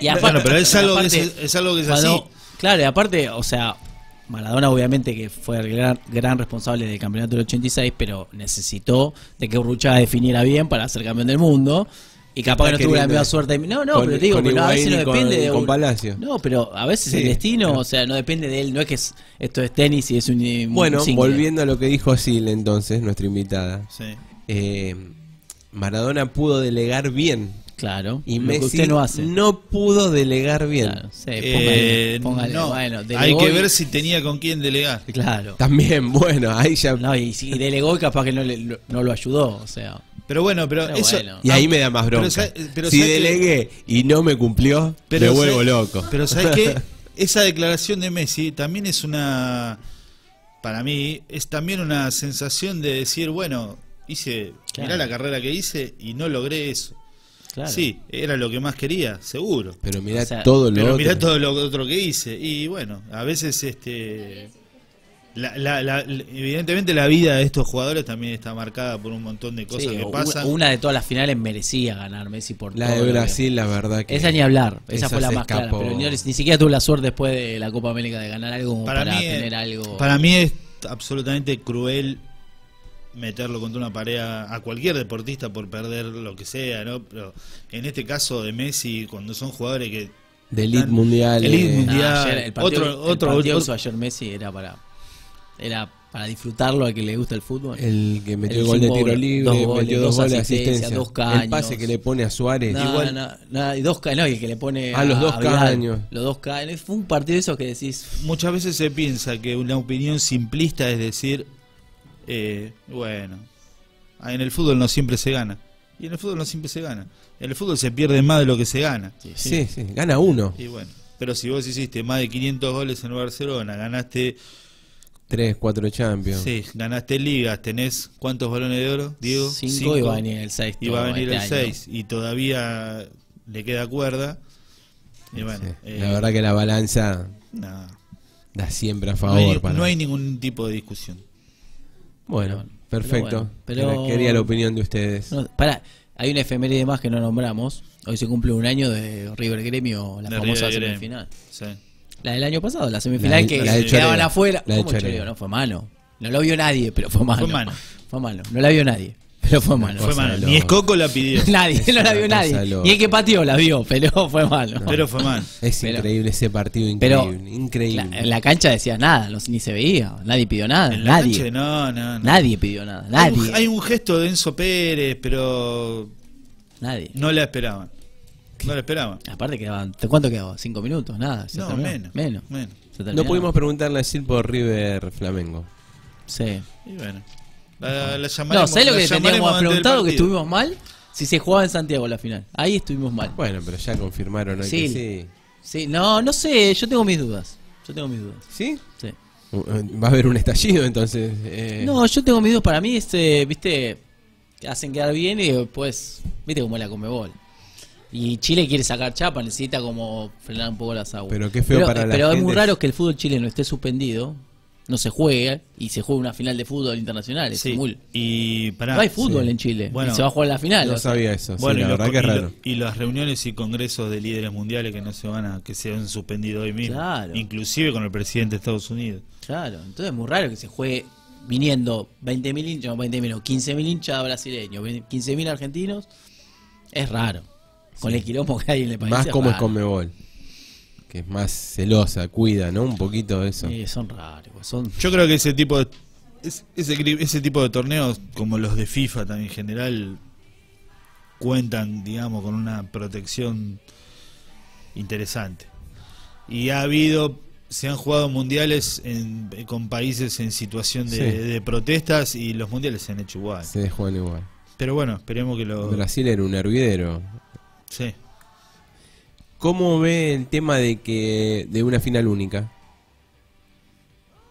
S2: Y
S3: Bueno, pero es algo, que es,
S2: aparte,
S3: es algo que es
S2: cuando-
S3: así.
S2: Claro, y aparte, o sea, Maradona obviamente que fue el gran, gran responsable del campeonato del 86, pero necesitó de que Urruchaga definiera bien para ser campeón del mundo. Y capaz que no
S1: Está
S2: tuvo la
S1: queriendo-
S2: misma suerte. No, no,
S1: con-
S2: pero digo,
S1: con
S2: pero a
S1: Higuaín
S2: veces no
S1: y con-
S2: depende
S1: y
S2: de
S1: con
S2: Ur-
S1: Palacio.
S2: No, pero a veces
S1: Sí,
S2: el destino,
S1: claro.
S2: o sea, no depende de él. No es que es- esto es tenis y es un. un
S1: Bueno,
S2: single.
S1: volviendo a lo que dijo Sil entonces, nuestra invitada.
S3: Sí.
S1: Eh, Maradona pudo delegar bien
S2: Claro.
S1: y
S2: lo
S1: Messi
S2: que usted no hace.
S1: pudo delegar bien.
S2: Claro, sí, póngale,
S3: Eh,
S2: póngale,
S3: no,
S2: bueno,
S3: hay
S2: delegó
S3: que
S2: y-
S3: ver si tenía con quién delegar.
S2: Claro.
S1: También, bueno, ahí ya...
S2: No, y si delegó y capaz que no, le- lo- no lo ayudó, o sea.
S3: Pero bueno, pero,
S2: Pero
S3: eso.
S2: bueno.
S1: Y ahí me da más
S3: Ah, Pero
S1: bronca.
S3: sa- pero
S1: si
S3: sa- que-
S1: delegué y no me cumplió,
S3: Pero
S1: me vuelvo
S3: sa-
S1: loco.
S3: Pero ¿sabes qué? Esa declaración de Messi también es una. Para mí, es también una sensación de decir, bueno, hice. Mirá
S2: Claro.
S3: la carrera que hice y no logré eso.
S2: Claro.
S3: Sí, era lo que más quería, seguro.
S1: Pero mirá
S2: O sea,
S1: todo lo
S3: Pero
S1: otro.
S3: mirá todo lo otro que hice. Y bueno, a veces este. la- la- la- evidentemente la vida de estos jugadores también está marcada por un montón de cosas
S2: Sí,
S3: que
S2: u-
S3: pasan.
S2: Una de todas las finales merecía ganar Messi por
S1: La
S2: todo
S1: de
S2: lo que-
S1: Brasil, la verdad que...
S2: Esa ni hablar, esa,
S1: esa
S2: fue la
S1: se
S2: más
S1: escapó.
S2: clara. Pero ni, ni siquiera tuvo la suerte después de la Copa América de ganar algo como para,
S3: es-
S2: tener algo.
S3: Para mí es absolutamente cruel meterlo contra una pared a, a cualquier deportista por perder lo que sea, ¿no? Pero en este caso de Messi, cuando son jugadores que
S1: De elite
S3: Tan-
S1: mundial.
S3: elite
S1: eh,
S3: mundial.
S2: Nah,
S3: mundial,
S2: ayer el partido,
S3: otro-
S2: el
S3: otro-
S2: partido que
S3: otro-
S2: hizo ayer Messi era para era para disfrutarlo al que le gusta el fútbol.
S1: El que metió
S2: El
S1: el gol de
S2: cinco
S1: tiro
S2: goles,
S1: libre,
S2: dos goles,
S1: metió dos
S2: dos
S1: goles de
S2: asistencias,
S1: asistencia.
S2: dos caños.
S1: El pase que le pone a Suárez.
S2: No,
S1: Igual-
S2: no, no, y dos ca- no, y el que le pone
S1: Ah, los dos
S2: Vidal,
S1: caños.
S2: Los dos caños. Fue un partido de esos que decís,
S3: muchas veces se piensa que una opinión simplista es decir, eh, bueno, en el fútbol no siempre se gana. Y en el fútbol no siempre se gana. En el fútbol se pierde más de lo que se gana.
S1: Sí, sí, gana uno.
S3: Y bueno, pero si vos hiciste más de 500 goles en Barcelona, ganaste
S1: Tres, cuatro champions.
S3: Sí, ganaste ligas, tenés cuántos balones de oro, Diego?
S2: 5 y va a venir este el 6.
S3: Y va a venir el 6 y todavía le queda cuerda. Y bueno,
S1: Sí.
S3: eh,
S1: la verdad que la balanza
S3: no,
S1: da siempre a
S3: no
S1: favor.
S3: hay,
S1: para-
S3: no hay ningún tipo de discusión.
S1: Bueno, perfecto.
S2: Pero bueno, pero-
S1: Quería la opinión de ustedes.
S2: No, pará, hay una efeméride más que no nombramos. Hoy se cumple un año de River Gremio, la
S3: De
S2: famosa
S3: River Gremio.
S2: semifinal.
S3: Sí.
S2: La del año pasado, la semifinal
S1: La-
S2: que
S1: la del
S2: quedaban
S1: choreo.
S2: afuera.
S1: La del
S2: ¿Cómo el
S1: choreo?
S2: choreo? No, fue mano. No lo vio nadie, pero fue mano.
S3: Fue mano.
S2: Fue mano. No la vio nadie, pero fue mano.
S3: Fue
S1: Cosa
S3: malo.
S1: loca.
S3: Ni Escoco la pidió,
S2: Nadie, no la
S1: una
S2: vio
S1: cosa
S2: nadie.
S1: loca.
S2: Ni el que pateó la vio, pero fue malo.
S3: pero fue mal.
S1: Es
S2: Pero-
S1: increíble ese partido,
S2: Pero
S1: increíble. increíble.
S2: la- en la cancha decías nada, no- ni se veía, nadie pidió nada,
S3: En la
S2: nadie.
S3: cancha, no, no, no.
S2: Nadie pidió nada,
S3: Hay un-
S2: nadie.
S3: Hay un gesto de Enzo Pérez, pero
S2: Nadie.
S3: no la esperaban. No la esperaban.
S2: Aparte quedaban, ¿te- ¿cuánto quedaba? ¿Cinco minutos? Nada. se
S3: No,
S2: terminó.
S3: menos,
S2: Menos.
S3: menos.
S2: Se
S1: no
S2: terminó.
S1: pudimos preguntarle a Sil por River Flamengo.
S2: Sí.
S3: Y bueno, la, la
S2: No,
S3: llamaremos.
S2: ¿sabes lo
S3: la
S2: que
S3: llamaremos
S2: teníamos
S3: antes del
S2: preguntado? Que
S3: partido.
S2: estuvimos mal. Si se jugaba en Santiago la final. Ahí estuvimos mal.
S1: Bueno, pero ya confirmaron hoy
S2: Sil.
S1: que
S2: Sí, no, no sé, yo tengo mis dudas. Yo tengo mis dudas.
S1: sí. ¿Sí?
S2: Sí.
S1: Uh, uh, Va a haber un estallido entonces. eh.
S2: No, yo tengo mis dudas. Para mí, este, viste, hacen quedar bien y después, viste cómo es la Comebol. Y Chile quiere sacar chapa, necesita como frenar un poco las aguas.
S1: Pero qué feo
S2: pero,
S1: para la
S2: Pero es muy
S1: gente.
S2: raro que el fútbol chileno esté suspendido, no se juegue y se juegue una final de fútbol internacional. Es
S3: Sí,
S2: muy-
S3: Y pará,
S2: no hay fútbol
S3: sí.
S2: en Chile.
S3: Bueno,
S2: y se va a jugar la final.
S1: No
S2: o sea.
S1: sabía eso. sí,
S3: Bueno, y,
S1: la
S3: los-
S1: verdad que es
S3: y lo-
S1: raro.
S3: y las reuniones y congresos de líderes mundiales que no se van a que se han suspendido hoy mismo,
S2: Claro.
S3: inclusive con el presidente de Estados Unidos.
S2: Claro, entonces es muy raro que se juegue viniendo 20.000 hinchas, no 20.000, no, 15.000 hinchas brasileños, 15.000 argentinos, es raro. Con el quilombo que hay en el país.
S1: Más como es
S2: raro.
S1: Conmebol. Que es más celosa, cuida, ¿no? Un poquito de eso.
S2: Eh, son raros, güey, son
S3: Yo creo que ese tipo de es- ese, cri- ese tipo de torneos, como los de FIFA también en general, cuentan, digamos, con una protección interesante. Y ha habido, se han jugado mundiales en- con países en situación de,
S1: Sí.
S3: de protestas y los mundiales se han hecho igual.
S1: Se juegan igual.
S3: Pero bueno, esperemos que lo...
S1: Brasil era un hervidero.
S3: Sí.
S1: ¿Cómo ve el tema de que de una final única?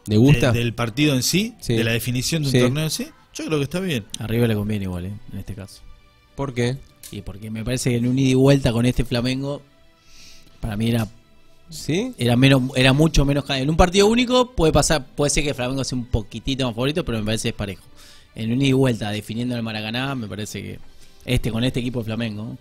S1: ¿Le gusta?
S3: De- del partido en sí,
S1: Sí.
S3: de la definición de un
S1: Sí.
S3: torneo en sí, yo creo que está bien.
S2: arriba le conviene igual, eh, en este caso.
S1: ¿Por qué?
S2: Y porque me parece que en un ida y vuelta con este Flamengo, para mí era
S1: ¿Sí?
S2: era menos era mucho menos ca- en un partido único puede pasar puede ser que Flamengo sea un poquitito más favorito pero me parece que es parejo en un ida y vuelta definiendo el Maracaná me parece que este con este equipo de Flamengo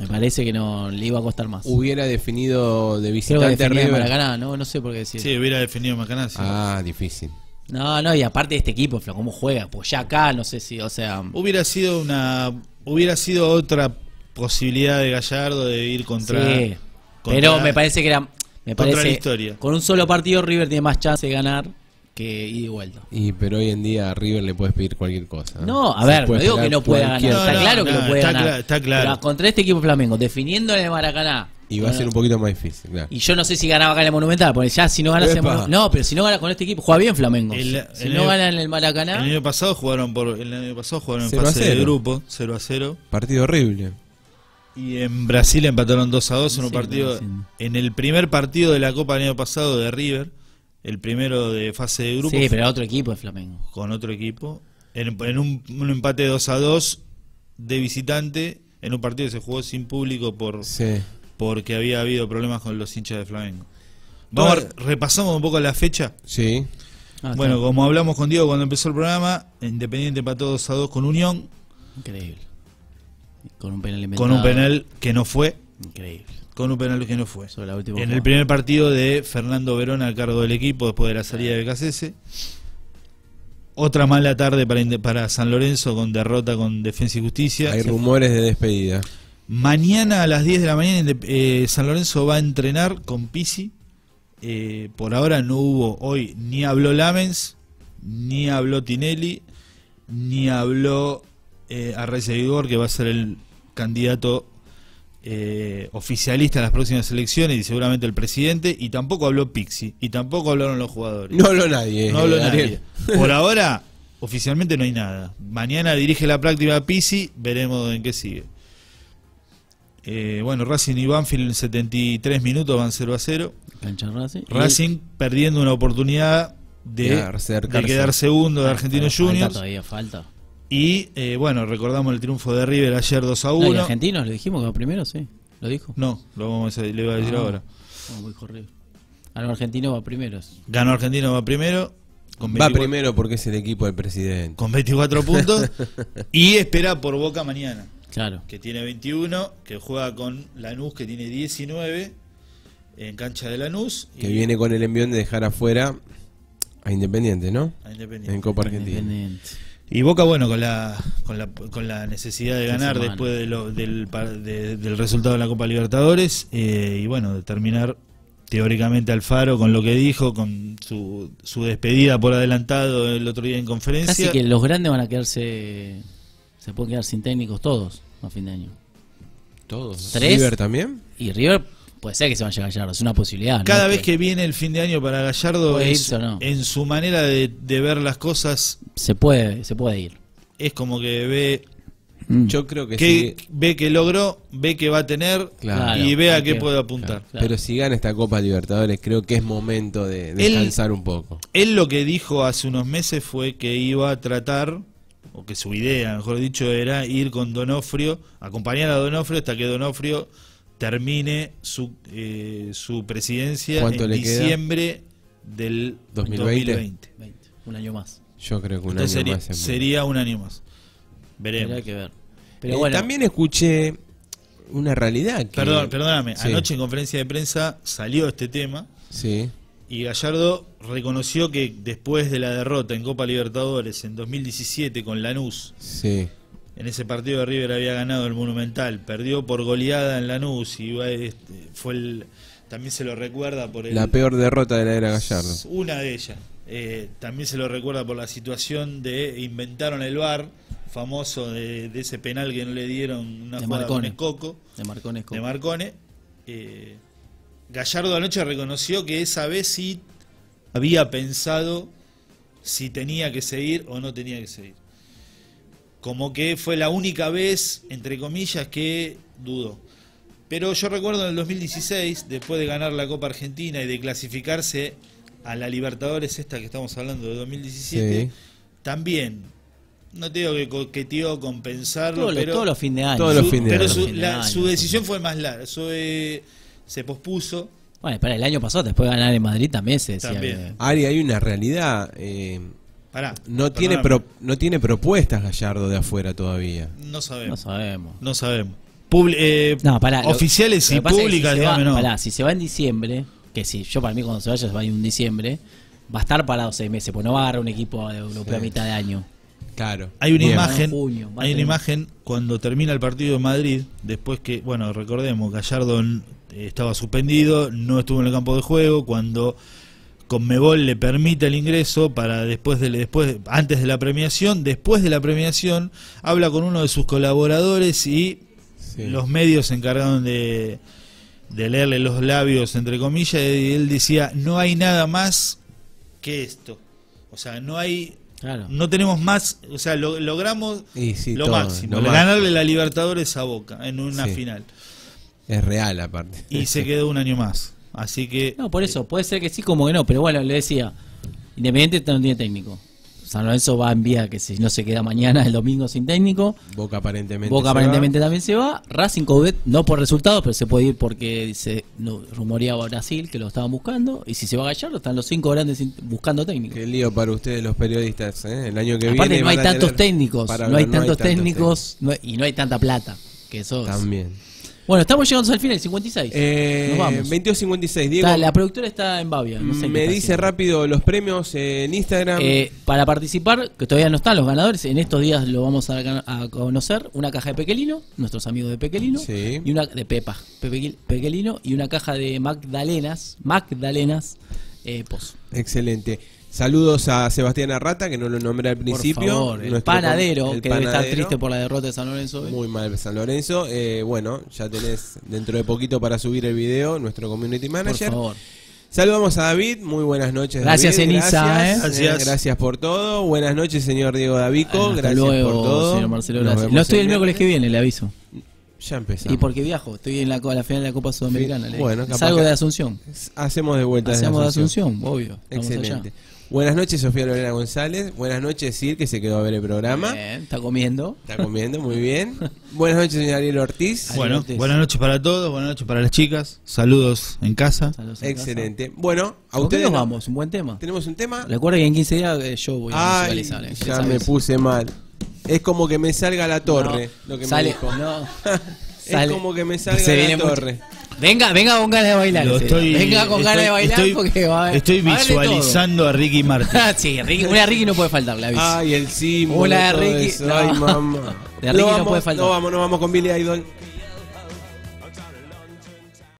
S2: me parece que no le iba a costar más
S1: Hubiera definido de
S2: creo que
S1: visitante a
S2: definía el
S1: River.
S2: Maracaná no no sé por qué decir
S3: Sí, hubiera definido Macaná. sí.
S1: Ah, difícil.
S2: no no y aparte de este equipo Fla, cómo juega pues ya acá no sé si o sea
S3: Hubiera sido una. Hubiera sido otra posibilidad de Gallardo de ir contra.
S2: sí,
S3: contra-
S2: pero me parece que era me
S3: contra
S2: parece
S3: la historia.
S2: con un solo partido River tiene más chance de ganar que ida y vuelta
S1: Y pero hoy en día a River le puedes pedir cualquier cosa.
S2: No, a
S1: Se
S2: ver, no
S1: puede
S2: digo que
S1: esperar
S2: no pueda ganar.
S1: cualquier-
S2: Está
S3: No, no,
S2: claro que
S3: no,
S2: lo puede
S3: está
S2: ganar.
S3: cla- está claro.
S2: Pero contra este equipo Flamengo, definiendo en el Maracaná.
S1: Y va a
S2: bueno,
S1: ser un poquito más difícil, claro.
S2: Y yo no sé si ganaba acá en el Monumental, porque ya si no ganas en el
S1: Epa.
S2: Monumental- No, pero si no gana con este equipo, juega bien Flamengo.
S3: El-
S2: si
S3: el
S2: no
S3: año-
S2: gana en el
S3: El
S2: Maracaná,
S3: año pasado jugaron por. El año pasado jugaron en
S1: Cero a
S3: fase de
S1: cero.
S3: grupo, 0 a 0.
S1: Partido horrible.
S3: Y en Brasil empataron 2 a 2 en un
S2: Sí,
S3: partido.
S2: sí.
S3: En el primer partido de la Copa del año pasado de River, el primero de fase de grupo,
S2: sí, pero otro equipo de Flamengo.
S3: con otro equipo. En, en un, un empate 2 a 2 de visitante, en un partido que se jugó sin público por,
S1: Sí.
S3: porque había habido problemas con los hinchas de Flamengo. Vamos,
S1: Ahora-
S3: repasamos un poco la fecha.
S1: Sí.
S2: Ah,
S3: bueno, como hablamos con Diego cuando empezó el programa, Independiente empató 2 a 2 con Unión,
S2: está increíble. Con un penal inventado.
S3: con un penal que no fue,
S2: Increíble.
S3: con un penal que no fue.
S2: Sobre la última
S3: En
S2: jugada.
S3: el primer partido de Fernando Verón a cargo del equipo después de la salida de Becasese. Otra mala tarde para, Inde- para San Lorenzo con derrota con Defensa y Justicia.
S1: Hay rumores de despedida.
S3: Mañana a las 10 de la mañana Inde- eh, San Lorenzo va a entrenar con Pisi. Eh, por ahora no hubo hoy ni habló Lamens, ni habló Tinelli, ni habló eh, Arraiza de Vigor, que va a ser el candidato eh, oficialista en las próximas elecciones y seguramente el presidente. Y tampoco habló Pixi, y tampoco hablaron los jugadores.
S1: No habló nadie.
S3: No habló
S1: Eh, Ariel.
S3: nadie. Por ahora, oficialmente no hay nada. Mañana dirige la práctica Pisi, veremos en qué sigue. Eh, bueno, Racing y Banfield en 73 minutos van 0 a 0.
S2: Cancha Racing. Y-
S3: Racing perdiendo una oportunidad
S1: De
S3: de,
S1: acercarse.
S3: de quedar segundo de
S2: Ah,
S3: Argentinos
S2: falta
S3: Juniors.
S2: Todavía falta.
S3: Y eh, bueno, recordamos el triunfo de River ayer 2 a
S2: No, y
S3: 1.
S2: argentinos, le dijimos que va primero, sí. Lo dijo.
S3: No, lo vamos a, le iba a decir
S2: Ah.
S3: ahora.
S2: Oh, muy corrido. Ah, no, argentino va primero.
S3: Ganó Argentino, va primero. Con
S1: Va
S3: 24
S1: primero porque es el equipo del presidente.
S3: Con 24 puntos. y espera por Boca mañana.
S2: Claro.
S3: que tiene 21, que juega con Lanús, que tiene 19, en cancha de Lanús.
S1: Que viene con el envión de dejar afuera a Independiente, ¿no?
S3: a Independiente.
S1: En Copa Argentina.
S2: Independiente.
S3: Y Boca, bueno, con la, con la, con la necesidad de
S2: Esta
S3: ganar
S2: semana.
S3: después de lo- del, par- de- del resultado de la Copa Libertadores, eh, y bueno, de terminar teóricamente Alfaro con lo que dijo, con su, su despedida por adelantado el otro día en
S2: Casi
S3: conferencia.
S2: que los grandes van a quedarse. Se pueden quedar sin técnicos todos a fin de año.
S1: Todos.
S2: Tres.
S1: River también.
S2: Y River puede ser que se vaya a Gallardo, es una posibilidad. ¿no?
S3: Cada vez que viene el fin de año para Gallardo,
S2: Puede
S3: en
S2: irse
S3: su-
S2: o no.
S3: en su manera de- de ver las cosas,
S2: Se puede, se puede ir.
S3: es como que ve
S2: Mm.
S1: Yo creo que,
S3: que
S1: sí.
S3: ve que logró, ve que va a tener
S1: Claro.
S3: y ve a
S2: hay
S3: qué
S2: que-
S3: puede apuntar.
S2: claro.
S1: Pero si gana esta Copa Libertadores, creo que es momento de descansar un poco.
S3: Él lo que dijo hace unos meses fue que iba a tratar, o que su idea, mejor dicho, era ir con Donofrio, acompañar a Donofrio hasta que Donofrio termine su, eh, su presidencia
S1: ¿Cuánto
S3: en
S1: le queda?
S3: diciembre del
S1: 2020.
S3: 2020.
S2: 20, un año más.
S1: Yo creo que un
S3: Entonces
S1: año
S3: sería,
S1: más es muy-
S3: sería un año más. Veremos.
S2: Pero hay que ver. Pero
S1: Eh,
S2: bueno,
S1: También escuché una realidad. que-
S3: Perdón, perdóname.
S1: Sí,
S3: Anoche en conferencia de prensa salió este tema.
S1: Sí.
S3: Y Gallardo reconoció que después de la derrota en Copa Libertadores en 2017 con Lanús,
S1: Sí.
S3: en ese partido de River había ganado el Monumental, perdió por goleada en Lanús y va, este, fue el, también se lo recuerda por el,
S1: La peor derrota de la era Gallardo.
S3: una de ellas. Eh, también se lo recuerda por la situación de inventaron el bar famoso de, de ese penal que no le dieron una
S2: De
S3: jugada con
S2: Marcone.
S3: Escoco,
S2: De Marcones.
S3: de Marcone. Eh, Gallardo anoche reconoció que esa vez sí había pensado si tenía que seguir o no tenía que seguir. Como que fue la única vez, entre comillas, que dudó. Pero yo recuerdo en el 2016, después de ganar la Copa Argentina y de clasificarse a la Libertadores, esta que estamos hablando de 2017,
S1: Sí.
S3: también, no te digo que coqueteó con pensarlo,
S2: Todos los,
S3: pero
S2: todos los fin de año.
S1: Todos los
S3: su-
S1: fines de
S3: pero
S1: año.
S3: su,
S2: Fines de
S3: la-
S2: año,
S3: su
S2: sí.
S3: decisión fue más larga, su, eh, se pospuso.
S2: Bueno, para el año pasado, después de ganar en Madrid también se decía.
S3: También.
S1: Ari, hay una realidad. eh,
S3: Pará,
S1: no, tiene
S3: perdóname,
S1: pro- no tiene propuestas Gallardo de afuera todavía.
S3: No
S2: que no
S3: sabemos.
S2: sabemos.
S3: No sabemos. Publi- eh,
S2: No, pará, lo-
S3: oficiales
S2: lo
S3: y
S2: que pasa es que si
S3: públicas,
S2: se
S3: digamos,
S2: va-
S3: no.
S2: pará, si se va en diciembre, que si yo para mí cuando se vaya se va en un diciembre, va a estar parado seis meses, pues no va a agarrar un equipo de europeo a
S1: Sí.
S2: mitad de año.
S1: Claro.
S3: Hay una
S1: Bien.
S3: imagen,
S2: Junio, va a
S3: hay una
S2: tener-
S3: imagen cuando termina el partido de Madrid, después que, bueno, recordemos, Gallardo n- eh, estaba suspendido, no estuvo en el campo de juego, cuando Conmebol le permite el ingreso para después de después antes de la premiación, después de la premiación habla con uno de sus colaboradores y
S1: Sí.
S3: los medios se encargaron de, de leerle los labios, entre comillas, y él decía, no hay nada más que esto. O sea, no hay...
S2: Claro.
S3: No tenemos más, o sea, lo- logramos
S1: Y sí,
S3: lo
S1: todo,
S3: máximo,
S1: lo
S3: ganarle la Libertadores a Boca en una
S1: Sí.
S3: final.
S1: Es real, aparte.
S3: Y se quedó un año más. Así que
S2: No, por eso, puede ser que sí, como que no, pero bueno, le decía, Independiente no tiene técnico. San Lorenzo va en vía que si no se queda mañana el domingo sin técnico.
S1: Boca aparentemente. se
S2: Boca
S1: va.
S2: aparentemente también se va. Racing Coudet, no por resultados, pero se puede ir porque se no, rumoreaba Brasil que lo estaban buscando. Y si se va a Gallardo, están los cinco grandes in- buscando técnico.
S1: Qué lío para ustedes los periodistas, ¿eh? El año que
S2: Aparte,
S1: viene.
S2: no hay
S1: van a
S2: tantos
S1: tener-
S2: técnicos,
S1: para
S2: no hay
S1: hablar,
S2: tantos técnicos no hay- y no hay tanta plata. Que eso es-
S1: técnicos. También.
S2: Bueno, estamos llegando al final, el 56.
S1: Eh,
S2: Nos vamos.
S1: 22.56, Diego.
S2: Está- la productora está en Babia. no sé qué
S1: me
S2: está
S1: dice
S2: haciendo.
S1: rápido los premios en Instagram.
S2: Eh, para participar, que todavía no están los ganadores, en estos días lo vamos a, gan- a conocer, una caja de Pequelino, nuestros amigos de Pequelino,
S1: Sí.
S2: y una de Pepa, Pepe- Pequelino, y una caja de Magdalenas, Magdalenas eh, Pozo.
S1: Excelente. Saludos a Sebastián Arrata, que no lo nombré al principio.
S2: por favor, el
S1: Nuestro
S2: panadero,
S1: com- el
S2: que debe estar
S1: panadero.
S2: triste por la derrota de San Lorenzo. eh, hoy.
S1: Muy mal San Lorenzo. Eh, bueno, ya tenés dentro de poquito para subir el video, nuestro community
S2: por
S1: manager.
S2: favor.
S1: Saludamos a David, muy buenas noches.
S2: Gracias,
S1: David.
S2: Ceniza,
S1: Gracias.
S2: ¿eh?
S3: Gracias.
S1: gracias por todo. Buenas noches, señor Diego Davico.
S2: Hasta
S1: gracias
S2: luego,
S1: por todo.
S2: señor Marcelo,
S1: Nos
S2: gracias.
S1: vemos
S2: No estoy el
S1: el
S2: miércoles que viene, le aviso.
S1: Ya empezamos.
S2: Y porque viajo, estoy en la, co- a la final de la Copa Sudamericana. le digo.
S1: Bueno, capaz
S2: Salgo
S1: que-
S2: de Asunción.
S1: Hacemos de vuelta. desde
S2: Hacemos de Asunción, obvio. estamos allá.
S1: Excelente. Buenas noches, Sofía Lorena González. Buenas noches, Sir, que se quedó a ver el programa.
S2: Bien, está comiendo.
S1: Está comiendo, muy bien. Buenas noches, señor Ariel Ortiz.
S3: bueno,
S2: Alientes.
S3: buenas noches para todos, buenas noches para las chicas, saludos en casa.
S2: Saludos en casa.
S1: Excelente. Bueno, a
S2: ¿Con qué
S1: ustedes
S2: nos
S1: no-
S2: vamos? Un buen tema.
S1: Tenemos un tema.
S2: Recuerda que en 15 días eh, yo voy a
S1: Ay,
S2: musicalizar, eh, que
S1: ya
S2: les
S1: me
S2: aviso.
S1: puse mal. Es como que me salga la
S2: No,
S1: torre, lo que
S2: sale,
S1: me dijo.
S2: no,
S1: Es
S2: sale.
S1: como que me salga
S2: Se
S1: la
S2: viene mucho.
S1: torre.
S2: Venga, venga con ganas de bailar.
S3: Lo
S2: ese
S3: estoy-
S2: día. venga con ganas de
S3: estoy-
S2: bailar
S3: estoy-
S2: porque va a haber-
S3: Estoy
S2: va a haber de todo.
S3: visualizando a Ricky Martin.
S2: sí, Ricky, una Ricky no puede faltar, la aviso.
S1: Ah, Ay, el símbolo.
S2: Hola,
S1: todo
S2: Ricky.
S1: eso.
S2: No.
S1: Ay, mamá.
S2: De Ricky no
S1: vamos,
S2: puede faltar.
S1: No vamos, no vamos con Billy Idol.